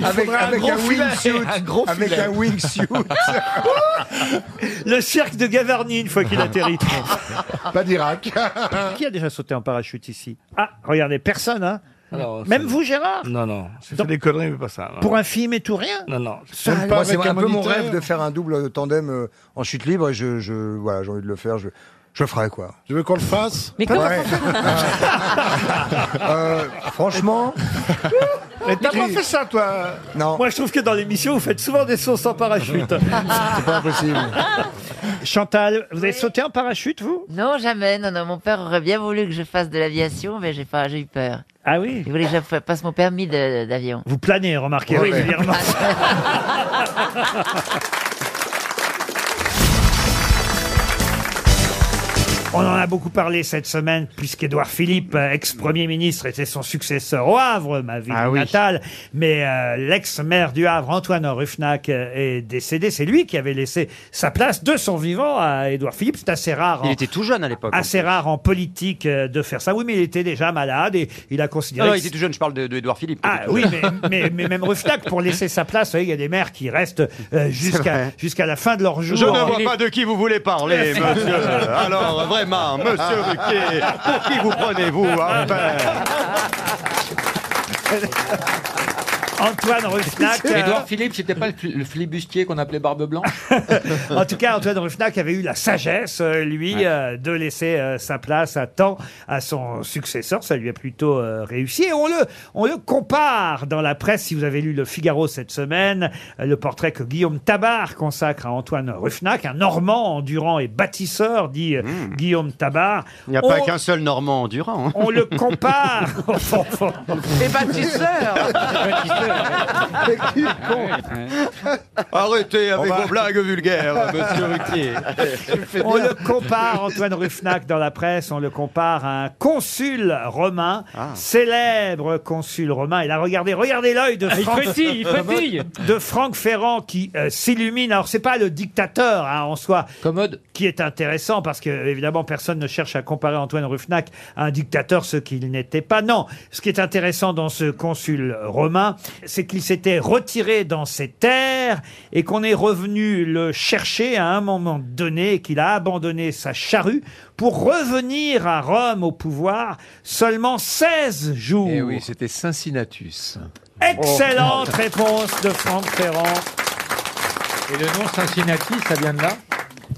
Avec,
faudrait un
avec
gros
un
filet,
wingsuit.
un gros
Avec
filet.
un wingsuit.
Le cirque de Gavarnie, une fois qu'il atterrit.
Pas d'Irak.
qui a déjà sauté en parachute ici Ah, regardez, personne, hein
Alors,
Même
ça-
vous, Gérard
Non, non. J'ai
Donc-
fait des conneries, mais pas ça. non.
Pour un film et tout rien
Non, non.
Ça,
Même
alors,
pas
c'est
avec
un, peu mon
moniteur.
rêve de faire un double tandem euh, en chute libre. Et je, je- voilà, j'ai envie de le faire. Je, je le ferai quoi.
Tu veux qu'on le fasse
Mais
comment
Euh, Franchement,
Mais
t'as pas fait
ça, toi
Non.
Moi, je trouve que dans l'émission, vous faites souvent des sauts sans parachute.
c'est pas impossible.
Chantal, vous avez sauté en parachute, vous
Non, jamais. Non, non. Mon père aurait bien voulu que je fasse de l'aviation, mais j'ai pas, j'ai eu peur.
Ah oui
Il voulait que je passe mon permis de- d'avion.
Vous planez, remarquez.
Oui,
vous avez remarqué. On en a beaucoup parlé cette semaine, puisqu'Édouard Philippe, euh, ex-premier ministre, était son successeur au Havre, ma ville
Ah
natale. Mais euh, l'ex-maire du Havre, Antoine Ruffnac, euh, est décédé. C'est lui qui avait laissé sa place de son vivant à Édouard Philippe. C'est assez rare.
Il
en-
était tout jeune à l'époque.
Assez
Ah
rare en politique euh, de faire ça. Oui, mais il était déjà malade et il a
Non,
considéré.
Ah non,
que
il était tout jeune, je parle de, de Édouard Philippe.
Ah oui, mais, mais- mais même Ruffnac, pour laisser sa place, vous voyez, il y a des maires qui restent euh, jusqu'à jusqu'à la fin de leur jour.
Je ne vois pas de qui vous voulez parler, monsieur. Alors, vraiment, monsieur Ruquier, pour qui vous prenez-vous hein
Ah, bah.
enfin
Antoine Ruffnac. euh,
Édouard Philippe, c'était pas le, fli- le flibustier qu'on appelait Barbe Blanche
en tout cas, Antoine Ruffnac avait eu la sagesse, euh, lui, euh, de laisser euh, sa place à temps à son successeur. Ça lui a plutôt euh, réussi. Et on le, on le compare dans la presse. Si vous avez lu Le Figaro cette semaine, euh, le portrait que Guillaume Tabar consacre à Antoine Ruffnac, un Normand endurant et bâtisseur, dit euh, Guillaume Tabar.
Hmm. Il n'y a pas
On-
qu'un seul Normand endurant. hein.
On le compare.
Et
Arrêtez avec
On va-
vos blagues vulgaires, monsieur Ruquier.
On le compare, Antoine Ruffnac, dans la presse, on le compare à un consul romain, célèbre consul romain. Et là, regardez, regardez l'œil de
Ah, il
Franck...
frétille, il frétille.
De Franck Ferrand qui euh, s'illumine. Alors, c'est pas le dictateur, hein, en soi. Commode. Qui est intéressant, parce que, évidemment, personne ne cherche à comparer Antoine Ruffnac à un dictateur, ce qu'il n'était pas. Non. Ce qui est intéressant dans ce consul romain, c'est qu'il s'était retiré dans ses terres et qu'on est revenu le chercher à un moment donné et qu'il a abandonné sa charrue pour revenir à Rome au pouvoir seulement 16 jours.
Eh oui, c'était Cincinnatus.
Oh,
Oh.
Excellente réponse de Franck Ferrand.
Et le nom Cincinnati, ça vient de là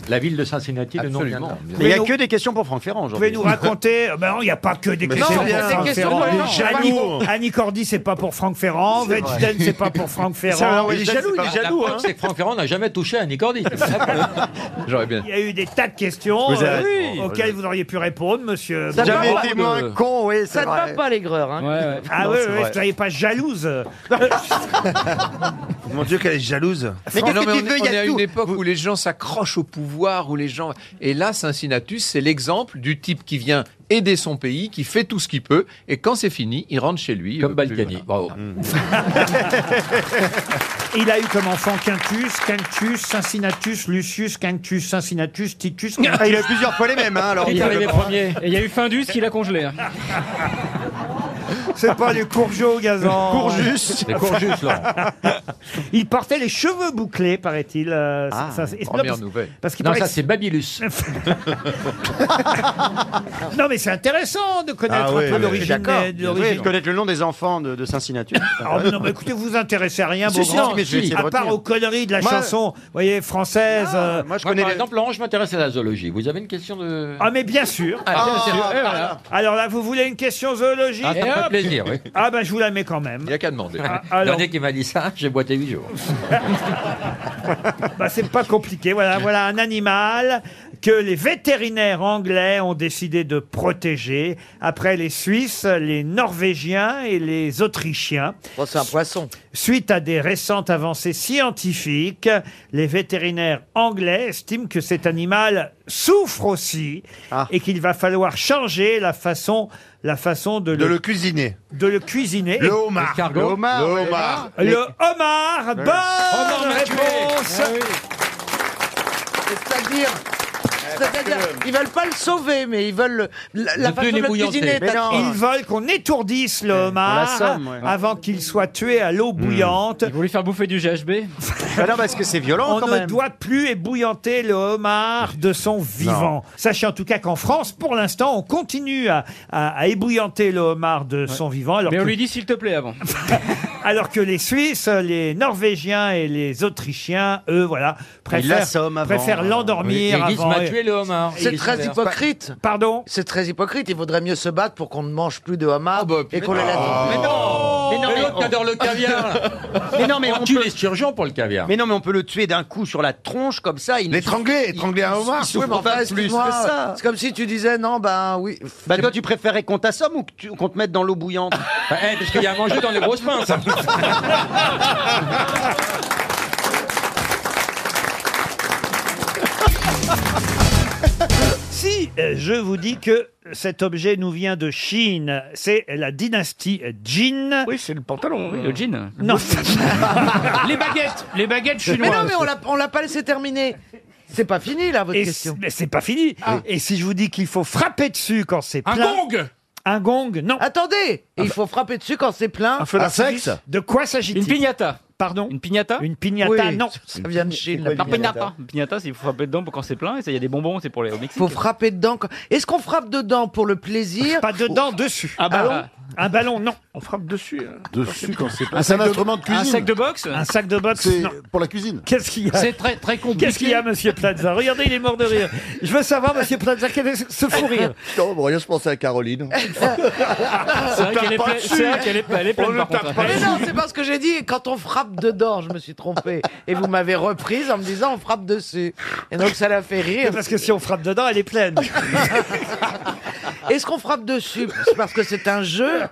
La ville de Cincinnati, le nom vient de là.
Mais il n'y a que des questions pour Franck Ferrand
Vous pouvez
aujourd'hui.
nous raconter Ben non, il n'y a pas que des
Mais
questions.
non, il y a
pour
des
Franck
questions
Ferrand.
pour les gens.
Annie,
Jaloux.
Annie Cordy, c'est pas pour Franck Ferrand.
C'est vrai.
Vegden, c'est pas pour Franck Ferrand.
hein.
La preuve, c'est que Franck Ferrand n'a jamais touché à Nicordi.
hein. J'aurais bien.
Il y a eu des tas de questions
Vous
euh,
avez-
auxquelles vous auriez pu répondre, monsieur.
Ça
Bourdon.
te va pas, euh,
Ça te va pas,
l'aigreur. Hein.
Ah
Non,
oui,
c'est
oui,
vrai.
soyez pas jalouse.
Mon Dieu, qu'elle est jalouse.
Mais qu'est-ce que tu
on,
veux,
est-
il y a
on est à
tout.
une époque où les gens s'accrochent au pouvoir, où les gens. Et là, Cincinnatus, c'est l'exemple du type qui vient aider son pays, qui fait tout ce qu'il peut, et quand c'est fini, il rentre chez lui. euh, Comme Balkany. Bravo.
Il a eu comme enfant Quintus, Quintus, Cincinnatus, Lucius, Quintus, Cincinnatus, Titus. Quintus.
Ah, il a eu plusieurs fois les mêmes, hein, alors. Il est arrivé premier.
Et il y a eu Findus qui l'a congelé. hein.
C'est pas les Courgeot Gazan.
Courjus. Les Courjus, Laurent.
Il portait les cheveux bouclés, paraît-il. euh,
Ah,
ça- ça-
première
parce-
nouvelle.
Parce qu'il
Non,
paraît
ça,
que-
c'est Babylus.
Non, mais c'est intéressant de connaître
Ah
un
oui,
peu
oui.
l'origine.
D'accord.
de- de
Bien sûr.
l'origine.
connaître le nom des enfants de, de Cincinnatus.
Ah, mais non, mais écoutez, vous vous intéressez à rien,
Si, si,
Beaugrand,
si, mais je vais essayer de
à part
retenir.
aux conneries de la
Moi-
chanson, vous voyez, française. euh,
Moi, par exemple, Laurent, je m'intéresse à la zoologie. Vous avez une question de.
Ah, mais bien sûr.
Ah, bien sûr. Eh, voilà.
Alors là, vous voulez une question zoologique
Ah, ça me fait plaisir, oui.
Ah, ben je vous la mets quand même.
Il n'y a qu'à demander.
Ah, alors.
Dernier Euh, qui m'a dit ça, j'ai boité 8 jours.
Bah, c'est pas compliqué. Voilà, voilà un animal que les vétérinaires anglais ont décidé de protéger après les Suisses, les Norvégiens et les Autrichiens.
c'est un poisson.
Suite à des récentes avancées scientifiques, les vétérinaires anglais estiment que cet animal souffre aussi et qu'il va falloir changer la façon, la façon de,
De
le,
le cuisiner.
de le cuisiner.
Le homard. Le homard. Le homard.
Le
Ah,
homard. Bonne
Homard maturé.
réponse.
C'est-à-dire C'est-à-dire, ils veulent pas le sauver, mais ils veulent le- la, la façon de le cuisiner. t'as-
Ils veulent qu'on étourdisse le homard
l'assomme, ouais.
avant qu'il soit tué à
Hmm.
l'eau bouillante. Vous voulez faire bouffer du GHB
Bah non, parce que c'est violent,
On
quand
ne
même.
doit plus ébouillanter le homard de son vivant. Sachez en tout cas qu'en France, pour l'instant, on continue à, à- à ébouillanter le homard de son vivant. Alors
Mais on
que-
lui dit s'il te plaît avant.
alors que les Suisses, les Norvégiens et les Autrichiens, eux, voilà, préfèrent
l'assomment avant.
préfèrent l'endormir
Oui, et ils disent,
avant.
m'a tué
hein.
le homard.
C'est très hypocrite.
Pardon
C'est très hypocrite. Il vaudrait mieux se battre pour qu'on ne mange plus de homard et qu'on les laisse.
Mais
Oh,
non
Mais non, mais
l'autre
on-
qui adore le caviar
Mais non, mais
on,
on
tue
peut-
les chirurgiens pour le caviar.
Mais non, mais on peut le tuer d'un coup sur la tronche comme ça.
L'étrangler,
étrangler un homard. Il
Oui,
souffre
mais enfin,
pas plus que
excuse-moi,
ça.
C'est comme si tu disais non, ben oui.
Bah toi, tu préférais qu'on t'assomme ou que tu- qu'on te mette dans l'eau bouillante
Eh,
Parce qu'il y a à manger dans les grosses pinces.
Bah, hein.
Si euh, je vous dis que cet objet nous vient de Chine, c'est la dynastie Jin. Oui, c'est le pantalon,
oui, le jean.
Non.
les baguettes, les baguettes
Mais
chinoises.
non, mais on l'a- on l'a pas laissé terminer. C'est pas fini là votre
Et
question.
c'est- mais c'est pas fini. Et si je vous dis qu'il faut frapper dessus quand c'est
Un
plein.
gong
Un Ah. gong, non.
Attendez, et il faut frapper dessus quand c'est plein. Ah,
De quoi s'agit-il
Une piñata.
Pardon
Une piñata
Une piñata,
Oui,
non.
ça
vient de Chine,
La
la piñata.
piñata. Une piñata, c'est il faut frapper dedans pour quand c'est plein. Et ça, il y a des bonbons, c'est pour les au Mexique.
Faut frapper dedans. quand- Est-ce qu'on frappe dedans pour le plaisir
Pas dedans, dessus.
Un ballon
Un ballon, non.
On frappe dessus.
hein.
Dessus, quand c'est
Un sac de- un sac de
boxe
Un sac de boxe,
C'est
non.
pour la cuisine.
Qu'est-ce qu'il y a
C'est très- très compliqué.
Qu'est-ce qu'il y a, monsieur Plaza Regardez, il est mort de rire. Je veux savoir, monsieur Plaza, quel est ce- ce fou rire
Non, bon, rien, je pensais à Caroline.
C'est vrai qu'elle est pleine- c'est vrai qu'elle est- elle est pleine,
On ne
par
tape
contre.
pas Mais non, c'est parce que j'ai dit quand on frappe dedans, je me suis trompé. Et vous m'avez reprise en me disant on frappe dessus. Et donc ça l'a fait rire.
Parce que si on frappe dedans, elle est pleine.
Est-ce qu'on frappe dessus C'est parce que c'est un jeu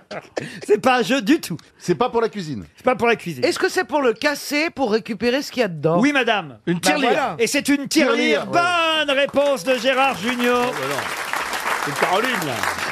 C'est pas un jeu du tout.
C'est pas pour la cuisine.
C'est pas pour la cuisine.
Est-ce que c'est pour le casser, pour récupérer ce qu'il y a dedans
Oui, madame. Une
Bah
tirelire.
voilà.
Et c'est une tirelire. Bah
Tirelire,
Bonne réponse de Gérard Junior.
C'est Caroline,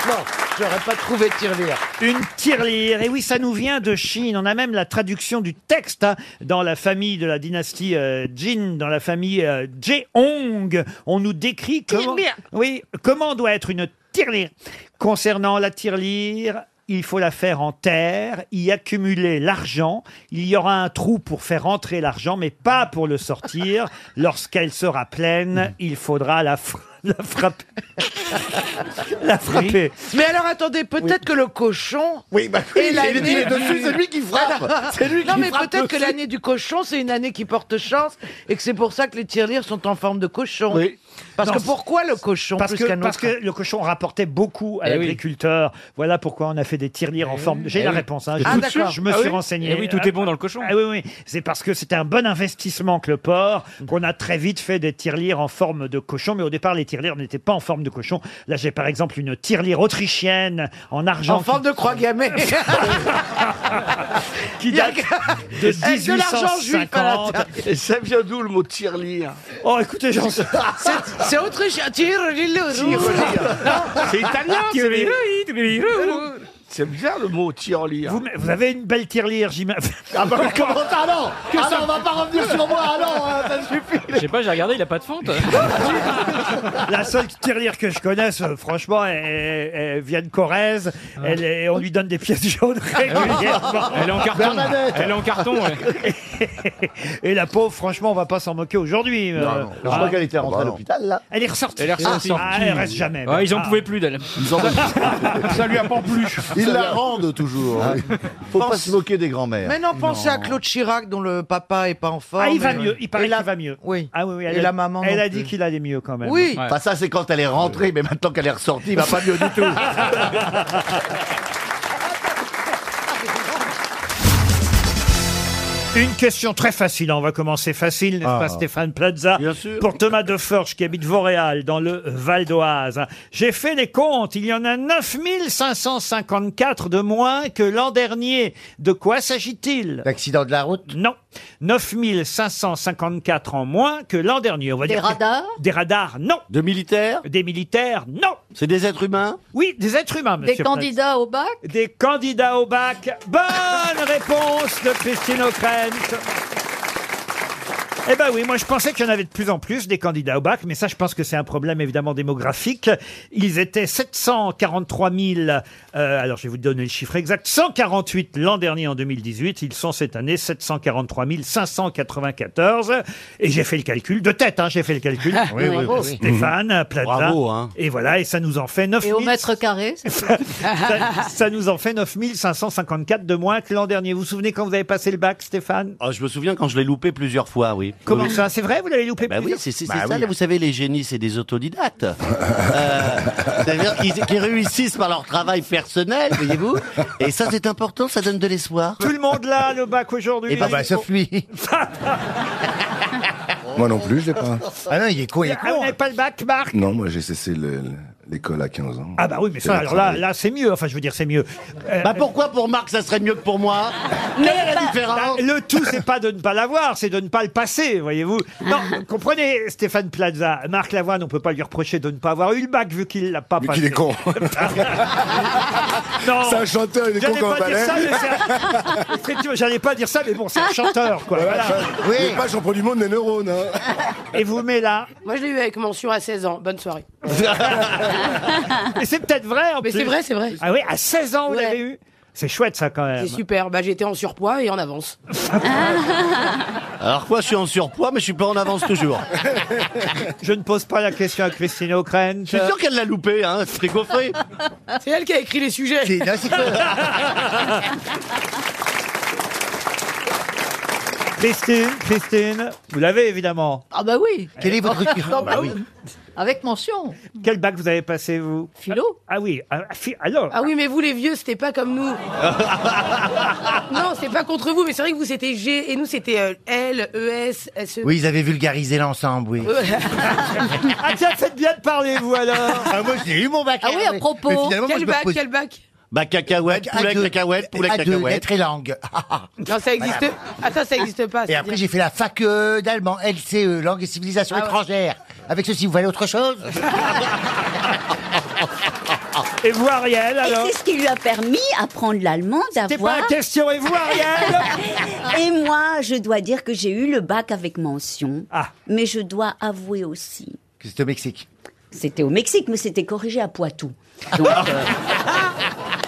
Non, j'aurais pas trouvé tirelire.
Une tirelire. Et oui, ça nous vient de Chine. On a même la traduction du texte hein, dans la famille de la dynastie euh, Jin, dans la famille euh, Jeong. On nous décrit comment,
Tirelire.
oui, comment doit être une tirelire. Concernant la tirelire, il faut la faire en terre, y accumuler l'argent. Il y aura un trou pour faire entrer l'argent, mais pas pour le sortir. Lorsqu'elle sera pleine, il faudra la, fra- la frapper. la frapper.
Mais alors attendez, peut-être que le cochon. Oui, bah
oui, il est- il est dessus, c'est lui
qui frappe. C'est lui
non,
qui
mais
frappe
peut-être que
dessus.
l'année du cochon, c'est une année qui porte chance et que c'est pour ça que les tirelires sont en forme de cochon. Parce
Non,
que pourquoi le cochon
Parce que,
plus qu'un
parce
autre
que le cochon rapportait beaucoup à
Eh oui.
l'agriculteur. Voilà pourquoi on a fait des tirelires en forme. de- J'ai
Eh
la
oui.
réponse. hein.
Ah,
Je-
d'accord.
Je me
Ah
suis
oui.
renseigné.
Eh oui, tout est bon dans le cochon.
Ah oui, oui. C'est parce que c'était un bon investissement que le porc,
Mm.
qu'on a très vite fait des tirelires en forme de cochon. Mais au départ, les tirelires n'étaient pas en forme de cochon. Là, j'ai par exemple une tirelire autrichienne en argent.
En forme de croix gammée.
qui date de
Eh,
Avec de l'argent juif à la
1850.
table.
Et ça vient d'où le mot tirelire
Oh, écoutez, j'en sais.
C'est- C'est autre chose. Tirelire.
C'est italien, c'est
Tirelire.
C'est bizarre le mot tirelire.
Vous, vous avez une belle tirelire, j'imagine.
Ah bah comment Ah non
Que
Ah
ça-
non, on va pas revenir sur moi, ah non, hein,
euh,
ça suffit
Je sais pas, j'ai regardé, il a pas de fente.
La seule tirelire que je connaisse, euh, franchement, elle, elle vient de Corrèze. Elle est- on lui donne des pièces jaunes régulièrement.
Ah. Elle est en carton.
Bernadette.
Elle est en carton. ouais.
Et la pauvre, franchement, on va pas s'en moquer aujourd'hui. euh,
non, Je
ah.
crois qu'elle était
Bah,
rentrée à l'hôpital, là.
Elle est ressortie.
Elle est ressortie.
Ah, elle reste jamais.
Ouais, ils en
Ah.
pouvaient plus d'elle.
Ça lui apprend plus.
Ils la rendent toujours.
Ah.
Faut pas se moquer des grands-mères.
Maintenant, pensez à Claude Chirac, dont le papa est pas en forme.
Ah, il va
Et-
mieux. Il paraît
Et la-
qu'il va mieux.
Oui.
Ah oui, oui.
Et
a-
la maman
Elle
non
a
plus.
dit qu'il allait mieux quand même.
Oui.
Ouais.
Enfin, ça, c'est quand elle est rentrée, mais maintenant qu'elle est ressortie, il va pas mieux du tout.
Une question très facile. On va commencer facile, n'est-ce
Ah.
pas, Stéphane Plaza Pour Thomas Deforge, qui habite Vauréal, dans le Val d'Oise. J'ai fait les comptes. Il y en a 9554 de moins que l'an dernier. De quoi s'agit-il L'accident de la route Non. 9554 en moins que l'an dernier. On va
Des
dire que-
radars
Des radars, non. De militaires Des militaires, non. C'est des êtres humains Oui, des êtres humains, monsieur
Des
Plaza.
candidats au bac
Des candidats au bac. Bonne réponse de Christine O'Krent. Eh ben oui, moi je pensais qu'il y en avait de plus en plus des candidats au bac, mais ça je pense que c'est un problème évidemment démographique. Ils étaient 743 000, euh, alors je vais vous donner le chiffre exact, 148 l'an dernier en 2018, ils sont cette année 743 594, et j'ai fait le calcul, de tête, hein, j'ai fait le calcul,
Oui, oui, Bravo. oui.
Stéphane, Plaza,
Bravo, hein.
et voilà, et ça nous en fait 9
Et au mètre carré, c'est ça
ça, ça nous en fait 9554 de moins que l'an dernier. Vous vous souvenez quand vous avez passé le bac, Stéphane
Oh,
Ah, je me souviens quand je l'ai loupé plusieurs fois, oui.
Comment
Oui.
ça C'est vrai Vous l'avez loupé
Bah oui,
plusieurs-
c'est c'est-
Bah
c'est ça.
oui.
là, vous savez, les génies, c'est des autodidactes. Euh, C'est-à-dire qu'ils qu'ils réussissent par leur travail personnel, voyez-vous. Et ça, c'est important, ça donne de l'espoir.
Tout le monde là, le bac
Eh ben,
aujourd'hui.
Et bah, bah, sauf lui.
Moi non plus, je l'ai pas.
Ah non, il est con, il est con. Vous n'avez pas le bac, Marc
Non, moi j'ai cessé le- le- l'école à 15 ans.
Ah bah oui, mais ça, alors là, là c'est mieux. Enfin, je veux dire, c'est mieux. Euh,
Bah pourquoi pour Marc, ça serait mieux que pour moi
Mais Bah,
Quelle est la différence
Le tout, c'est pas de ne pas l'avoir, c'est de ne pas le passer, voyez-vous. Non, comprenez, Stéphane Plaza, Marc Lavoine, on peut pas lui reprocher de ne pas avoir eu le bac vu qu'il l'a pas
Vu
passé.
qu'il est con.
non.
C'est un chanteur, il est con
J'allais
comme un
pas dire
balai.
ça, mais c'est un- Effectivement, J'allais pas dire ça, mais bon, c'est un chanteur, quoi.
Voilà,
voilà.
ça, Il est pas champion du monde des neurones. hein.
Et vous met là.
Moi, je l'ai eu avec mention à 16 ans. Bonne soirée.
Et c'est peut-être vrai, en
Mais
plus.
c'est vrai, c'est vrai.
Ah oui, à 16 ans, vous
Ouais.
l'avez eu C'est chouette, ça, quand même.
C'est super. Bah, j'étais en surpoids et en avance.
Alors quoi, je suis en surpoids, mais je suis pas en avance toujours.
Je ne pose pas la question à Christine O'Krent.
Je suis sûr qu'elle l'a loupé, hein, c'est frigofré.
C'est elle qui a écrit les sujets.
Si, là, c'est
Christine, Christine, vous l'avez évidemment.
Ah bah oui.
Quel est votre-
Non,
Bah oui.
Avec mention.
Quel bac vous avez passé, vous
Philo
Ah oui, ah, fi- alors.
Ah oui, mais vous, les vieux, c'était pas comme nous. non, c'est pas contre vous, mais c'est vrai que vous, c'était G et nous, c'était euh, L, E, S, S, E.
Oui, ils avaient vulgarisé l'ensemble, oui.
Euh, ah tiens, faites bien de parler, vous alors
Ah, moi, j'ai eu mon bac.
Ah oui, à
Mais
propos.
finalement, moi,
Quel
je me
bac,
repose-
quel bac
Bah cacahuète,
À
poulet,
deux.
cacahuète, poulet,
À deux,
cacahuète.
lettres et langues.
Non, ça existe. Attends, ça existe pas.
Et
c'est
après,
bien.
j'ai fait la fac euh, d'allemand, LCE, langue et civilisation
Ah ouais.
étrangère. Avec ceci, vous valez autre chose
Et vous, Ariel,
Et c'est ce qui lui a permis, apprendre l'allemand, d'avoir...
pas la question, et vous, Ariel
Et moi, je dois dire que j'ai eu le bac avec mention.
Ah.
Mais je dois avouer aussi
que C'était au Mexique.
C'était au Mexique, mais c'était corrigé à Poitou. Donc, euh,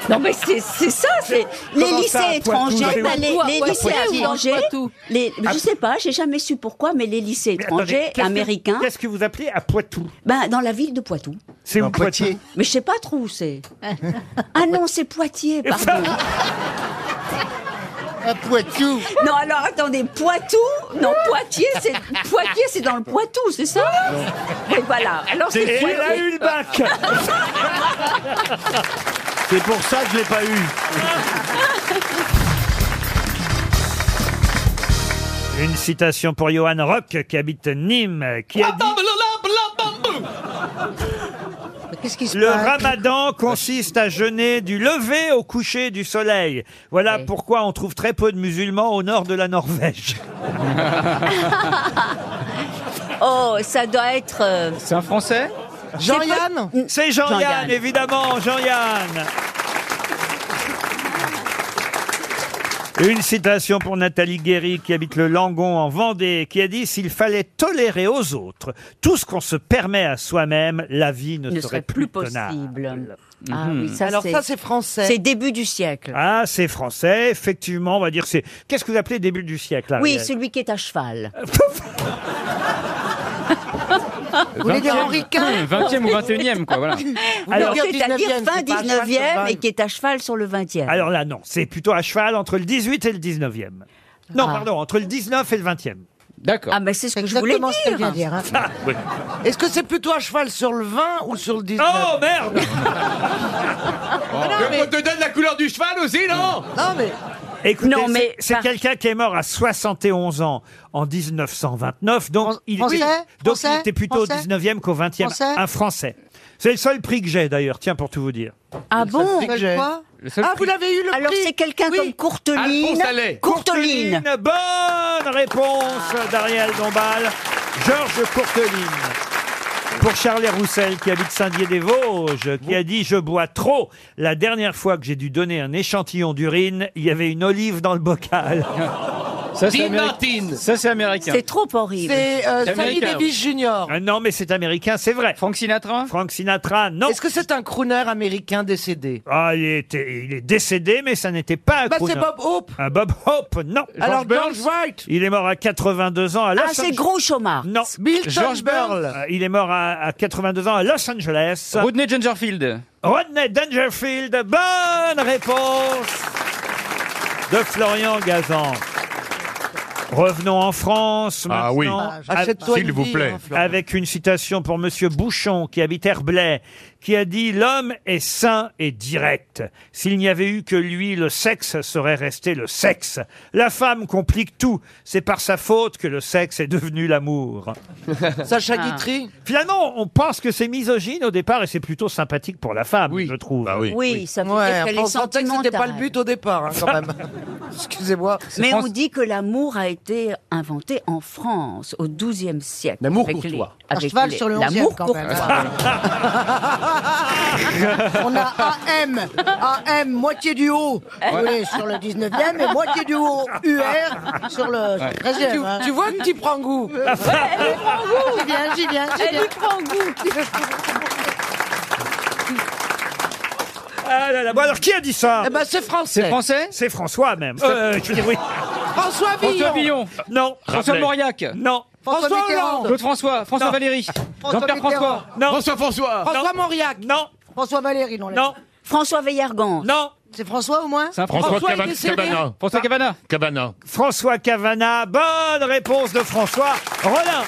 Non mais c'est c'est ça, c'est les
Comment
lycées
ça, à
étrangers,
Poitou,
bah,
c'est
les,
où
les
À Poitou,
lycées
à
étrangers,
Poitou.
les,
Ah.
je sais pas, j'ai jamais su pourquoi, mais les lycées
Attendez,
étrangers
qu'est-ce que-
américains,
Qu'est-ce que vous appelez à Poitou
bah, dans la ville de Poitou.
C'est où Poitiers
Mais je sais pas trop où c'est. ah non, c'est Poitiers, pardon.
Poitou.
Non alors attendez, Poitou, non Poitiers, c'est Poitiers, c'est dans le Poitou, c'est ça Oui voilà. Alors c'est
Et elle a
Poitiers.
eu le bac
C'est pour ça que je l'ai pas eu.
Une citation pour Johan Rock, qui habite Nîmes, qui
Ah
a dit
Qu'est-ce qui se
Le
passe
ramadan consiste à jeûner du lever au coucher du soleil. Voilà pourquoi on trouve très peu de musulmans au nord de la Norvège.
Oh, ça doit être euh,
C'est un Français
Jean-Yann
C'est Jean-Yann,
Jean-Yann.
évidemment, Jean-Yann. Une citation pour Nathalie Guéry, qui habite le Langon en Vendée, qui a dit « S'il fallait tolérer aux autres tout ce qu'on se permet à soi-même, la vie ne,
ne
serait,
serait plus
tenable.
possible. Ah
Mhm.
oui, ça
Alors ça, c'est
français. C'est début du siècle.
Ah, c'est français, effectivement, on va dire que c'est... Qu'est-ce que vous appelez début du siècle
oui,
Ariel
celui qui est à cheval.
Vous voulez dire Henri
Hum,
Quint
20e ou 21e, quoi, voilà.
Alors,
dire
c'est-à-dire
19e,
fin
c'est pas à cheval sur
19e
vingt.
et qui est à cheval sur le 20e.
Alors là, non, c'est plutôt à cheval entre le 18 et le 19e. Non,
Ah.
pardon, entre le 19 et le 20e. D'accord.
Ah, mais c'est ce que je voulais
Exactement ce qu'elle
dire.
vient de dire. hein. Est-ce que c'est plutôt à cheval sur le 20 ou sur le 19
Oh merde
On te donne la couleur du cheval aussi, non
Non mais.
Écoutez,
Non,
c'est-
mais
c'est
par-
quelqu'un qui est mort à 71 ans en 1929, donc, il,
Français
oui, donc
Français
il était plutôt
Français
au 19e qu'au 20e.
Français
Un Français. C'est le seul prix que j'ai d'ailleurs, tiens, pour tout vous dire.
Ah bon
prix que j'ai. Le seul
Ah, vous
prix.
l'avez eu le Alors, c'est quelqu'un comme Courteline. Courteline.
Bonne réponse d'Ariel Dombal. Georges Courteline. Pour Charles Roussel, qui habite Saint-Dié-des-Vosges, qui a dit « Je bois trop. La dernière fois que j'ai dû donner un échantillon d'urine, il y avait une olive dans le bocal. »
Ça, c'est
Dean
américain.
Martin.
Ça, c'est américain.
horrible.
C'est euh, Sammy
Américain,
Davis Jr.
Ah non, mais c'est américain, c'est vrai. Frank Sinatra Frank Sinatra, non. Est-ce que c'est un crooner américain décédé Ah, il, était, il est décédé, mais ça n'était pas un
Bah,
crooner.
c'est Bob Hope.
Ah, Bob Hope, non.
Alors, George Burns
White Il est mort à 82 ans à Los
Ah, c'est
Gros Chômard Non.
Bill Thornburn.
Ah, Il est mort à, à 82 ans à Los Angeles. Rodney Dangerfield Rodney Dangerfield, bonne réponse de Florian Gazan. Revenons en France maintenant.
Ah oui. Ah, achète-toi S'il une vous vie, plaît. hein, Florent.
Avec une citation pour Monsieur Bouchon, qui habite Herblay, qui a dit « L'homme est sain et direct. S'il n'y avait eu que lui, le sexe serait resté le sexe. La femme complique tout. C'est par sa faute que le sexe est devenu l'amour. »
Sacha Ah. Guitry
Finalement, on pense que c'est misogyne au départ et c'est plutôt sympathique pour la femme, je trouve.
Oui, ça veut
Ouais,
dire qu'elle
on
est
sentait que c'était pas le
sentimentale.
but au départ, hein, quand même. Excusez-moi.
Mais on dit que l'amour a été inventé en France au XIIe siècle.
L'amour
Avec les-
courtois.
avec
À cheval
les-
sur le
L'amour
11e quand même.
courtois.
On a AM, AM, moitié du haut oui, sur le 19e et moitié du haut UR sur le hein.
Ouais.
13e.
Tu- tu vois que tu prends goût.
Ouais, elle y prend goût.
J'y viens, j'y viens, j'y
Elle y
viens.
prend
Ah là là, bon alors qui a dit ça
Eh ben, c'est français. C'est français
C'est François même. Euh, je veux dire oui.
François Billon.
Non.
François
Rappelez.
Mauriac.
Non.
François François Mitterrand. Hollande.
Claude François. François
Non.
Valéry.
François
Jean-Pierre François.
Mitterrand.
Non.
François François.
François Mauriac.
Non.
François Valéry, non.
Non.
François Veillargan.
Non.
C'est François au moins
C'est un François,
François est
Cavan-
décédé.
Cavana. François Cavana.
François Cavana, bonne réponse de François Rollin.